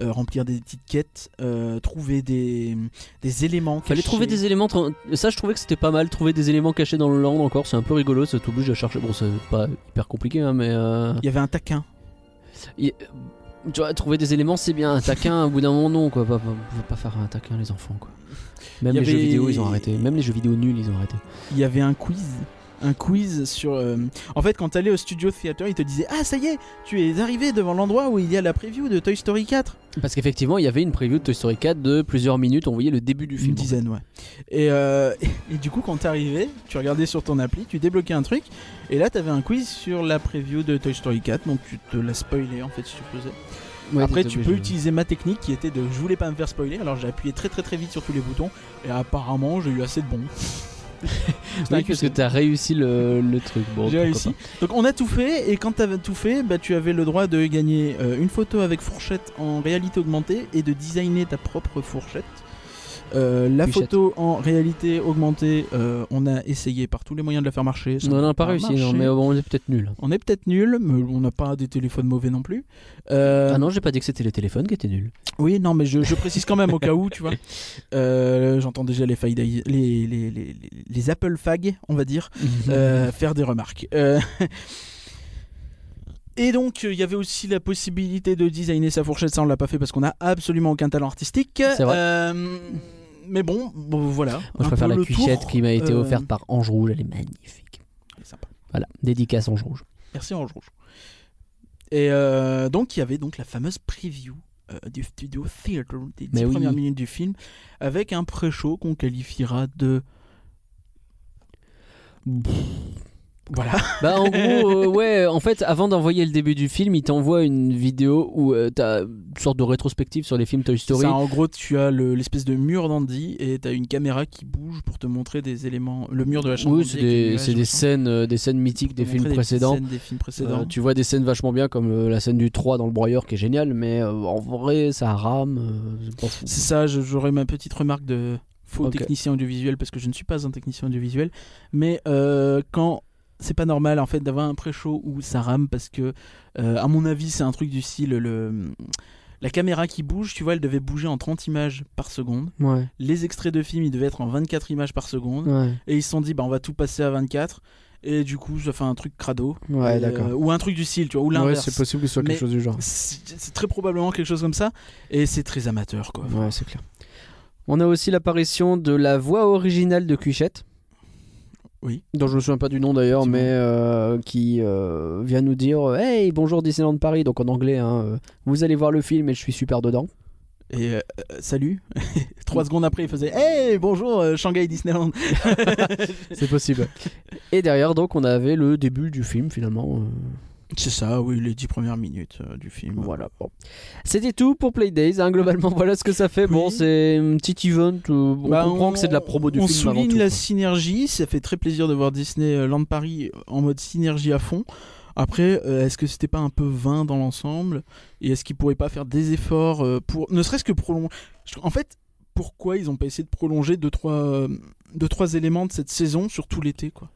[SPEAKER 3] euh, remplir des petites quêtes, euh, trouver des, des éléments.
[SPEAKER 2] Fallait
[SPEAKER 3] cachés.
[SPEAKER 2] trouver des éléments. tra- Ça, je trouvais que c'était pas mal. Trouver des éléments cachés dans le land encore, c'est un peu rigolo. Ça t'oblige à chercher. Bon, c'est pas hyper compliqué, hein, mais. euh,
[SPEAKER 3] Il y avait un taquin.
[SPEAKER 2] il- Tu vois, trouver des éléments, c'est bien. Un taquin, au bout d'un moment, non, quoi. Pas, pas- faut pas faire un taquin, les enfants, quoi. Même
[SPEAKER 3] Il y
[SPEAKER 2] les jeux
[SPEAKER 3] avait-
[SPEAKER 2] vidéo, ils ont arrêté. Même les jeux vidéo nuls, ils ont arrêté.
[SPEAKER 3] Il y avait un quiz. Un quiz sur. euh, En fait, quand t'allais au studio theater, il te disait Ah, ça y est, tu es arrivé devant l'endroit où il y a la preview de Toy Story 4.
[SPEAKER 2] Parce qu'effectivement, il y avait une preview de Toy Story 4 de plusieurs minutes. On voyait le début du film.
[SPEAKER 3] Une dizaine, ouais. Et, euh, et du coup, quand t'arrivais, tu regardais sur ton appli, tu débloquais un truc, et là, t'avais un quiz sur la preview de Toy Story 4, donc tu te la spoiler en fait, si tu faisais.
[SPEAKER 2] Ouais,
[SPEAKER 3] Après,
[SPEAKER 2] t'es
[SPEAKER 3] tu
[SPEAKER 2] obligé.
[SPEAKER 3] peux utiliser ma technique qui était de je voulais pas me faire spoiler, alors j'ai appuyé très très très vite sur tous les boutons, et apparemment, j'ai eu assez de bons. C'était
[SPEAKER 2] Oui, parce que
[SPEAKER 3] inquiétant.
[SPEAKER 2] t'as réussi le, le truc. Bon,
[SPEAKER 3] J'ai
[SPEAKER 2] pourquoi
[SPEAKER 3] réussi.
[SPEAKER 2] pas.
[SPEAKER 3] Donc on a tout fait et quand t'avais tout fait, bah, tu avais le droit de gagner euh, une photo avec fourchette en réalité augmentée et de designer ta propre fourchette. Euh, la
[SPEAKER 2] Fléchette.
[SPEAKER 3] photo en réalité augmentée, euh, on a essayé par tous les moyens de la faire marcher. Euh. ça
[SPEAKER 2] Non,
[SPEAKER 3] n'a
[SPEAKER 2] non, pas réussi. Non,
[SPEAKER 3] marché.
[SPEAKER 2] mais bon, on est peut-être nul.
[SPEAKER 3] On est peut-être nul, mais on n'a pas des téléphones mauvais non plus. Euh,
[SPEAKER 2] Ah non, j'ai pas dit que c'était le téléphone qui était nul.
[SPEAKER 3] oui, non, mais je, je précise quand même au cas où, tu vois. Euh, J'entends déjà les, failles d'ailleurs- les, les, les, les- les Apple fags, on va dire.
[SPEAKER 2] Mhm.
[SPEAKER 3] Euh, faire des remarques. Euh, Et donc, euh, il y avait aussi la possibilité de designer sa fourchette. Ça, on l'a pas fait parce qu'on a absolument aucun talent artistique.
[SPEAKER 2] C'est vrai.
[SPEAKER 3] Euh, mais bon, bon, voilà.
[SPEAKER 2] Moi, je préfère la cuichette qui m'a été
[SPEAKER 3] euh,
[SPEAKER 2] offerte par Ange Rouge. Elle est magnifique.
[SPEAKER 3] Sympa.
[SPEAKER 2] Voilà, dédicace Ange Rouge.
[SPEAKER 3] Merci Ange Rouge. Et euh, donc, il y avait donc la fameuse preview euh, du studio Theater, des dix
[SPEAKER 2] Mais oui.
[SPEAKER 3] premières minutes du film, avec un pré-show qu'on qualifiera de. Voilà.
[SPEAKER 2] Bah, en gros, euh, ouais, en fait, avant d'envoyer le début du film, il t'envoie une vidéo où euh, t'as une sorte de rétrospective sur les films Toy Story.
[SPEAKER 3] Ça, en gros, tu as le- l'espèce de mur d'Andy et tu as une caméra qui bouge pour te montrer des éléments. Le mur de la chambre.
[SPEAKER 2] Oui,
[SPEAKER 3] d'Andy
[SPEAKER 2] c'est
[SPEAKER 3] avec les
[SPEAKER 2] des,
[SPEAKER 3] nuages,
[SPEAKER 2] c'est des
[SPEAKER 3] machin,
[SPEAKER 2] scènes, euh, des scènes mythiques
[SPEAKER 3] pour te
[SPEAKER 2] des films
[SPEAKER 3] montrer petites
[SPEAKER 2] précédents.
[SPEAKER 3] scènes des films précédents.
[SPEAKER 2] Euh, tu vois des scènes vachement bien comme euh, la scène du 3 dans le broyeur qui est géniale, mais euh, en vrai ça rame. euh, je pense-
[SPEAKER 3] C'est ça, je- j'aurais ma petite remarque de faux
[SPEAKER 2] Ok.
[SPEAKER 3] technicien audiovisuel parce que je ne suis pas un technicien audiovisuel. Mais euh, quand. C'est pas normal en fait d'avoir un pré-show où ça rame parce que, euh, à mon avis, c'est un truc du style. Le... La caméra qui bouge, tu vois, elle devait bouger en 30 images par seconde.
[SPEAKER 2] Ouais,
[SPEAKER 3] Les extraits de films, ils devaient être en 24 images par seconde.
[SPEAKER 2] ouais,
[SPEAKER 3] Et ils se sont dit, bah, on va tout passer à 24. Et du coup, ça fait un truc crado.
[SPEAKER 8] Ouais,
[SPEAKER 3] Et,
[SPEAKER 8] d'accord.
[SPEAKER 3] euh, ou un truc du style, tu vois, ou
[SPEAKER 8] Ouais,
[SPEAKER 3] l'inverse.
[SPEAKER 8] c'est possible que ce soit
[SPEAKER 3] Mais-
[SPEAKER 8] quelque chose du genre.
[SPEAKER 3] C'est- c'est très probablement quelque chose comme ça. Et c'est très amateur, quoi.
[SPEAKER 8] Ouais, c'est clair.
[SPEAKER 2] On a aussi l'apparition de la voix originale de Cuchette.
[SPEAKER 3] Oui.
[SPEAKER 2] Dont je me souviens pas du nom d'ailleurs,
[SPEAKER 3] Effectivement.
[SPEAKER 2] mais euh, qui euh, vient nous dire Hey, bonjour Disneyland Paris, donc en anglais, hein, euh, vous allez voir le film et je suis super dedans.
[SPEAKER 3] Et euh, euh, salut. Trois secondes après, il faisait Hey, bonjour, euh, Shanghai Disneyland.
[SPEAKER 2] C'est possible. et derrière, donc, on avait le début du film finalement. euh,
[SPEAKER 3] C'est ça, oui, les dix premières minutes euh, du film.
[SPEAKER 2] Voilà. Bon. C'était tout pour Playdays. hein, globalement, voilà ce que ça fait. Bon,
[SPEAKER 3] Oui.
[SPEAKER 2] c'est un petit event. euh, On
[SPEAKER 3] Bah,
[SPEAKER 2] comprend que c'est de la promo du
[SPEAKER 3] on
[SPEAKER 2] film avant
[SPEAKER 3] souligne
[SPEAKER 2] tout.
[SPEAKER 3] la
[SPEAKER 2] quoi.
[SPEAKER 3] synergie, ça fait très plaisir de voir Disneyland Paris euh, en mode synergie à fond. Après, euh, est-ce que c'était pas un peu vain dans l'ensemble Et est-ce qu'ils pourraient pas faire des efforts euh, pour, ne serait-ce que prolonger En fait, pourquoi ils ont pas essayé de prolonger deux trois, euh, deux, trois éléments de cette saison sur tout l'été quoi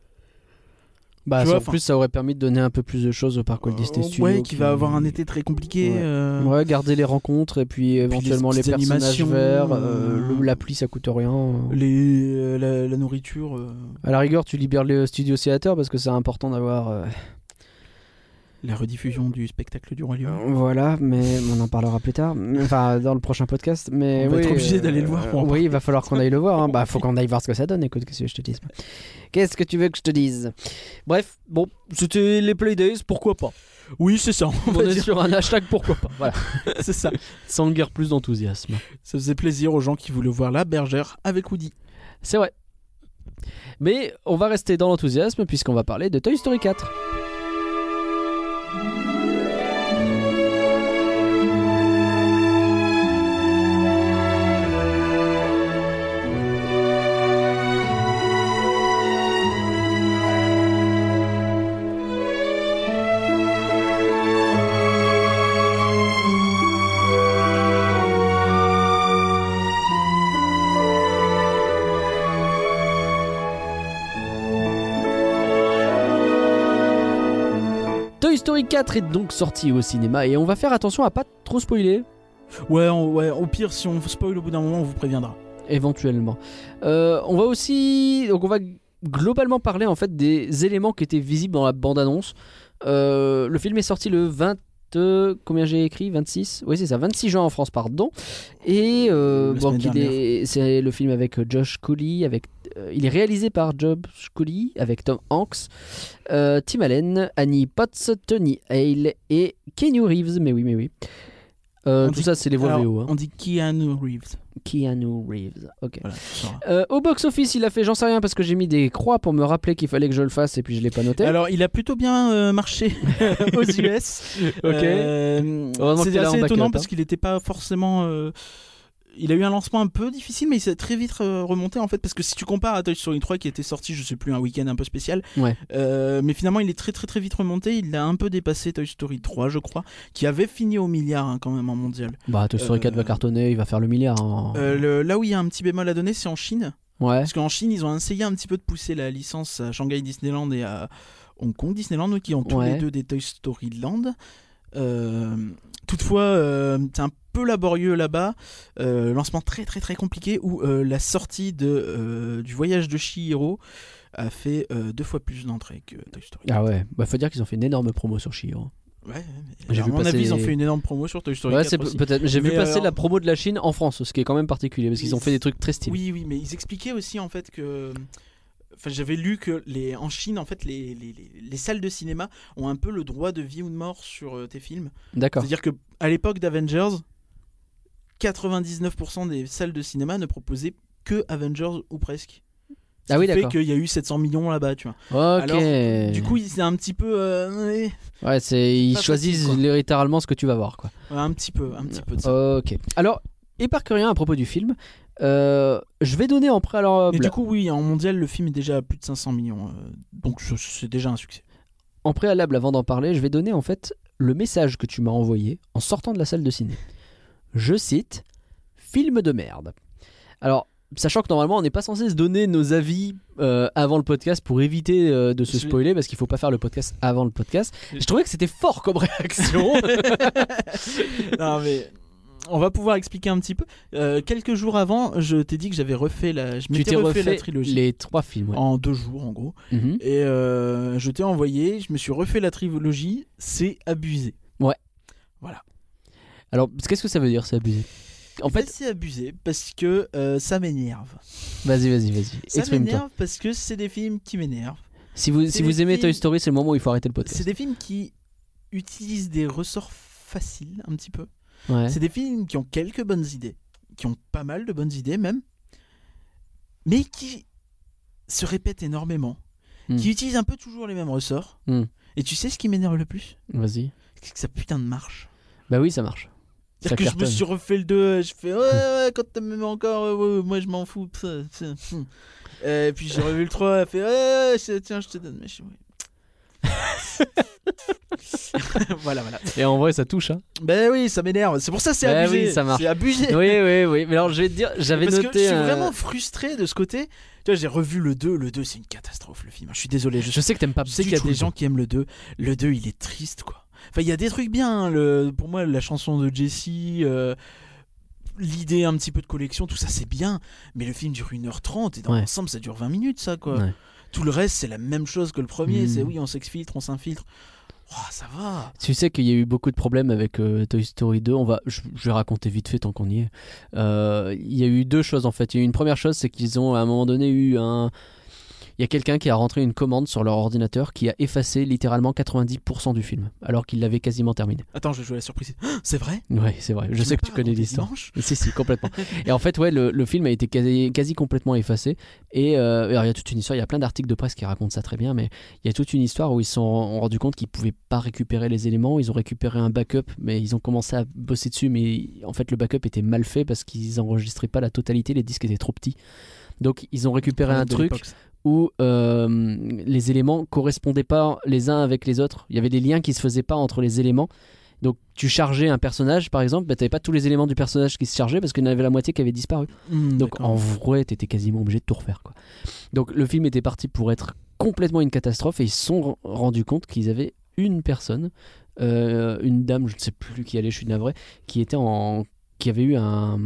[SPEAKER 2] Bah,
[SPEAKER 3] tu
[SPEAKER 2] ça,
[SPEAKER 3] vois,
[SPEAKER 2] en
[SPEAKER 3] enfin-
[SPEAKER 2] plus, ça aurait permis de donner un peu plus de choses au parc Walt Disney
[SPEAKER 3] Euh,
[SPEAKER 2] Studios.
[SPEAKER 3] Ouais, qui va avoir un été très compliqué.
[SPEAKER 2] Ouais.
[SPEAKER 3] euh,
[SPEAKER 2] Ouais, garder les rencontres et puis
[SPEAKER 3] les
[SPEAKER 2] éventuellement les,
[SPEAKER 3] petites
[SPEAKER 2] personnages
[SPEAKER 3] animations,
[SPEAKER 2] verts. euh,
[SPEAKER 3] euh,
[SPEAKER 2] le- la pluie, ça coûte rien. euh.
[SPEAKER 3] Les, euh, la, la nourriture. euh,
[SPEAKER 2] À la rigueur, tu libères les studios théâtre parce que c'est important d'avoir. euh,
[SPEAKER 3] La rediffusion du spectacle du Roi Lion.
[SPEAKER 2] Voilà, mais on en parlera plus tard. Enfin, dans le prochain podcast. Mais
[SPEAKER 3] On va
[SPEAKER 2] oui,
[SPEAKER 3] être obligé
[SPEAKER 2] euh,
[SPEAKER 3] d'aller le voir pour en
[SPEAKER 2] oui, il va falloir qu'on aille le voir. hein. Bah, faut qu'on aille voir ce que ça donne. Écoute, qu'est-ce que je te dise Qu'est-ce que tu veux que je te dise Bref, bon, c'était les Playdays. Pourquoi pas
[SPEAKER 3] Oui, c'est ça. On
[SPEAKER 2] On
[SPEAKER 3] va
[SPEAKER 2] est
[SPEAKER 3] dire.
[SPEAKER 2] sur un hashtag. Pourquoi pas Voilà.
[SPEAKER 3] C'est ça.
[SPEAKER 2] Sans guère plus d'enthousiasme.
[SPEAKER 3] Ça faisait plaisir aux gens qui voulaient voir la bergère avec Woody.
[SPEAKER 2] C'est vrai. Mais on va rester dans l'enthousiasme puisqu'on va parler de Toy Story 4. Story 4 est donc sorti au cinéma et on va faire attention à pas trop spoiler
[SPEAKER 3] Ouais, on- ouais, au pire, si on spoil au bout d'un moment, on vous préviendra.
[SPEAKER 2] éventuellement. Euh, on va aussi, donc on va globalement parler en fait des éléments qui étaient visibles dans la bande-annonce. Euh, le film est sorti le 20 euh, combien j'ai écrit 26 oui c'est ça 26 juin en France pardon et euh,
[SPEAKER 3] La
[SPEAKER 2] bon,
[SPEAKER 3] semaine
[SPEAKER 2] qu'il
[SPEAKER 3] dernière.
[SPEAKER 2] est- c'est le film avec euh, Josh Cooley avec euh, il est réalisé par Josh Cooley avec Tom Hanks euh, Tim Allen Annie Potts Tony Hale et Keanu Reeves mais oui mais oui Euh,
[SPEAKER 3] On
[SPEAKER 2] tout
[SPEAKER 3] dit-
[SPEAKER 2] ça c'est les voix
[SPEAKER 3] Alors,
[SPEAKER 2] VO hein.
[SPEAKER 3] On dit Keanu Reeves.
[SPEAKER 2] Keanu Reeves ok
[SPEAKER 3] Voilà, ça sera.
[SPEAKER 2] euh, au box-office, il a fait, j'en sais rien, parce que j'ai mis des croix pour me rappeler qu'il fallait que je le fasse et puis je l'ai pas noté.
[SPEAKER 3] Alors, il a plutôt bien euh, marché aux US. Euh,
[SPEAKER 2] Heureusement que
[SPEAKER 3] c'est
[SPEAKER 2] t'es là en
[SPEAKER 3] assez
[SPEAKER 2] backup,
[SPEAKER 3] étonnant
[SPEAKER 2] hein.
[SPEAKER 3] parce qu'il n'était pas forcément. euh, Il a eu un lancement un peu difficile, mais il s'est très vite euh, remonté en fait. Parce que si tu compares à Toy Story 3 qui était sorti, je sais plus, un week-end un peu spécial,
[SPEAKER 2] Ouais.
[SPEAKER 3] euh, mais finalement il est très très très vite remonté. Il a un peu dépassé Toy Story 3, je crois, qui avait fini au milliard hein, quand même en mondial.
[SPEAKER 2] Bah, Toy Story 4 va
[SPEAKER 3] euh,
[SPEAKER 2] cartonner, il va faire le milliard. hein.
[SPEAKER 3] Euh, le- là où il y a un petit bémol à donner, c'est en Chine.
[SPEAKER 2] ouais.
[SPEAKER 3] Parce qu'en Chine, ils ont essayé un petit peu de pousser la licence à Shanghai Disneyland et à Hong Kong Disneyland, oui, qui ont tous
[SPEAKER 2] Ouais.
[SPEAKER 3] les deux des Toy Story Land. Euh, toutefois, euh, c'est un peu laborieux là-bas. Euh, lancement très très très compliqué où euh, la sortie de, euh, du voyage de Shihiro a fait euh, deux fois plus d'entrées que Toy Story.
[SPEAKER 2] Ah ouais, bah faut dire qu'ils ont fait une énorme promo sur Shihiro.
[SPEAKER 3] Ouais, ouais,
[SPEAKER 2] J'ai
[SPEAKER 3] à
[SPEAKER 2] vu
[SPEAKER 3] mon
[SPEAKER 2] passer-
[SPEAKER 3] avis, ils ont fait une énorme promo sur Toy Story
[SPEAKER 2] Ouais,
[SPEAKER 3] 4
[SPEAKER 2] c'est pe-
[SPEAKER 3] aussi.
[SPEAKER 2] peut-être. J'ai vu
[SPEAKER 3] Mais
[SPEAKER 2] passer
[SPEAKER 3] alors-
[SPEAKER 2] la promo de la Chine en France, ce qui est quand même particulier parce qu'ils ont fait des trucs très stylés.
[SPEAKER 3] Oui, oui, mais ils expliquaient aussi en fait que. Enfin, j'avais lu que les, en Chine, en fait, les, les, les- les salles de cinéma ont un peu le droit de vie ou de mort sur euh, tes films.
[SPEAKER 2] D'accord.
[SPEAKER 3] C'est-à-dire que à l'époque d'Avengers, 99% des salles de cinéma ne proposaient que Avengers ou presque. Ce
[SPEAKER 2] Ah oui,
[SPEAKER 3] qui fait
[SPEAKER 2] d'accord. Euh.
[SPEAKER 3] qu'il y a eu 700 millions là-bas, tu vois.
[SPEAKER 2] Ok.
[SPEAKER 3] Alors, Du coup, c'est un petit peu, euh, ouais,
[SPEAKER 2] ouais, c'est ils
[SPEAKER 3] pas
[SPEAKER 2] choisissent
[SPEAKER 3] facile,
[SPEAKER 2] littéralement ce que tu vas voir, quoi.
[SPEAKER 3] un petit peu, un petit peu de ça.
[SPEAKER 2] Ok. Alors, et par que rien à propos du film, euh, je vais donner en euh, préalable.
[SPEAKER 3] Et du coup, oui, en mondial, le film est déjà à plus de 500 millions, euh, donc c'est- c'est déjà un succès.
[SPEAKER 2] en préalable, avant d'en parler, je vais donner en fait le message que tu m'as envoyé en sortant de la salle de ciné. Je cite Film de merde. Alors, sachant que normalement, on n'est pas censé se donner nos avis euh, avant le podcast pour éviter euh, de se
[SPEAKER 3] Je-
[SPEAKER 2] spoiler parce qu'il faut pas faire le podcast avant le podcast. Je trouvais que c'était fort comme réaction.
[SPEAKER 3] non mais on va pouvoir expliquer un petit peu. Euh, quelques jours avant, je t'ai dit que j'avais refait la, je
[SPEAKER 2] tu
[SPEAKER 3] m'étais
[SPEAKER 2] t'es
[SPEAKER 3] refait,
[SPEAKER 2] refait
[SPEAKER 3] la trilogie
[SPEAKER 2] les trois films. ouais.
[SPEAKER 3] en deux jours en gros.
[SPEAKER 2] Mhm.
[SPEAKER 3] Et euh, je t'ai envoyé, je me suis refait la trilogie. C'est abusé.
[SPEAKER 2] Alors, qu'est-ce que ça veut dire, c'est abusé En fait,
[SPEAKER 3] c'est abusé parce que euh, ça m'énerve.
[SPEAKER 2] vas-y, vas-y, vas-y.
[SPEAKER 3] Ça
[SPEAKER 2] Exprime-toi.
[SPEAKER 3] m'énerve parce que c'est des films qui m'énervent.
[SPEAKER 2] Si vous,
[SPEAKER 3] C'est
[SPEAKER 2] si vous
[SPEAKER 3] des
[SPEAKER 2] aimez
[SPEAKER 3] films-
[SPEAKER 2] Toy Story, c'est le moment où il faut arrêter le podcast.
[SPEAKER 3] C'est des films qui utilisent des ressorts faciles un petit peu.
[SPEAKER 2] Ouais.
[SPEAKER 3] C'est des films qui ont quelques bonnes idées, qui ont pas mal de bonnes idées même, mais qui se répètent énormément,
[SPEAKER 2] Hmm.
[SPEAKER 3] qui utilisent un peu toujours les mêmes ressorts.
[SPEAKER 2] Hmm.
[SPEAKER 3] Et tu sais ce qui m'énerve le plus
[SPEAKER 2] Vas-y.
[SPEAKER 3] C'est que ça putain de marche.
[SPEAKER 2] Bah oui, ça marche. Ça
[SPEAKER 3] C'est-à-dire que je me
[SPEAKER 2] cartonne.
[SPEAKER 3] suis refait le 2, euh, je fais ouais, ouais, quand t'as même encore, euh, ouais, ouais, moi je m'en fous. pff, pff, hum. Euh, Et puis j'ai revu le 3, elle fait ouais, ouais, je- tiens, je te donne. Mais je- ouais. voilà, voilà.
[SPEAKER 2] Et en vrai, ça touche. Hein.
[SPEAKER 3] Ben oui, ça m'énerve. C'est pour ça que c'est
[SPEAKER 2] Ben
[SPEAKER 3] abusé.
[SPEAKER 2] oui, ça marche.
[SPEAKER 3] C'est abusé.
[SPEAKER 2] oui, oui, oui. Mais alors, je vais te dire, j'avais
[SPEAKER 3] Parce
[SPEAKER 2] noté. euh,
[SPEAKER 3] que je suis
[SPEAKER 2] un-
[SPEAKER 3] vraiment frustré de ce côté. Tu vois, j'ai revu le 2. Le 2, c'est une catastrophe, le film. Je suis désolé. Je,
[SPEAKER 2] Je sais que t'aimes pas.
[SPEAKER 3] je sais
[SPEAKER 2] du
[SPEAKER 3] qu'il y a
[SPEAKER 2] tout
[SPEAKER 3] des
[SPEAKER 2] le
[SPEAKER 3] gens qui aiment le 2. Le 2, il est triste, quoi. Enfin, il y a des trucs bien. hein, le- Pour moi, la chanson de Jesse, euh, l'idée un petit peu de collection, tout ça, c'est bien. Mais le film dure 1h30 et dans
[SPEAKER 2] Ouais.
[SPEAKER 3] l'ensemble, ça dure 20 minutes, ça, quoi.
[SPEAKER 2] Ouais.
[SPEAKER 3] Tout le reste, c'est la même chose que le premier.
[SPEAKER 2] Mm.
[SPEAKER 3] C'est oui, on s'exfiltre, on s'infiltre. Oh, ça va.
[SPEAKER 2] Tu sais qu'il y a eu beaucoup de problèmes avec euh, Toy Story 2. On va, je, je vais raconter vite fait tant qu'on y est. Euh, Il y a eu deux choses en fait. Il y a eu une première chose, c'est qu'ils ont à un moment donné eu un. Il y a quelqu'un qui a rentré une commande sur leur ordinateur qui a effacé littéralement 90% du film, alors qu'il l'avait quasiment terminé.
[SPEAKER 3] Attends, je vais jouer à la surprise. C'est vrai
[SPEAKER 2] Ouais, c'est vrai. Je sais que tu connais l'histoire.
[SPEAKER 3] dimanche
[SPEAKER 2] Si, si, complètement. et en fait, ouais, le, le film a été quasi, quasi complètement effacé. Et euh, alors, il y a toute une histoire, il y a plein d'articles de presse qui racontent ça très bien, mais il y a toute une histoire où ils se sont ren- rendus compte qu'ils pouvaient pas récupérer les éléments. Ils ont récupéré un backup, mais ils ont commencé à bosser dessus. Mais en fait, le backup était mal fait parce qu'ils enregistraient pas la totalité, les disques étaient trop petits. Donc, ils ont récupéré un
[SPEAKER 3] de
[SPEAKER 2] truc
[SPEAKER 3] Ah, l'époque, ça.
[SPEAKER 2] où euh, les éléments correspondaient pas les uns avec les autres. Il y avait des liens qui se faisaient pas entre les éléments. Donc tu chargeais un personnage par exemple, bah, t'avais pas tous les éléments du personnage qui se chargeaient parce qu'il y en avait la moitié qui avait disparu.
[SPEAKER 3] Mm,
[SPEAKER 2] Donc
[SPEAKER 3] d'accord.
[SPEAKER 2] en vrai, t'étais quasiment obligé de tout refaire quoi. Donc le film était parti pour être complètement une catastrophe et ils se sont r- rendus compte qu'ils avaient une personne, euh, une dame, je ne sais plus qui allait, je suis navré, qui était en qui avait eu un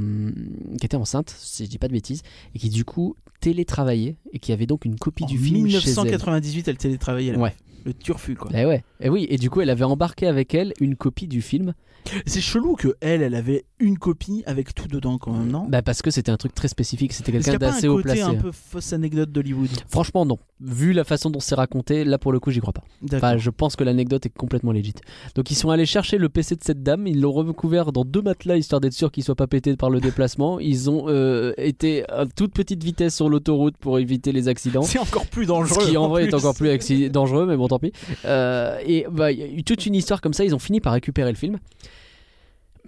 [SPEAKER 2] qui était enceinte, si je dis pas de bêtises, et qui du coup télétravaillait et qui avait donc une copie
[SPEAKER 3] En
[SPEAKER 2] du film chez
[SPEAKER 3] 1998, elle télétravaillait.
[SPEAKER 2] elle.
[SPEAKER 3] là.
[SPEAKER 2] Ouais.
[SPEAKER 3] Le turfu, quoi.
[SPEAKER 2] Eh ouais. Et oui, et du coup, elle avait embarqué avec elle une copie du film,
[SPEAKER 3] C'est chelou que elle, elle avait une copie avec tout dedans, quand même, non
[SPEAKER 2] bah parce que c'était un truc très spécifique, c'était
[SPEAKER 3] Est-ce
[SPEAKER 2] quelqu'un
[SPEAKER 3] qu'il n'y a pas un
[SPEAKER 2] d'assez haut
[SPEAKER 3] côté
[SPEAKER 2] placé.
[SPEAKER 3] un peu fausse anecdote d'Hollywood
[SPEAKER 2] Franchement, non. Vu la façon dont c'est raconté, là pour le coup, j'y crois pas.
[SPEAKER 3] D'accord.
[SPEAKER 2] Enfin, Bah, je pense que l'anecdote est complètement légite. Donc ils sont allés chercher le PC de cette dame, ils l'ont recouvert dans deux matelas histoire d'être sûr qu'il soit pas pété par le déplacement. Ils ont euh, été à toute petite vitesse sur l'autoroute pour éviter les accidents.
[SPEAKER 3] C'est encore plus
[SPEAKER 2] Ce
[SPEAKER 3] dangereux.
[SPEAKER 2] qui en vrai est
[SPEAKER 3] plus.
[SPEAKER 2] encore plus acci- dangereux, mais bon, tant pis. Euh, et bah, il y a eu toute une histoire comme ça, ils ont fini par récupérer le film.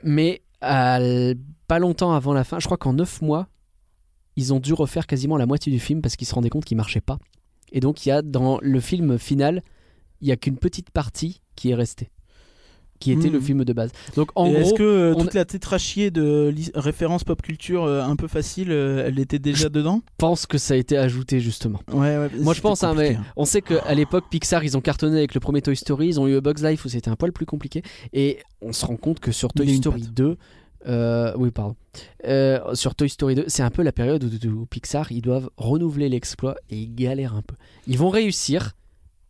[SPEAKER 2] Mais à l- pas longtemps avant la fin, je crois qu'en 9 mois, ils ont dû refaire quasiment la moitié du film parce qu'ils se rendaient compte qu'il marchait pas. Et donc, il y a dans le film final, il y a qu'une petite partie qui est restée, qui était
[SPEAKER 3] Mhm.
[SPEAKER 2] le film de base. Donc, en
[SPEAKER 3] Et
[SPEAKER 2] gros.
[SPEAKER 3] Est-ce que euh,
[SPEAKER 2] on-
[SPEAKER 3] toute la tétrachier de li- références pop culture euh, un peu facile, euh, elle était déjà dedans
[SPEAKER 2] pense que ça a été ajouté justement.
[SPEAKER 3] Ouais, ouais.
[SPEAKER 2] Moi je
[SPEAKER 3] c'était
[SPEAKER 2] pense, hein, mais
[SPEAKER 3] compliqué, hein.
[SPEAKER 2] on sait qu'à l'époque Pixar ils ont cartonné avec le premier Toy Story, ils ont eu A Bug's Life où c'était un poil plus compliqué et on se rend compte que sur
[SPEAKER 3] Il y a
[SPEAKER 2] Toy
[SPEAKER 3] une
[SPEAKER 2] Story
[SPEAKER 3] patte.
[SPEAKER 2] 2, euh, oui pardon, Euh, sur Toy Story 2 c'est un peu la période où, où Pixar ils doivent renouveler l'exploit et ils galèrent un peu. Ils vont réussir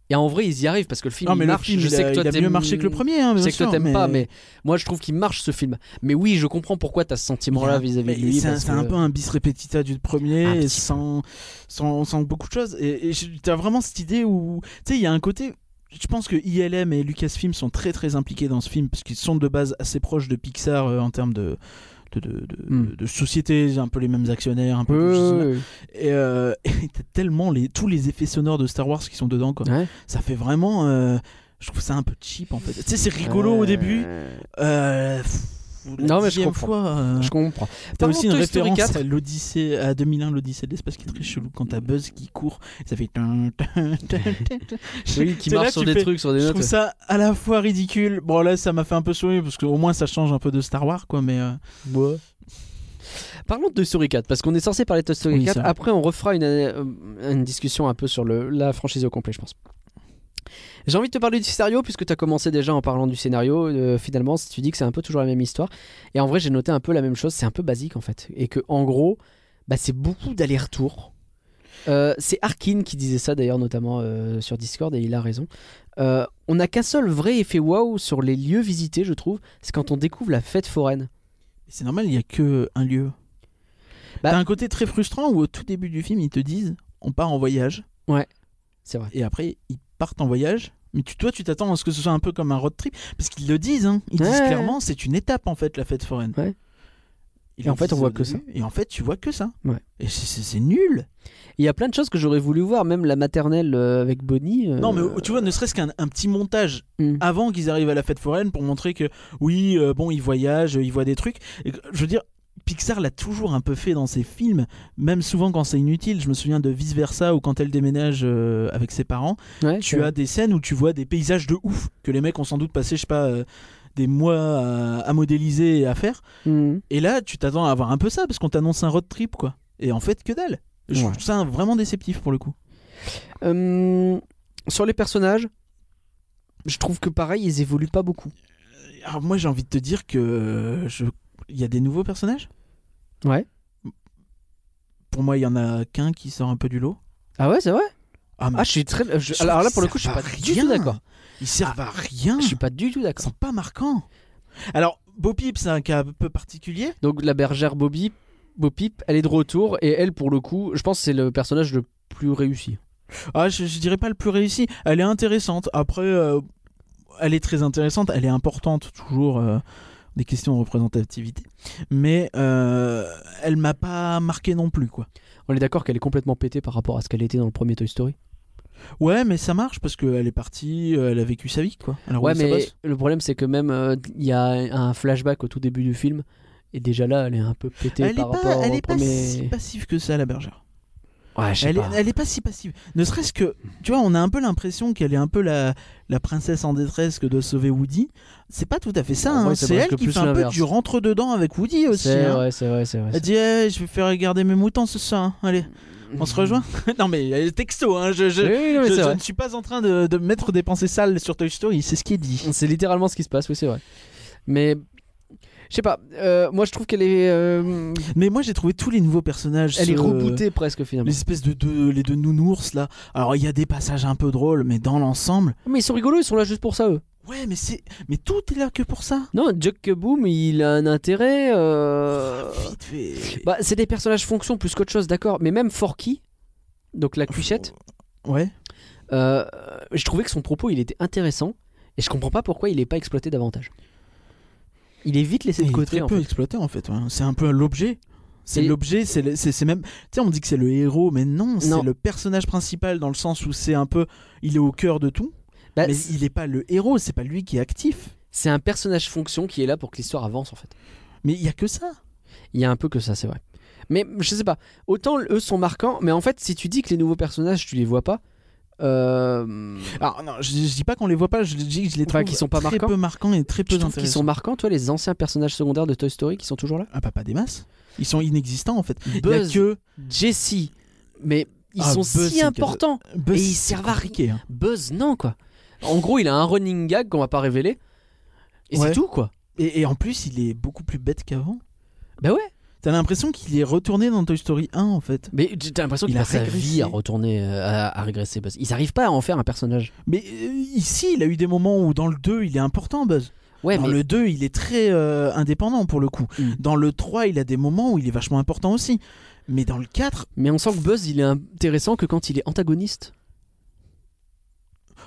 [SPEAKER 2] et en vrai ils y arrivent parce que le film
[SPEAKER 3] Non, mais
[SPEAKER 2] il
[SPEAKER 3] le
[SPEAKER 2] marche.
[SPEAKER 3] film,
[SPEAKER 2] je
[SPEAKER 3] il
[SPEAKER 2] sais
[SPEAKER 3] a-
[SPEAKER 2] que toi
[SPEAKER 3] il a mieux
[SPEAKER 2] t'aimes-
[SPEAKER 3] marché que le premier. hein,
[SPEAKER 2] Je
[SPEAKER 3] bien
[SPEAKER 2] sais que toi
[SPEAKER 3] sûr,
[SPEAKER 2] t'aimes pas, mais moi je trouve qu'il marche ce film. Mais oui, je comprends pourquoi t'as ce sentiment-là
[SPEAKER 3] Mais
[SPEAKER 2] vis-à-vis de
[SPEAKER 3] Mais
[SPEAKER 2] lui.
[SPEAKER 3] C'est un,
[SPEAKER 2] parce
[SPEAKER 3] c'est un
[SPEAKER 2] que-
[SPEAKER 3] peu un bis repetita du
[SPEAKER 2] Un
[SPEAKER 3] premier,
[SPEAKER 2] petit
[SPEAKER 3] et sans, sans, sans beaucoup de choses. Et et je- t'as vraiment cette idée où. Tu sais, il y a un côté. Je pense que ILM et Lucasfilm sont très très impliqués dans ce film, parce qu'ils sont de base assez proches de Pixar euh, en termes de. De, de, de,
[SPEAKER 2] Hmm.
[SPEAKER 3] de sociétés, un peu les mêmes actionnaires, un peu.
[SPEAKER 2] Oui,
[SPEAKER 3] je sais pas.
[SPEAKER 2] oui, oui.
[SPEAKER 3] Et euh, et t'as tellement les, tous les effets sonores de Star Wars qui sont dedans, quoi.
[SPEAKER 2] Ouais.
[SPEAKER 3] Ça fait vraiment. euh, je trouve ça un peu cheap en fait. Tu sais, c'est rigolo au début. Euh, pff, la
[SPEAKER 2] Non, mais je
[SPEAKER 3] dixième
[SPEAKER 2] comprends.
[SPEAKER 3] fois, euh,
[SPEAKER 2] Je comprends.
[SPEAKER 3] T'as
[SPEAKER 2] Parlons
[SPEAKER 3] aussi
[SPEAKER 2] de
[SPEAKER 3] une
[SPEAKER 2] Toy Story
[SPEAKER 3] référence
[SPEAKER 2] 4.
[SPEAKER 3] à l'Odyssée, à 2001, l'Odyssée de l'espace qui est très chelou quand
[SPEAKER 2] Mm.
[SPEAKER 3] t'as Buzz qui court, et ça fait. tin, tin, tin, tin.
[SPEAKER 2] Oui, qui
[SPEAKER 3] T'es là,
[SPEAKER 2] marche sur
[SPEAKER 3] tu
[SPEAKER 2] des
[SPEAKER 3] fais-
[SPEAKER 2] trucs, sur des
[SPEAKER 3] Je
[SPEAKER 2] notes.
[SPEAKER 3] trouve ça à la fois ridicule. Bon là, ça m'a fait un peu sourire parce qu'au moins ça change un peu de Star Wars, quoi. Mais euh,
[SPEAKER 2] Ouais. Parlons de Toy Story 4, parce qu'on est censé parler de Toy Story
[SPEAKER 3] Oui,
[SPEAKER 2] 4.
[SPEAKER 3] ça.
[SPEAKER 2] Après, on refera une, euh, une discussion un peu sur le, la franchise au complet, je pense. J'ai envie de te parler du scénario, puisque tu as commencé déjà en parlant du scénario. Euh, finalement, si tu dis que c'est un peu toujours la même histoire. Et en vrai, j'ai noté un peu la même chose, c'est un peu basique en fait. Et que, en gros, bah, c'est beaucoup d'aller-retour. Euh, c'est Arkin qui disait ça d'ailleurs, notamment euh, sur Discord, et il a raison. Euh, on n'a qu'un seul vrai effet waouh sur les lieux visités, je trouve, c'est quand on découvre la fête foraine.
[SPEAKER 3] c'est normal, il y a que un lieu.
[SPEAKER 2] Bah-
[SPEAKER 3] T'as un côté très frustrant où au tout début du film, ils te disent on part en voyage,
[SPEAKER 2] C'est vrai.
[SPEAKER 3] et après ils partent en voyage. Mais tu, toi, tu t'attends à ce que ce soit un peu comme un road trip, parce qu'ils le disent. hein. Ils disent
[SPEAKER 2] Ouais.
[SPEAKER 3] clairement, c'est une étape en fait la fête foraine.
[SPEAKER 2] Ouais.
[SPEAKER 3] Ils
[SPEAKER 2] Et en
[SPEAKER 3] le
[SPEAKER 2] fait,
[SPEAKER 3] disent
[SPEAKER 2] on voit
[SPEAKER 3] au
[SPEAKER 2] que ça.
[SPEAKER 3] début, Et en fait, tu vois que ça.
[SPEAKER 2] Ouais.
[SPEAKER 3] Et c'est- c'est c'est nul.
[SPEAKER 2] Il y a plein de choses que j'aurais voulu voir, même la maternelle euh, avec Bonnie. euh,
[SPEAKER 3] Non, mais oh, tu vois, ne serait-ce qu'un un petit montage
[SPEAKER 2] Mm.
[SPEAKER 3] avant qu'ils arrivent à la fête foraine pour montrer que oui, euh, bon, ils voyagent, euh, ils voient des trucs. Et que- je veux dire, Pixar l'a toujours un peu fait dans ses films, même souvent quand c'est inutile. Je me souviens de Vice Versa ou quand elle déménage euh, avec ses parents.
[SPEAKER 2] ouais,
[SPEAKER 3] Tu as des scènes où tu vois des paysages de ouf que les mecs ont sans doute passé, je sais pas, euh, des mois à, à modéliser et à faire.
[SPEAKER 2] Mhm.
[SPEAKER 3] Et là, tu t'attends à avoir un peu ça parce qu'on t'annonce un road trip, quoi. Et en fait, que dalle. Je
[SPEAKER 2] Ouais.
[SPEAKER 3] trouve ça vraiment déceptif pour le coup.
[SPEAKER 2] Euh, sur les personnages, je trouve que pareil, ils évoluent pas beaucoup.
[SPEAKER 3] Alors moi j'ai envie de te dire que euh, je... il y a des nouveaux personnages.
[SPEAKER 2] Ouais.
[SPEAKER 3] Pour moi il y en a qu'un qui sort un peu du lot.
[SPEAKER 2] Ah ouais, c'est vrai
[SPEAKER 3] mais
[SPEAKER 2] Ah, je suis très. je-
[SPEAKER 3] je
[SPEAKER 2] Alors
[SPEAKER 3] trouve
[SPEAKER 2] là, pour le
[SPEAKER 3] qu'ils
[SPEAKER 2] coup, je suis pas
[SPEAKER 3] servent à
[SPEAKER 2] du
[SPEAKER 3] rien.
[SPEAKER 2] tout d'accord.
[SPEAKER 3] Ils servent à rien.
[SPEAKER 2] ah, Je suis pas du tout
[SPEAKER 3] Ils
[SPEAKER 2] d'accord.
[SPEAKER 3] sont pas marquants. Alors Bo Peep c'est un cas un peu particulier.
[SPEAKER 2] Donc la bergère Bobby, Bo Peep, elle est de retour et elle, pour le coup, je pense que c'est le personnage le plus réussi.
[SPEAKER 3] Ah je, je dirais pas le plus réussi. Elle est intéressante. Après euh, elle est très intéressante. Elle est importante toujours. euh, Des questions de représentativité, mais euh, elle m'a pas marqué non plus quoi.
[SPEAKER 2] On est d'accord qu'elle est complètement pétée par rapport à ce qu'elle était dans le premier Toy Story.
[SPEAKER 3] Ouais, mais ça marche parce qu'elle est partie, euh, elle a vécu sa vie, quoi. Alors,
[SPEAKER 2] Ouais,
[SPEAKER 3] oui, ça
[SPEAKER 2] mais
[SPEAKER 3] bosse.
[SPEAKER 2] le problème, c'est que même euh, il y a un flashback au tout début du film, et déjà là, elle est un peu pétée
[SPEAKER 3] elle est
[SPEAKER 2] par
[SPEAKER 3] pas,
[SPEAKER 2] rapport
[SPEAKER 3] elle
[SPEAKER 2] au
[SPEAKER 3] est pas
[SPEAKER 2] premier.
[SPEAKER 3] si passive que ça, la bergère.
[SPEAKER 2] Ouais, je sais
[SPEAKER 3] Elle est,
[SPEAKER 2] pas.
[SPEAKER 3] elle est pas si passive. Ne serait-ce que, tu vois, on a un peu l'impression qu'elle est un peu la, la princesse en détresse que doit sauver Woody. C'est pas tout à fait ça.
[SPEAKER 2] En
[SPEAKER 3] hein.
[SPEAKER 2] vrai, c'est
[SPEAKER 3] C'est
[SPEAKER 2] presque
[SPEAKER 3] elle qui
[SPEAKER 2] plus
[SPEAKER 3] fait un peu
[SPEAKER 2] l'inverse.
[SPEAKER 3] du rentre dedans avec Woody aussi.
[SPEAKER 2] C'est
[SPEAKER 3] hein.
[SPEAKER 2] vrai, c'est vrai, c'est vrai.
[SPEAKER 3] Elle dit, Eh, je vais faire garder mes moutons ce soir. hein. Allez, On se rejoint Non mais euh, texto, hein, je, je,
[SPEAKER 2] Oui, oui, non, mais
[SPEAKER 3] je-
[SPEAKER 2] c'est
[SPEAKER 3] je
[SPEAKER 2] vrai.
[SPEAKER 3] ne suis pas en train de, de mettre des pensées sales sur Toy Story, c'est ce qui est dit.
[SPEAKER 2] C'est littéralement ce qui se passe, oui, c'est vrai. Mais je sais pas, euh, moi je trouve qu'elle est, euh,
[SPEAKER 3] Mais moi j'ai trouvé tous les nouveaux personnages.
[SPEAKER 2] elle est
[SPEAKER 3] ceux, euh,
[SPEAKER 2] rebootée presque finalement.
[SPEAKER 3] Les espèces de deux, les deux nounours là. Alors il y a des passages un peu drôles, mais dans l'ensemble.
[SPEAKER 2] Mais ils sont rigolos, ils sont là juste pour ça eux.
[SPEAKER 3] Ouais, mais c'est, mais tout est là que pour ça.
[SPEAKER 2] Non, Jack Boom, il a un intérêt. euh,
[SPEAKER 3] Vite fait.
[SPEAKER 2] Bah, c'est des personnages fonction plus qu'autre chose, d'accord. Mais même Forky, donc la cuchette,
[SPEAKER 3] Ouais.
[SPEAKER 2] euh, je trouvais que son propos il était intéressant et je comprends pas pourquoi il est pas exploité davantage. Il est vite laissé
[SPEAKER 3] Il
[SPEAKER 2] de
[SPEAKER 3] est
[SPEAKER 2] côté
[SPEAKER 3] très
[SPEAKER 2] en
[SPEAKER 3] peu
[SPEAKER 2] fait.
[SPEAKER 3] exploité en fait. ouais. C'est un peu l'objet. C'est
[SPEAKER 2] Et-
[SPEAKER 3] l'objet, c'est le- c'est c'est même. Tu sais, on dit que c'est le héros, mais non,
[SPEAKER 2] Non.
[SPEAKER 3] c'est le personnage principal dans le sens où c'est un peu. Il est au cœur de tout,
[SPEAKER 2] Bah,
[SPEAKER 3] mais
[SPEAKER 2] c'est-
[SPEAKER 3] il n'est pas le héros, c'est pas lui qui est actif.
[SPEAKER 2] c'est un personnage fonction qui est là pour que l'histoire avance en fait.
[SPEAKER 3] Mais il y a que ça.
[SPEAKER 2] Il y a un peu que ça, c'est vrai. Mais je sais pas. Autant eux sont marquants, mais en fait, si tu dis que les nouveaux personnages, tu les vois pas. Euh...
[SPEAKER 3] Alors, non, je, je dis pas qu'on les voit pas, je dis que je les
[SPEAKER 2] Enfin,
[SPEAKER 3] trouve
[SPEAKER 2] qu'ils sont pas
[SPEAKER 3] Ah, très
[SPEAKER 2] marquants.
[SPEAKER 3] peu marquants et
[SPEAKER 2] Je
[SPEAKER 3] très peu
[SPEAKER 2] trouve qu'ils
[SPEAKER 3] intéressants.
[SPEAKER 2] sont marquants, toi, les anciens personnages secondaires de Toy Story qui sont toujours là.
[SPEAKER 3] Ah, pas, pas des masses. Ils sont inexistants en fait. Il y a
[SPEAKER 2] Buzz,
[SPEAKER 3] que
[SPEAKER 2] Jessie, mais ils
[SPEAKER 3] Ah,
[SPEAKER 2] sont
[SPEAKER 3] Buzz,
[SPEAKER 2] si
[SPEAKER 3] c'est-
[SPEAKER 2] importants.
[SPEAKER 3] Buzz,
[SPEAKER 2] Et ils
[SPEAKER 3] c'est
[SPEAKER 2] servent à
[SPEAKER 3] compliqué, hein.
[SPEAKER 2] Buzz, non, quoi. En gros, il a un running gag qu'on va pas révéler. Et
[SPEAKER 3] Ouais.
[SPEAKER 2] c'est tout, quoi.
[SPEAKER 3] Et, et en plus, il est beaucoup plus bête qu'avant.
[SPEAKER 2] Bah ouais.
[SPEAKER 3] T'as l'impression qu'il est retourné dans Toy Story 1 en fait.
[SPEAKER 2] Mais t'as l'impression
[SPEAKER 3] Il
[SPEAKER 2] qu'il
[SPEAKER 3] a
[SPEAKER 2] a sa
[SPEAKER 3] régressé.
[SPEAKER 2] vie à retourner, euh, à, à régresser Buzz. Ils arrivent pas à en faire un personnage.
[SPEAKER 3] Mais euh, ici, il a eu des moments où dans le 2, il est important Buzz.
[SPEAKER 2] Ouais,
[SPEAKER 3] dans
[SPEAKER 2] mais
[SPEAKER 3] le 2, il est très euh, indépendant pour le coup.
[SPEAKER 2] Mm.
[SPEAKER 3] Dans le 3, il a des moments où il est vachement important aussi. Mais dans le 4,
[SPEAKER 2] Mais on sent que Buzz, il est intéressant que quand il est antagoniste.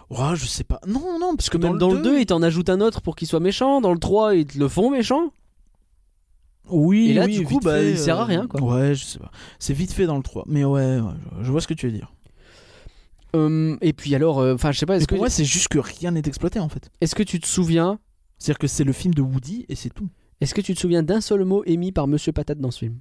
[SPEAKER 3] oh, je sais pas. Non, non, parce que
[SPEAKER 2] Même dans le 2, il t'en ajoute un autre pour qu'il soit méchant. Dans le 3, ils te le font méchant.
[SPEAKER 3] Oui,
[SPEAKER 2] Et là,
[SPEAKER 3] oui,
[SPEAKER 2] du coup,
[SPEAKER 3] vite
[SPEAKER 2] bah,
[SPEAKER 3] fait, euh,
[SPEAKER 2] il sert à rien, quoi.
[SPEAKER 3] Ouais, je sais pas. C'est vite fait dans le 3. Mais ouais, ouais, je- je vois ce que tu veux dire.
[SPEAKER 2] Euh, et puis alors, euh, enfin, je sais pas,
[SPEAKER 3] Parce
[SPEAKER 2] est-ce
[SPEAKER 3] que
[SPEAKER 2] que,
[SPEAKER 3] moi, c'est juste que rien n'est exploité en fait.
[SPEAKER 2] est-ce que tu te souviens
[SPEAKER 3] C'est-à-dire que c'est le film de Woody et c'est tout.
[SPEAKER 2] est-ce que tu te souviens d'un seul mot émis par Monsieur Patate dans ce film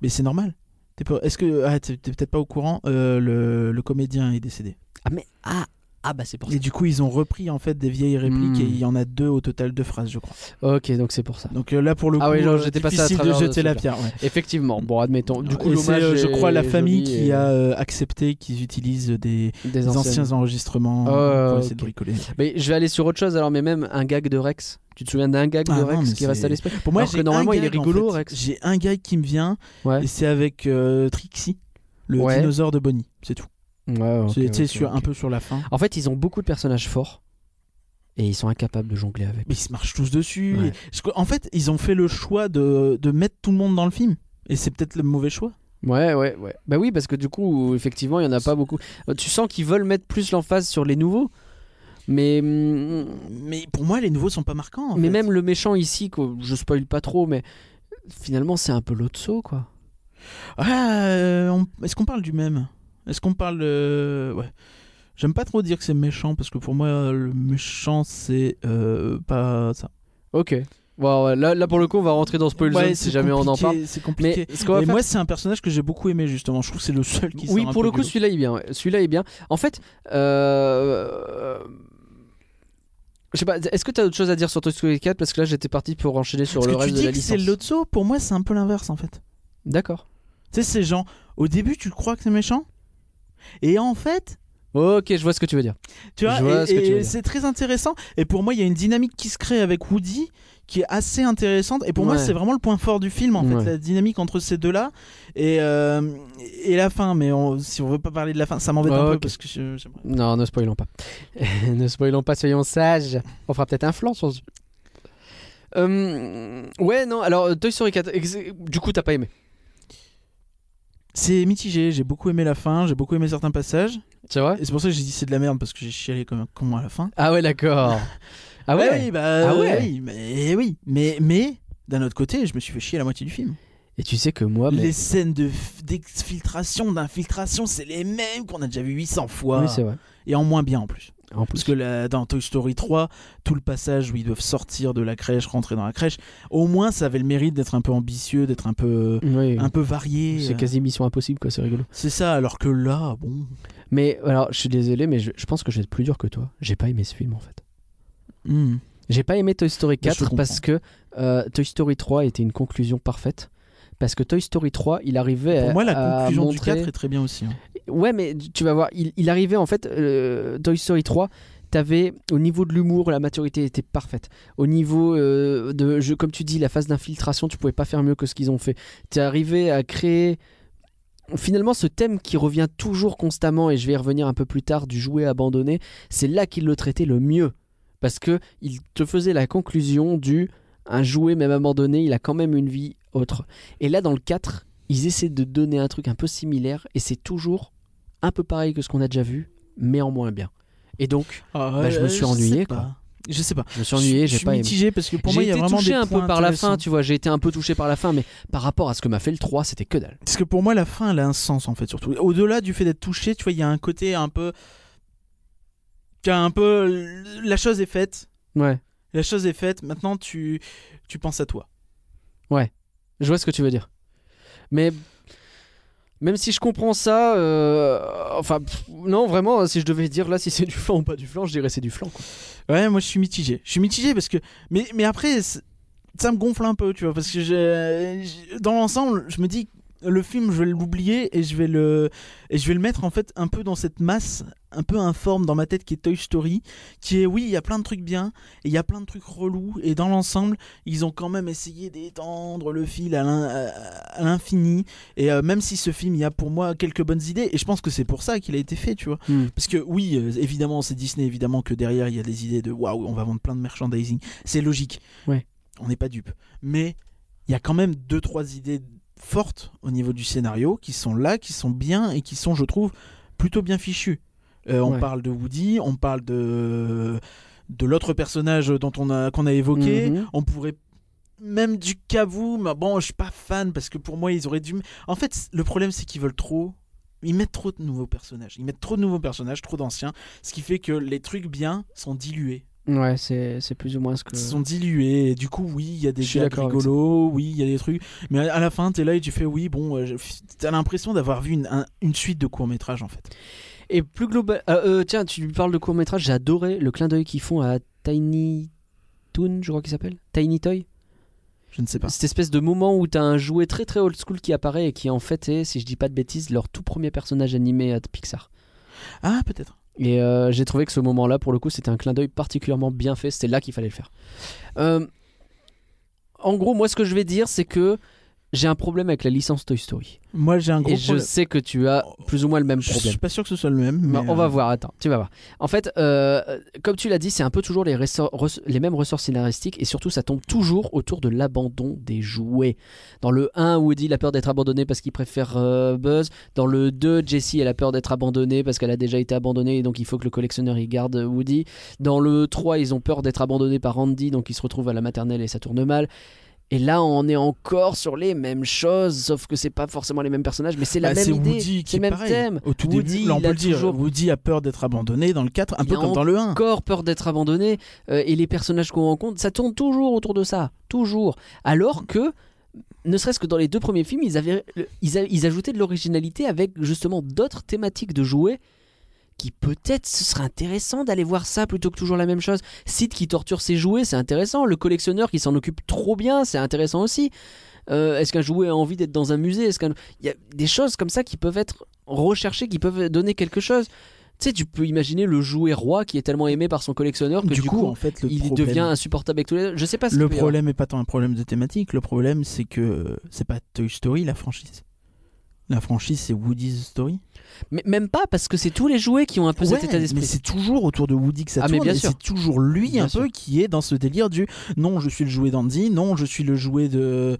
[SPEAKER 3] Mais c'est normal. T'es pas- Est-ce que ah, t'es t'es peut-être pas au courant euh, le, le comédien est décédé.
[SPEAKER 2] Ah mais ah ah bah c'est pour ça.
[SPEAKER 3] Et du coup ils ont repris en fait des vieilles répliques
[SPEAKER 2] Hmm.
[SPEAKER 3] et il y en a deux au total deux phrases je crois.
[SPEAKER 2] Ok donc c'est pour ça.
[SPEAKER 3] Donc euh, là pour le
[SPEAKER 2] Ah
[SPEAKER 3] coup
[SPEAKER 2] ouais, genre,
[SPEAKER 3] euh,
[SPEAKER 2] j'étais passé à
[SPEAKER 3] difficile de
[SPEAKER 2] travers de
[SPEAKER 3] jeter la
[SPEAKER 2] celui-là.
[SPEAKER 3] pierre. ouais.
[SPEAKER 2] Effectivement. Bon admettons. Du coup
[SPEAKER 3] Et c'est,
[SPEAKER 2] l'hommage
[SPEAKER 3] euh, je
[SPEAKER 2] est
[SPEAKER 3] crois la
[SPEAKER 2] joli
[SPEAKER 3] famille
[SPEAKER 2] et-
[SPEAKER 3] qui a euh, accepté qu'ils utilisent des,
[SPEAKER 2] des
[SPEAKER 3] des
[SPEAKER 2] anciennes.
[SPEAKER 3] anciens enregistrements
[SPEAKER 2] Ah,
[SPEAKER 3] pour essayer de
[SPEAKER 2] ok.
[SPEAKER 3] bricoler.
[SPEAKER 2] Mais je vais aller sur autre chose alors mais même un gag de Rex. Tu te souviens d'un gag
[SPEAKER 3] Ah
[SPEAKER 2] de
[SPEAKER 3] non,
[SPEAKER 2] Rex
[SPEAKER 3] mais
[SPEAKER 2] qui reste
[SPEAKER 3] c'est-
[SPEAKER 2] à l'esprit
[SPEAKER 3] Pour moi
[SPEAKER 2] Alors que
[SPEAKER 3] j'ai
[SPEAKER 2] normalement,
[SPEAKER 3] un
[SPEAKER 2] il est
[SPEAKER 3] gag, en
[SPEAKER 2] rigolo,
[SPEAKER 3] fait.
[SPEAKER 2] Rex.
[SPEAKER 3] J'ai un gag qui me vient
[SPEAKER 2] Ouais.
[SPEAKER 3] et c'est avec euh, Trixie le
[SPEAKER 2] Ouais.
[SPEAKER 3] dinosaure de Bonnie c'est tout.
[SPEAKER 2] Ouais, ok,
[SPEAKER 3] C'est tu sais,
[SPEAKER 2] ok,
[SPEAKER 3] sur
[SPEAKER 2] ok.
[SPEAKER 3] un peu sur la fin.
[SPEAKER 2] En fait, ils ont beaucoup de personnages forts et ils sont incapables de jongler avec.
[SPEAKER 3] Mais ils se marchent tous dessus.
[SPEAKER 2] Ouais.
[SPEAKER 3] Et- parce que, en fait, ils ont fait le choix de, de mettre tout le monde dans le film. Et c'est peut-être le mauvais choix.
[SPEAKER 2] Ouais, ouais, ouais. Bah oui, parce que du coup, effectivement, il y en a pas beaucoup. Euh, Tu sens qu'ils veulent mettre plus l'emphase sur les nouveaux, mais hum,
[SPEAKER 3] Mais pour moi, les nouveaux sont pas marquants. en
[SPEAKER 2] mais
[SPEAKER 3] fait.
[SPEAKER 2] même le méchant ici, quoi, je spoil pas trop, mais finalement, c'est un peu l'Otso, quoi.
[SPEAKER 3] Ah, euh, on- Est-ce qu'on parle du même Est-ce qu'on parle. euh, Ouais. J'aime pas trop dire que c'est méchant parce que pour moi, le méchant, c'est euh, pas ça.
[SPEAKER 2] Ok. Bon, ouais, là, là, pour le coup, on va rentrer dans spoil zone
[SPEAKER 3] Ouais,
[SPEAKER 2] si
[SPEAKER 3] c'est
[SPEAKER 2] jamais on en
[SPEAKER 3] compliqué,
[SPEAKER 2] parle.
[SPEAKER 3] C'est
[SPEAKER 2] Mais
[SPEAKER 3] compliqué.
[SPEAKER 2] ce qu'on va
[SPEAKER 3] et
[SPEAKER 2] faire-
[SPEAKER 3] moi, c'est un personnage que j'ai beaucoup aimé, justement. Je trouve que c'est le seul qui
[SPEAKER 2] oui,
[SPEAKER 3] sort un
[SPEAKER 2] pour
[SPEAKER 3] peu
[SPEAKER 2] le coup,
[SPEAKER 3] du lot.
[SPEAKER 2] celui-là est bien. ouais. Celui-là est bien. En fait, euh... je sais pas. Est-ce que t'as autre chose à dire sur Toy Story 4 Parce que là, j'étais parti pour enchaîner sur
[SPEAKER 3] Parce
[SPEAKER 2] le
[SPEAKER 3] que tu
[SPEAKER 2] reste de
[SPEAKER 3] dis
[SPEAKER 2] la
[SPEAKER 3] que c'est
[SPEAKER 2] licence.
[SPEAKER 3] l'Otso, pour moi, c'est un peu l'inverse, en fait.
[SPEAKER 2] D'accord.
[SPEAKER 3] Tu sais, c'est genre, au début, tu crois que c'est méchant, et en fait,
[SPEAKER 2] Ok, je vois ce que tu veux dire.
[SPEAKER 3] tu vois,
[SPEAKER 2] Je vois
[SPEAKER 3] et-
[SPEAKER 2] ce que tu
[SPEAKER 3] et
[SPEAKER 2] veux dire.
[SPEAKER 3] c'est très intéressant. Et pour moi, il y a une dynamique qui se crée avec Woody qui est assez intéressante. Et pour moi,
[SPEAKER 2] Ouais.
[SPEAKER 3] c'est vraiment le point fort du film, en
[SPEAKER 2] Ouais.
[SPEAKER 3] fait, la dynamique entre ces deux-là et, euh, et la fin. Mais on- si on veut pas parler de la fin, ça m'embête
[SPEAKER 2] Ah,
[SPEAKER 3] un peu
[SPEAKER 2] ok.
[SPEAKER 3] parce que je- j'aimerais-
[SPEAKER 2] Non, ne spoilons pas. ne spoilons pas, soyons sages. On fera peut-être un flanc sur ce- Euh, ouais, non, alors euh, Toy Story 4, ex- du coup, t'as pas aimé.
[SPEAKER 3] c'est mitigé. J'ai beaucoup aimé la fin, j'ai beaucoup aimé certains passages.
[SPEAKER 2] C'est vrai
[SPEAKER 3] Et c'est pour ça que j'ai dit c'est de la merde parce que j'ai chialé comme un con à la fin.
[SPEAKER 2] Ah ouais, d'accord. Ah ouais,
[SPEAKER 3] oui, bah,
[SPEAKER 2] Ah ouais.
[SPEAKER 3] oui, mais oui, mais mais d'un autre côté, je me suis fait chier à la moitié du film.
[SPEAKER 2] Et tu sais que moi, mais-
[SPEAKER 3] Les scènes de f- d'exfiltration, d'infiltration, c'est les mêmes qu'on a déjà vu 800 fois.
[SPEAKER 2] Oui, c'est vrai.
[SPEAKER 3] et en moins bien en plus.
[SPEAKER 2] En plus.
[SPEAKER 3] Parce que là, dans Toy Story 3, tout le passage où ils doivent sortir de la crèche, rentrer dans la crèche, au moins ça avait le mérite d'être un peu ambitieux, d'être un peu,
[SPEAKER 2] Oui,
[SPEAKER 3] un peu varié.
[SPEAKER 2] c'est
[SPEAKER 3] Euh,
[SPEAKER 2] quasi mission impossible, quoi, c'est rigolo.
[SPEAKER 3] C'est ça, alors que là, bon.
[SPEAKER 2] Mais alors, je suis désolé, mais je, je pense que je vais être plus dur que toi. J'ai pas aimé ce film en fait.
[SPEAKER 3] hmm.
[SPEAKER 2] J'ai pas aimé Toy Story
[SPEAKER 3] Mais Bah, je
[SPEAKER 2] 4 parce que euh, Toy Story 3 était une conclusion parfaite. Parce que Toy Story 3, il arrivait
[SPEAKER 3] Pour
[SPEAKER 2] à-
[SPEAKER 3] moi, la
[SPEAKER 2] Euh, à
[SPEAKER 3] conclusion
[SPEAKER 2] montrer-
[SPEAKER 3] du 4 est très bien aussi. hein.
[SPEAKER 2] Ouais, mais tu vas voir, il, il arrivait en fait, euh, Toy Story 3, t'avais au niveau de l'humour, la maturité était parfaite. Au niveau euh, de, je, comme tu dis, la phase d'infiltration, tu pouvais pas faire mieux que ce qu'ils ont fait. T'es arrivé à créer finalement ce thème qui revient toujours constamment, et je vais y revenir un peu plus tard, du jouet abandonné, c'est là qu'ils le traitaient le mieux. Parce que il te faisait la conclusion du un jouet même abandonné, il a quand même une vie autre. Et là, dans le 4, ils essaient de donner un truc un peu similaire, et c'est toujours un peu pareil que ce qu'on a déjà vu, mais en moins bien. Et donc, Bah, je me suis
[SPEAKER 3] sais
[SPEAKER 2] ennuyé,
[SPEAKER 3] pas.
[SPEAKER 2] quoi.
[SPEAKER 3] Je sais pas.
[SPEAKER 2] je me suis ennuyé,
[SPEAKER 3] Je- je
[SPEAKER 2] j'ai
[SPEAKER 3] suis
[SPEAKER 2] pas aimé.
[SPEAKER 3] mitigé parce que pour moi,
[SPEAKER 2] J'ai
[SPEAKER 3] il y a
[SPEAKER 2] été
[SPEAKER 3] vraiment
[SPEAKER 2] touché
[SPEAKER 3] des
[SPEAKER 2] un peu
[SPEAKER 3] points
[SPEAKER 2] par la
[SPEAKER 3] intéressants.
[SPEAKER 2] fin, tu vois, j'ai été un peu touché par la fin, mais par rapport à ce que m'a fait le 3, c'était que dalle.
[SPEAKER 3] Parce que pour moi, la fin, elle a un sens en fait, surtout. Au-delà du fait d'être touché, tu vois, il y a un côté un peu. Tu as un peu. La chose est faite.
[SPEAKER 2] Ouais,
[SPEAKER 3] La chose est faite. Maintenant, tu, tu penses à toi.
[SPEAKER 2] je vois ce que tu veux dire. Mais même si je comprends ça, euh, enfin, pff, non, vraiment, si je devais dire là si c'est du flan ou pas du flan, je dirais c'est du flan. quoi.
[SPEAKER 3] Ouais, moi, je suis mitigé. Je suis mitigé parce que. Mais, mais après, c'est- ça me gonfle un peu, tu vois, parce que je- je- dans l'ensemble, je me dis. Le film, je vais l'oublier et je vais le et je vais le mettre en fait un peu dans cette masse un peu informe dans ma tête qui est Toy Story, qui est oui, il y a plein de trucs bien et il y a plein de trucs relous et dans l'ensemble, ils ont quand même essayé d'étendre le fil à l'in- à- à l'infini. Et euh, même si ce film, il y a pour moi quelques bonnes idées, et je pense que c'est pour ça qu'il a été fait, tu vois.
[SPEAKER 2] Mm.
[SPEAKER 3] Parce que oui, euh, évidemment, c'est Disney, évidemment que derrière, il y a des idées de waouh, on va vendre plein de merchandising. C'est logique.
[SPEAKER 2] Ouais.
[SPEAKER 3] On n'est pas dupe. Mais il y a quand même deux, trois idées fortes au niveau du scénario qui sont là, qui sont bien et qui sont, je trouve, plutôt bien fichues. Euh, on
[SPEAKER 2] Ouais.
[SPEAKER 3] parle de Woody, on parle de de l'autre personnage dont on a qu'on a évoqué,
[SPEAKER 2] Mhm.
[SPEAKER 3] on pourrait même du Cavou, mais bon, je suis pas fan parce que pour moi, ils auraient dû. En fait, c- le problème, c'est qu'ils veulent trop. Ils mettent trop de nouveaux personnages. Ils mettent trop de nouveaux personnages, trop d'anciens, ce qui fait que les trucs bien sont dilués.
[SPEAKER 2] Ouais, c'est c'est plus ou moins ce que.
[SPEAKER 3] Ils sont dilués. Et du coup, oui, il y a des
[SPEAKER 2] Je suis
[SPEAKER 3] gags
[SPEAKER 2] d'accord avec ça.
[SPEAKER 3] rigolos, oui, il y a des trucs. Mais à à la fin, t'es là et tu fais oui, bon, euh, je- t'as l'impression d'avoir vu une, un- une suite de courts métrages en fait.
[SPEAKER 2] Et plus global. ah, euh, tiens, tu parles de court métrage, j'ai adoré le clin d'œil qu'ils font à Tiny Toon, je crois qu'il s'appelle Tiny Toy.
[SPEAKER 3] Je ne sais pas.
[SPEAKER 2] Cette espèce de moment où t'as un jouet très très old school qui apparaît et qui en fait est, si je dis pas de bêtises, leur tout premier personnage animé euh, de Pixar.
[SPEAKER 3] Ah, peut-être.
[SPEAKER 2] Et euh, j'ai trouvé que ce moment-là, pour le coup, c'était un clin d'œil particulièrement bien fait. C'était là qu'il fallait le faire. Euh, en gros, moi, ce que je vais dire, c'est que j'ai un problème avec la licence Toy Story.
[SPEAKER 3] Moi, j'ai un gros
[SPEAKER 2] et je
[SPEAKER 3] problème. Oh,
[SPEAKER 2] sais que tu as plus ou moins le même
[SPEAKER 3] Je
[SPEAKER 2] problème.
[SPEAKER 3] suis pas sûr que ce soit le même. Mais
[SPEAKER 2] Bah, on va
[SPEAKER 3] euh,
[SPEAKER 2] voir, attends, tu vas voir. En fait, euh, euh, comme tu l'as dit, c'est un peu toujours les, ressorts- res- les mêmes ressorts scénaristiques et surtout ça tombe toujours autour de l'abandon des jouets. Dans le 1, Woody il a peur d'être abandonné parce qu'il préfère euh, Buzz. Dans le 2, Jessie elle a peur d'être abandonnée parce qu'elle a déjà été abandonnée et donc il faut que le collectionneur il garde euh, Woody. Dans le 3, ils ont peur d'être abandonnés par Andy donc ils se retrouvent à la maternelle et ça tourne mal. Et là, on est encore sur les mêmes choses, sauf que c'est pas forcément les mêmes personnages, mais c'est la
[SPEAKER 3] Bah,
[SPEAKER 2] même
[SPEAKER 3] c'est
[SPEAKER 2] idée,
[SPEAKER 3] Woody qui
[SPEAKER 2] c'est
[SPEAKER 3] est
[SPEAKER 2] le même
[SPEAKER 3] pareil.
[SPEAKER 2] thème.
[SPEAKER 3] Au tout
[SPEAKER 2] Woody,
[SPEAKER 3] début, là, on
[SPEAKER 2] il
[SPEAKER 3] peut
[SPEAKER 2] a
[SPEAKER 3] le dire,
[SPEAKER 2] toujours-
[SPEAKER 3] Woody a peur d'être abandonné dans le 4, un
[SPEAKER 2] Il
[SPEAKER 3] peu
[SPEAKER 2] a
[SPEAKER 3] comme dans le 1.
[SPEAKER 2] encore peur d'être abandonné euh, et les personnages qu'on rencontre, ça tourne toujours autour de ça, toujours. Alors que, ne serait-ce que dans les deux premiers films, ils, avaient, le- ils, a- ils ajoutaient de l'originalité avec justement d'autres thématiques de jouets qui peut-être ce serait intéressant d'aller voir ça plutôt que toujours la même chose. Sid qui torture ses jouets, c'est intéressant. Le collectionneur qui s'en occupe trop bien, c'est intéressant aussi. Euh, Est-ce qu'un jouet a envie d'être dans un musée Est-ce qu'un- Il y a des choses comme ça qui peuvent être recherchées, qui peuvent donner quelque chose. Tu sais, tu peux imaginer le jouet roi qui est tellement aimé par son collectionneur que
[SPEAKER 3] du, coup, en fait, le
[SPEAKER 2] il
[SPEAKER 3] problème,
[SPEAKER 2] devient insupportable avec tous les autres. Je sais pas ce
[SPEAKER 3] le
[SPEAKER 2] qu'il peut y avoir.
[SPEAKER 3] problème est pas tant un problème de thématique, le problème c'est que c'est pas Toy Story la franchise. La franchise c'est Woody's Story.
[SPEAKER 2] Mais même pas parce que c'est tous les jouets qui ont un peu cet
[SPEAKER 3] Ouais,
[SPEAKER 2] état
[SPEAKER 3] mais
[SPEAKER 2] d'esprit.
[SPEAKER 3] c'est toujours autour de Woody que ça
[SPEAKER 2] Ah, mais
[SPEAKER 3] tourne,
[SPEAKER 2] bien
[SPEAKER 3] et
[SPEAKER 2] sûr.
[SPEAKER 3] c'est toujours lui
[SPEAKER 2] Bien
[SPEAKER 3] un peu qui est dans ce délire du non, je suis le jouet d'Andy, non, je suis le jouet de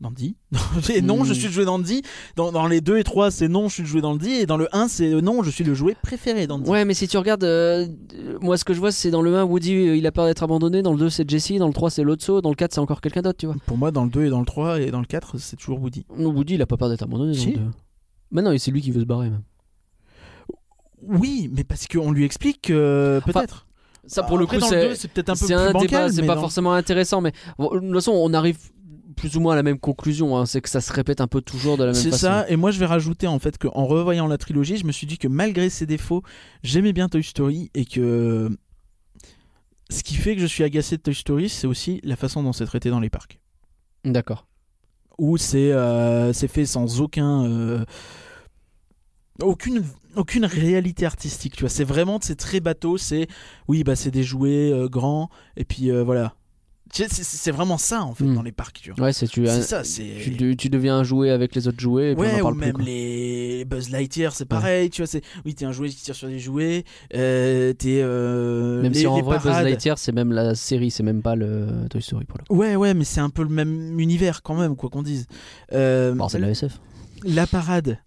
[SPEAKER 3] d'Andy. et non, je
[SPEAKER 2] Hmm.
[SPEAKER 3] suis le jouet d'Andy. Dans, dans les 2 et 3, c'est non, je suis le jouet d'Andy et dans le 1, c'est non, je suis le jouet préféré d'Andy.
[SPEAKER 2] Ouais, mais si tu regardes, euh, euh, moi ce que je vois, c'est dans le 1, Woody euh, il a peur d'être abandonné, dans le 2, c'est Jessie, dans le 3, c'est Lotso, dans le 4, c'est encore quelqu'un d'autre, tu vois.
[SPEAKER 3] Pour moi, dans le 2 et dans le 3 et dans le 4, c'est toujours Woody.
[SPEAKER 2] Non, Woody il a pas peur d'être abandonné.
[SPEAKER 3] Si.
[SPEAKER 2] Dans le 2. Mais non, et c'est lui qui veut se barrer même.
[SPEAKER 3] Oui, mais parce qu'on lui explique que peut-être.
[SPEAKER 2] Ça pour le
[SPEAKER 3] Bah, Après,
[SPEAKER 2] coup,
[SPEAKER 3] dans
[SPEAKER 2] c'est.
[SPEAKER 3] deux, c'est peut-être un peu
[SPEAKER 2] C'est
[SPEAKER 3] plus
[SPEAKER 2] un
[SPEAKER 3] bancal,
[SPEAKER 2] débat, c'est
[SPEAKER 3] mais
[SPEAKER 2] pas
[SPEAKER 3] dans-
[SPEAKER 2] forcément intéressant, mais bon, de toute façon, on arrive plus ou moins à la même conclusion, hein, c'est que ça se répète un peu toujours de la même
[SPEAKER 3] C'est
[SPEAKER 2] façon.
[SPEAKER 3] ça, et moi je vais rajouter en fait qu'en revoyant la trilogie, je me suis dit que malgré ses défauts, j'aimais bien Toy Story et que ce qui fait que je suis agacé de Toy Story, c'est aussi la façon dont c'est traité dans les parcs.
[SPEAKER 2] D'accord.
[SPEAKER 3] où c'est euh, c'est fait sans aucun euh, aucune aucune réalité artistique tu vois c'est vraiment c'est très bateau c'est oui bah c'est des jouets euh, grands et puis euh, voilà Tu sais, c'est c'est vraiment ça en fait
[SPEAKER 2] Mm.
[SPEAKER 3] dans les parcs tu vois
[SPEAKER 2] Ouais, c'est tu,
[SPEAKER 3] c'est
[SPEAKER 2] un-
[SPEAKER 3] ça c'est
[SPEAKER 2] tu, de- tu deviens un jouet avec les autres jouets. Et puis on en
[SPEAKER 3] Ouais, ou
[SPEAKER 2] parle plus,
[SPEAKER 3] même
[SPEAKER 2] quoi.
[SPEAKER 3] les Buzz Lightyear, c'est pareil, tu vois. C'est... Oui, t'es un jouet qui tire sur des jouets, euh, t'es. euh,
[SPEAKER 2] Même
[SPEAKER 3] les-
[SPEAKER 2] si en
[SPEAKER 3] les
[SPEAKER 2] vrai, Buzz
[SPEAKER 3] parades.
[SPEAKER 2] Lightyear, c'est même la série, c'est même pas le Toy Story pour le coup.
[SPEAKER 3] Ouais, ouais, mais c'est un peu le même univers quand même, quoi qu'on dise. Euh,
[SPEAKER 2] Bon, Bah, c'est de la SF.
[SPEAKER 3] la parade.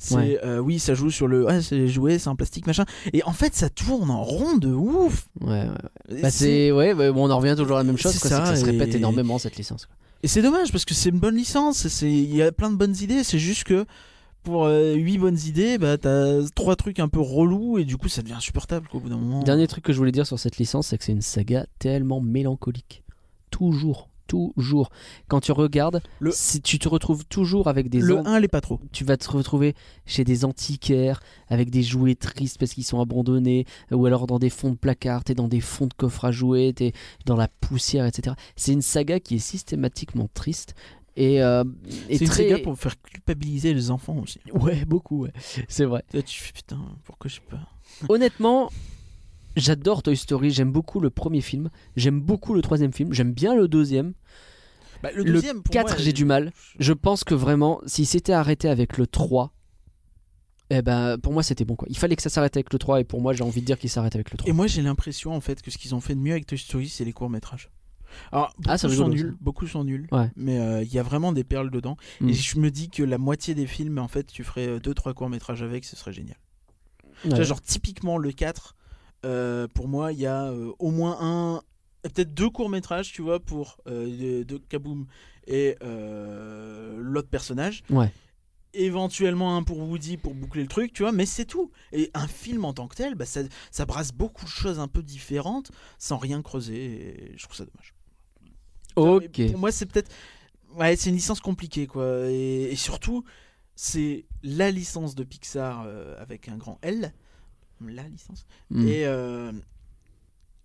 [SPEAKER 3] C'est,
[SPEAKER 2] Ouais.
[SPEAKER 3] euh, oui, ça joue sur le. Ah, c'est joué, c'est en plastique, machin. Et en fait, ça tourne en rond de ouf.
[SPEAKER 2] Ouais, ouais.
[SPEAKER 3] Et
[SPEAKER 2] Bah, c'est, ouais, bah, bon, on en revient toujours à la même chose,
[SPEAKER 3] C'est
[SPEAKER 2] quoi, c'est que
[SPEAKER 3] ça,
[SPEAKER 2] ça se répète
[SPEAKER 3] et-
[SPEAKER 2] énormément cette licence. quoi.
[SPEAKER 3] Et c'est dommage parce que c'est une bonne licence, et c'est il y a plein de bonnes idées, c'est juste que pour 8 bonnes idées, bah t'as trois trucs un peu relous et du coup ça devient insupportable quoi, au bout d'un moment.
[SPEAKER 2] Dernier truc que je voulais dire sur cette licence, c'est que c'est une saga tellement mélancolique. Toujours, toujours. Quand tu regardes,
[SPEAKER 3] Le-
[SPEAKER 2] si tu te retrouves toujours avec des
[SPEAKER 3] Le
[SPEAKER 2] an-
[SPEAKER 3] 1 l'est pas trop.
[SPEAKER 2] tu vas te retrouver chez des antiquaires avec des jouets tristes parce qu'ils sont abandonnés ou alors dans des fonds de placards, t'es dans des fonds de coffres à jouets, t'es dans la poussière, etc. C'est une saga qui est systématiquement triste et, euh, et
[SPEAKER 3] C'est une
[SPEAKER 2] très...
[SPEAKER 3] saga pour faire culpabiliser les enfants aussi.
[SPEAKER 2] Ouais, beaucoup, ouais. c'est vrai.
[SPEAKER 3] Là, tu fais putain, pourquoi j'ai pas.
[SPEAKER 2] Honnêtement, j'adore Toy Story, j'aime beaucoup le premier film, j'aime beaucoup le troisième film, j'aime bien le deuxième.
[SPEAKER 3] Bah, le
[SPEAKER 2] Le
[SPEAKER 3] deuxième, pour
[SPEAKER 2] 4,
[SPEAKER 3] moi,
[SPEAKER 2] j'ai du mal. Je pense que vraiment, s'il s'était arrêté avec le 3, eh ben, pour moi c'était bon quoi. Il fallait que ça s'arrête avec le 3 et pour moi j'ai envie de dire qu'il s'arrête avec le 3.
[SPEAKER 3] Et moi j'ai l'impression en fait que ce qu'ils ont fait de mieux avec Toy Story c'est les courts métrages. Alors beaucoup
[SPEAKER 2] Ah, c'est
[SPEAKER 3] sont
[SPEAKER 2] rigolo, ça.
[SPEAKER 3] nuls, beaucoup sont nuls,
[SPEAKER 2] Ouais.
[SPEAKER 3] mais euh, il y a vraiment des perles dedans.
[SPEAKER 2] Mm.
[SPEAKER 3] Et je me dis que la moitié des films en fait tu ferais euh, 2-3 courts métrages avec, ce serait génial. Tu vois,
[SPEAKER 2] Ouais.
[SPEAKER 3] genre typiquement le 4, euh, pour moi il y a euh, au moins un, et peut-être deux courts métrages tu vois pour euh, de, de Kaboom et euh, l'autre personnage.
[SPEAKER 2] Ouais.
[SPEAKER 3] éventuellement un pour Woody pour boucler le truc, tu vois, mais c'est tout. Et un film en tant que tel, bah, ça, ça brasse beaucoup de choses un peu différentes sans rien creuser. Et je trouve ça dommage.
[SPEAKER 2] Ok.
[SPEAKER 3] Mais Pour moi, c'est peut-être. Ouais, c'est une licence compliquée, quoi. Et, et surtout, c'est la licence de Pixar euh, avec un grand L. La licence.
[SPEAKER 2] Mm.
[SPEAKER 3] Et. euh,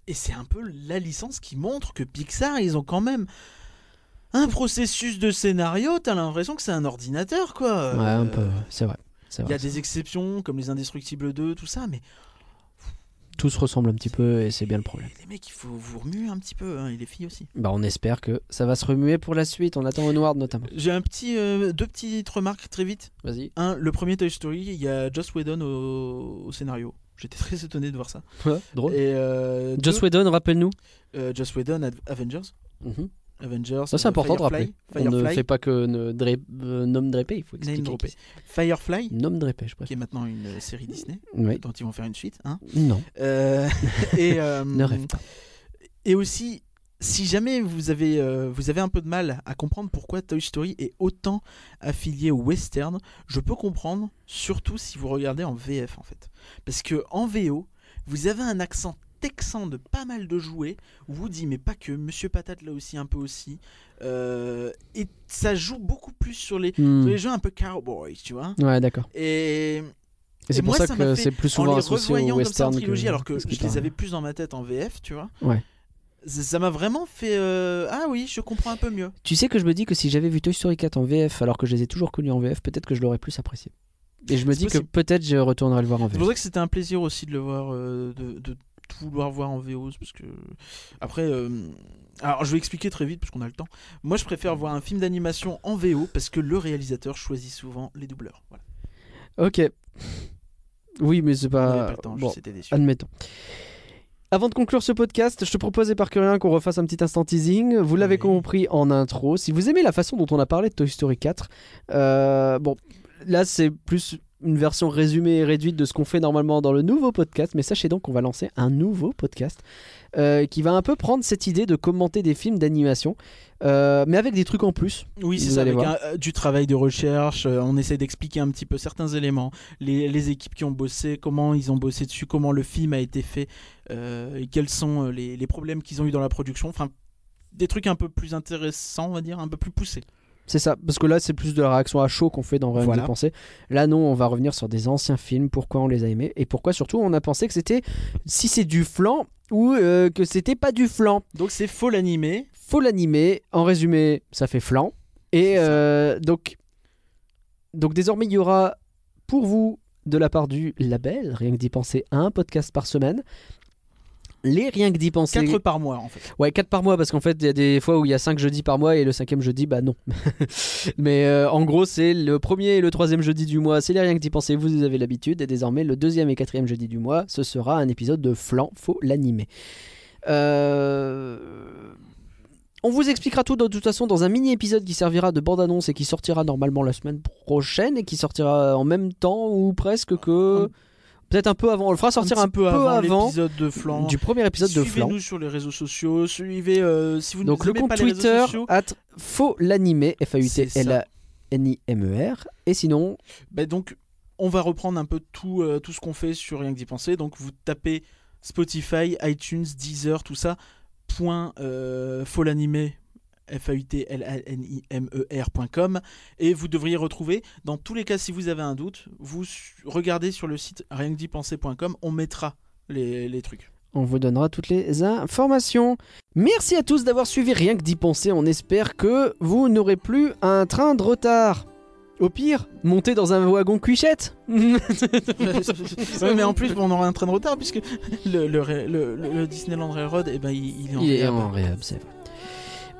[SPEAKER 3] et c'est un peu la licence qui montre que Pixar, ils ont quand même un processus de scénario. T'as l'impression que c'est un ordinateur, quoi.
[SPEAKER 2] Ouais, un
[SPEAKER 3] Euh,
[SPEAKER 2] peu, c'est vrai. c'est
[SPEAKER 3] il
[SPEAKER 2] vrai.
[SPEAKER 3] y a des exceptions comme les Indestructibles 2, tout ça, mais
[SPEAKER 2] Tout se ressemble un petit peu et c'est bien le problème.
[SPEAKER 3] les mecs, il faut vous remuer un petit peu, hein, et les filles aussi.
[SPEAKER 2] Bah, on espère que ça va se remuer pour la suite. On attend Onward notamment.
[SPEAKER 3] J'ai un petit, euh, deux petites remarques très vite.
[SPEAKER 2] Vas-y.
[SPEAKER 3] Un, le premier Toy Story, il y a Joss Whedon au, au scénario. J'étais très étonné de voir ça.
[SPEAKER 2] Drôle.
[SPEAKER 3] Et euh,
[SPEAKER 2] Joss
[SPEAKER 3] deux,
[SPEAKER 2] Whedon, rappelle-nous.
[SPEAKER 3] euh, Joss Whedon, Ad- Avengers,
[SPEAKER 2] Mhm.
[SPEAKER 3] Avengers.
[SPEAKER 2] Ça, c'est
[SPEAKER 3] euh,
[SPEAKER 2] important de rappeler.
[SPEAKER 3] Firefly,
[SPEAKER 2] On ne
[SPEAKER 3] Firefly,
[SPEAKER 2] fait pas que ne dra- euh, nom drapé, il faut expliquer.
[SPEAKER 3] Name droppé.
[SPEAKER 2] qui
[SPEAKER 3] Firefly,
[SPEAKER 2] c'est. Nom drapé, je
[SPEAKER 3] qui
[SPEAKER 2] préfère.
[SPEAKER 3] est maintenant une euh, série Disney,
[SPEAKER 2] Mm. Oui.
[SPEAKER 3] dont ils vont faire une suite. Hein.
[SPEAKER 2] Non,
[SPEAKER 3] Euh, et euh,
[SPEAKER 2] ne rêve pas.
[SPEAKER 3] Et aussi, si jamais vous avez, euh, vous avez un peu de mal à comprendre pourquoi Toy Story est autant affilié au western, je peux comprendre, surtout si vous regardez en VF en fait. Parce que en VO, vous avez un accent texan de pas mal de jouets, Woody mais pas que, Monsieur Patate là aussi un peu aussi, Euh, et ça joue beaucoup plus sur les,
[SPEAKER 2] Hmm.
[SPEAKER 3] sur les jeux un peu cowboys, tu vois.
[SPEAKER 2] Ouais, d'accord.
[SPEAKER 3] Et
[SPEAKER 2] Et c'est
[SPEAKER 3] moi,
[SPEAKER 2] pour ça,
[SPEAKER 3] ça m'a
[SPEAKER 2] que
[SPEAKER 3] fait-
[SPEAKER 2] c'est plus
[SPEAKER 3] en
[SPEAKER 2] souvent
[SPEAKER 3] les
[SPEAKER 2] associé
[SPEAKER 3] revoyant
[SPEAKER 2] au
[SPEAKER 3] comme ça en
[SPEAKER 2] western.
[SPEAKER 3] trilogie, alors que
[SPEAKER 2] ce
[SPEAKER 3] je les avais plus dans ma tête en VF, tu vois.
[SPEAKER 2] Ouais.
[SPEAKER 3] Ça ça m'a vraiment fait. euh, Ah oui, je comprends un peu mieux.
[SPEAKER 2] Tu sais que je me dis que si j'avais vu Toy Story 4 en VF, alors que je les ai toujours connus en VF, peut-être que je l'aurais plus apprécié. Et je me
[SPEAKER 3] C'est
[SPEAKER 2] dis
[SPEAKER 3] possible.
[SPEAKER 2] que peut-être je retournerai le voir en
[SPEAKER 3] C'est
[SPEAKER 2] VF.
[SPEAKER 3] pour ça que c'était un plaisir aussi de le voir, euh, de, de tout vouloir voir en VO, parce que après, euh, alors je vais expliquer très vite parce qu'on a le temps. Moi, je préfère voir un film d'animation en VO parce que le réalisateur choisit souvent les doubleurs. Voilà.
[SPEAKER 2] Ok. Oui, mais c'est
[SPEAKER 3] On
[SPEAKER 2] pas.
[SPEAKER 3] n'avait pas le temps,
[SPEAKER 2] Euh, bon,
[SPEAKER 3] je c'était déçu.
[SPEAKER 2] admettons. Avant de conclure ce podcast, je te proposais par curieux hein, qu'on refasse un petit instant teasing. Vous l'avez
[SPEAKER 3] Oui.
[SPEAKER 2] compris en intro. Si vous aimez la façon dont on a parlé de Toy Story 4, euh, bon, là c'est plus une version résumée et réduite de ce qu'on fait normalement dans le nouveau podcast, mais sachez donc qu'on va lancer un nouveau podcast euh, qui va un peu prendre cette idée de commenter des films d'animation, euh, mais avec des trucs en plus.
[SPEAKER 3] Oui, c'est
[SPEAKER 2] Vous
[SPEAKER 3] ça,
[SPEAKER 2] allez
[SPEAKER 3] avec
[SPEAKER 2] voir.
[SPEAKER 3] un- euh, du travail de recherche, euh, on essaie d'expliquer un petit peu certains éléments, les, les équipes qui ont bossé, comment ils ont bossé dessus, comment le film a été fait, euh, et quels sont euh, les, les problèmes qu'ils ont eu dans la production, enfin des trucs un peu plus intéressants, on va dire, un peu plus poussés.
[SPEAKER 2] C'est ça, parce que là c'est plus de la réaction à chaud qu'on fait dans Rien
[SPEAKER 3] Voilà.
[SPEAKER 2] de penser. Là non, on va revenir sur des anciens films, pourquoi on les a aimés et pourquoi surtout on a pensé que c'était si c'est du flan ou euh, que c'était pas du flan.
[SPEAKER 3] Donc c'est faux l'animé,
[SPEAKER 2] Faut l'animer. En résumé, ça fait flan. Et euh, donc, donc désormais, il y aura pour vous, de la part du label, rien que d'y penser, un podcast par semaine. Les rien que d'y penser.
[SPEAKER 3] 4 par mois en fait.
[SPEAKER 2] Ouais, 4 par mois, parce qu'en fait, il y a des fois où il y a 5 jeudis par mois et le cinquième jeudi, bah non. Mais euh, en gros, c'est le premier et le troisième jeudi du mois, c'est les rien que d'y penser, vous avez l'habitude, et désormais, le deuxième et quatrième jeudi du mois, ce sera un épisode de Flan, faut l'animer. Euh, On vous expliquera tout de toute façon dans un mini-épisode qui servira de bande-annonce et qui sortira normalement la semaine prochaine et qui sortira en même temps ou presque que... Peut-être un peu avant, on le fera sortir un,
[SPEAKER 3] petit peu avant, l'épisode de Flan.
[SPEAKER 2] du premier épisode de Flan.
[SPEAKER 3] Suivez-nous sur les réseaux sociaux. Suivez euh, si vous ne
[SPEAKER 2] Donc le
[SPEAKER 3] aimez
[SPEAKER 2] compte
[SPEAKER 3] pas les réseaux
[SPEAKER 2] Twitter
[SPEAKER 3] sociaux,
[SPEAKER 2] at faut l'animer F A U T
[SPEAKER 3] C'est
[SPEAKER 2] L
[SPEAKER 3] ça.
[SPEAKER 2] A N I M E R et sinon
[SPEAKER 3] Bah donc, on va reprendre un peu tout, euh, tout ce qu'on fait sur Rien que d'y penser. Donc, vous tapez Spotify, iTunes, Deezer, tout ça. Point euh, Folanimé, E F-A-U-T-L-A-N-I-M-E-R.com. Et vous devriez retrouver, dans tous les cas, si vous avez un doute, vous su- regardez sur le site rien que d'y penser.com. On mettra les, les trucs.
[SPEAKER 2] on vous donnera toutes les informations. Merci à tous d'avoir suivi rien que d'y penser. On espère que vous n'aurez plus un train de retard. Au pire, montez dans un wagon cuichette.
[SPEAKER 3] Ouais, mais en plus, on aura un train de retard puisque le, le, ré- le- le- le Disneyland Railroad, eh ben, il, il est en réhab.
[SPEAKER 2] réhab, c'est vrai.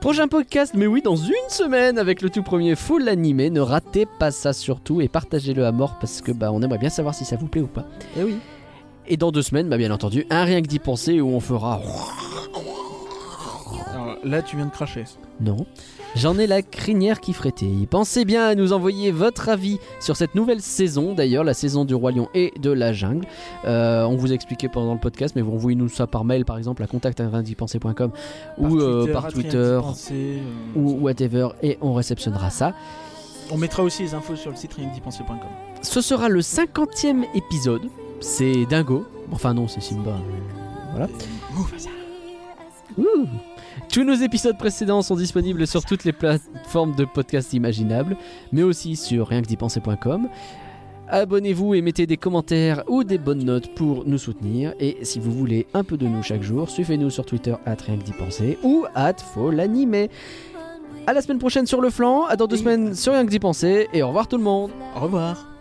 [SPEAKER 2] Prochain podcast, mais oui, dans une semaine avec le tout premier Faut l'animer. Ne ratez pas ça surtout et partagez-le à mort parce que bah on aimerait bien savoir si ça vous plaît ou pas.
[SPEAKER 3] Eh oui.
[SPEAKER 2] Et dans deux semaines, bah, bien entendu, un rien que d'y penser où on fera.
[SPEAKER 3] Alors, là, tu viens de cracher.
[SPEAKER 2] Non. J'en ai la crinière qui frétille. Pensez bien à nous envoyer votre avis sur cette nouvelle saison, d'ailleurs, la saison du Roi Lion et de la Jungle. Euh, on vous expliquait pendant le podcast, mais vous envoyez-nous ça par mail, par exemple, à contact.com ou euh, par
[SPEAKER 3] Twitter,
[SPEAKER 2] Twitter
[SPEAKER 3] rien d'y penser, euh,
[SPEAKER 2] ou whatever, et on réceptionnera ça.
[SPEAKER 3] On mettra aussi les infos sur le site rienquedipenser.com.
[SPEAKER 2] Ce sera le 50e épisode. C'est Dingo. Enfin, non, c'est Simba. mais Voilà. Ouh. Tous nos épisodes précédents sont disponibles sur toutes les plateformes de podcasts imaginables, mais aussi sur rienquedipenser.com. Abonnez-vous et mettez des commentaires ou des bonnes notes pour nous soutenir. Et si vous voulez un peu de nous chaque jour, suivez-nous sur Twitter at rien que d'y penser ou at faut l'animer. À la semaine prochaine sur le flanc, à dans deux semaines sur rien que d'y penser, et au revoir tout le monde.
[SPEAKER 3] Au revoir.